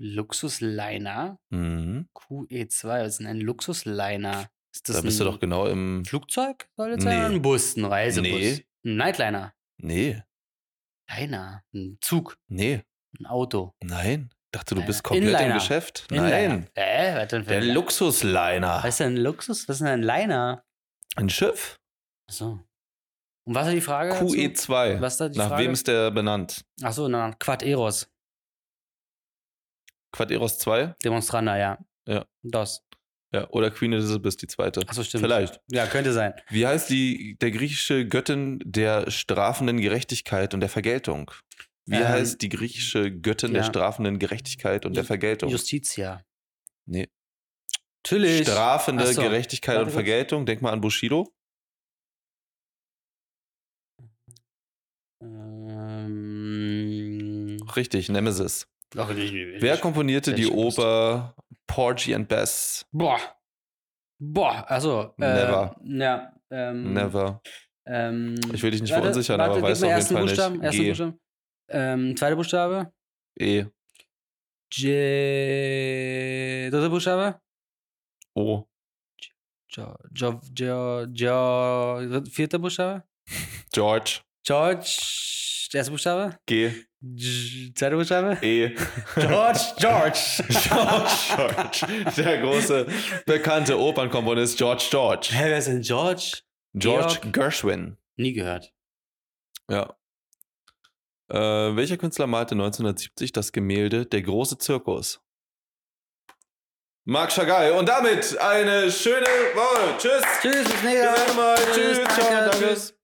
[SPEAKER 2] Luxusliner.
[SPEAKER 3] Mhm.
[SPEAKER 2] QE2, was ist denn ein Luxusliner? Ist das
[SPEAKER 3] Da bist du
[SPEAKER 2] ein
[SPEAKER 3] doch genau im.
[SPEAKER 2] Flugzeug? Soll das
[SPEAKER 3] Nee.
[SPEAKER 2] sein? Oder ein Bus, ein Reisebus?
[SPEAKER 3] Nee.
[SPEAKER 2] Ein Nightliner?
[SPEAKER 3] Nee,
[SPEAKER 2] Liner? Ein Zug?
[SPEAKER 3] nee,
[SPEAKER 2] Ein Auto?
[SPEAKER 3] nein. Dachte, du
[SPEAKER 2] Nein.
[SPEAKER 3] bist komplett
[SPEAKER 2] Äh, Inliner.
[SPEAKER 3] im Geschäft.
[SPEAKER 2] Inliner.
[SPEAKER 3] Nein.
[SPEAKER 2] Äh, was denn für
[SPEAKER 3] Der
[SPEAKER 2] ein-
[SPEAKER 3] Luxusliner.
[SPEAKER 2] Was ist denn ein Luxus? Was ist denn ein Liner?
[SPEAKER 3] Ein Schiff?
[SPEAKER 2] Achso. Und was war die Frage? dazu?
[SPEAKER 3] QE2.
[SPEAKER 2] Was ist da die
[SPEAKER 3] E Nach
[SPEAKER 2] Frage?
[SPEAKER 3] wem ist der benannt?
[SPEAKER 2] Achso, na, Quad Eros.
[SPEAKER 3] Quad Eros 2?
[SPEAKER 2] Demonstrander, ja.
[SPEAKER 3] Ja.
[SPEAKER 2] Das.
[SPEAKER 3] Ja, oder Queen Elizabeth II.
[SPEAKER 2] Achso, stimmt.
[SPEAKER 3] Vielleicht.
[SPEAKER 2] Ja, könnte sein.
[SPEAKER 3] Wie heißt die der griechische Göttin der strafenden Gerechtigkeit und der Vergeltung? Wie
[SPEAKER 2] Ähm,
[SPEAKER 3] heißt die griechische Göttin der
[SPEAKER 2] ja.
[SPEAKER 3] strafenden Gerechtigkeit und der
[SPEAKER 2] Ju-
[SPEAKER 3] Vergeltung?
[SPEAKER 2] Justitia.
[SPEAKER 3] Nee.
[SPEAKER 2] Natürlich.
[SPEAKER 3] Strafende
[SPEAKER 2] Ach so.
[SPEAKER 3] Gerechtigkeit
[SPEAKER 2] Warte
[SPEAKER 3] und
[SPEAKER 2] kurz.
[SPEAKER 3] Vergeltung. Denk mal an Bushido.
[SPEAKER 2] ähm,
[SPEAKER 3] Richtig, Nemesis.
[SPEAKER 2] ach, ich- ich-
[SPEAKER 3] Wer komponierte
[SPEAKER 2] ich
[SPEAKER 3] die
[SPEAKER 2] wusste.
[SPEAKER 3] Oper Porgy and Bess?
[SPEAKER 2] Boah. Boah, also. Äh,
[SPEAKER 3] Never.
[SPEAKER 2] Ja. Ähm,
[SPEAKER 3] Never.
[SPEAKER 2] Ähm,
[SPEAKER 3] Ich will dich nicht
[SPEAKER 2] warte,
[SPEAKER 3] verunsichern,
[SPEAKER 2] warte,
[SPEAKER 3] aber
[SPEAKER 2] gib
[SPEAKER 3] weißt
[SPEAKER 2] mir
[SPEAKER 3] du auf jeden
[SPEAKER 2] ersten
[SPEAKER 3] Fall
[SPEAKER 2] Buchstaben,
[SPEAKER 3] nicht.
[SPEAKER 2] Ersten
[SPEAKER 3] G.
[SPEAKER 2] Buchstaben. Ähm, zweiter Buchstabe.
[SPEAKER 3] E.
[SPEAKER 2] J. Dritter Buchstabe.
[SPEAKER 3] O.
[SPEAKER 2] Jo, jo, jo, jo, dritt- vierter Buchstabe.
[SPEAKER 3] George.
[SPEAKER 2] George. Der erste Buchstabe.
[SPEAKER 3] G.
[SPEAKER 2] J, zweiter Buchstabe.
[SPEAKER 3] E.
[SPEAKER 2] George, George.
[SPEAKER 3] George. Der große, bekannte Opernkomponist George George.
[SPEAKER 2] Hä, wer ist denn George?
[SPEAKER 3] George
[SPEAKER 2] Georg.
[SPEAKER 3] Gershwin.
[SPEAKER 2] Nie gehört.
[SPEAKER 3] Ja. Äh, welcher Künstler malte 1970 das Gemälde Der große Zirkus? Marc Chagall. Und damit eine schöne Woche. Tschüss.
[SPEAKER 2] Tschüss, bis
[SPEAKER 3] Wir
[SPEAKER 2] nächste
[SPEAKER 3] sehen uns mal.
[SPEAKER 2] Tschüss,
[SPEAKER 3] Tschüss. Ciao.
[SPEAKER 2] danke,
[SPEAKER 3] Danke.
[SPEAKER 2] tschüss.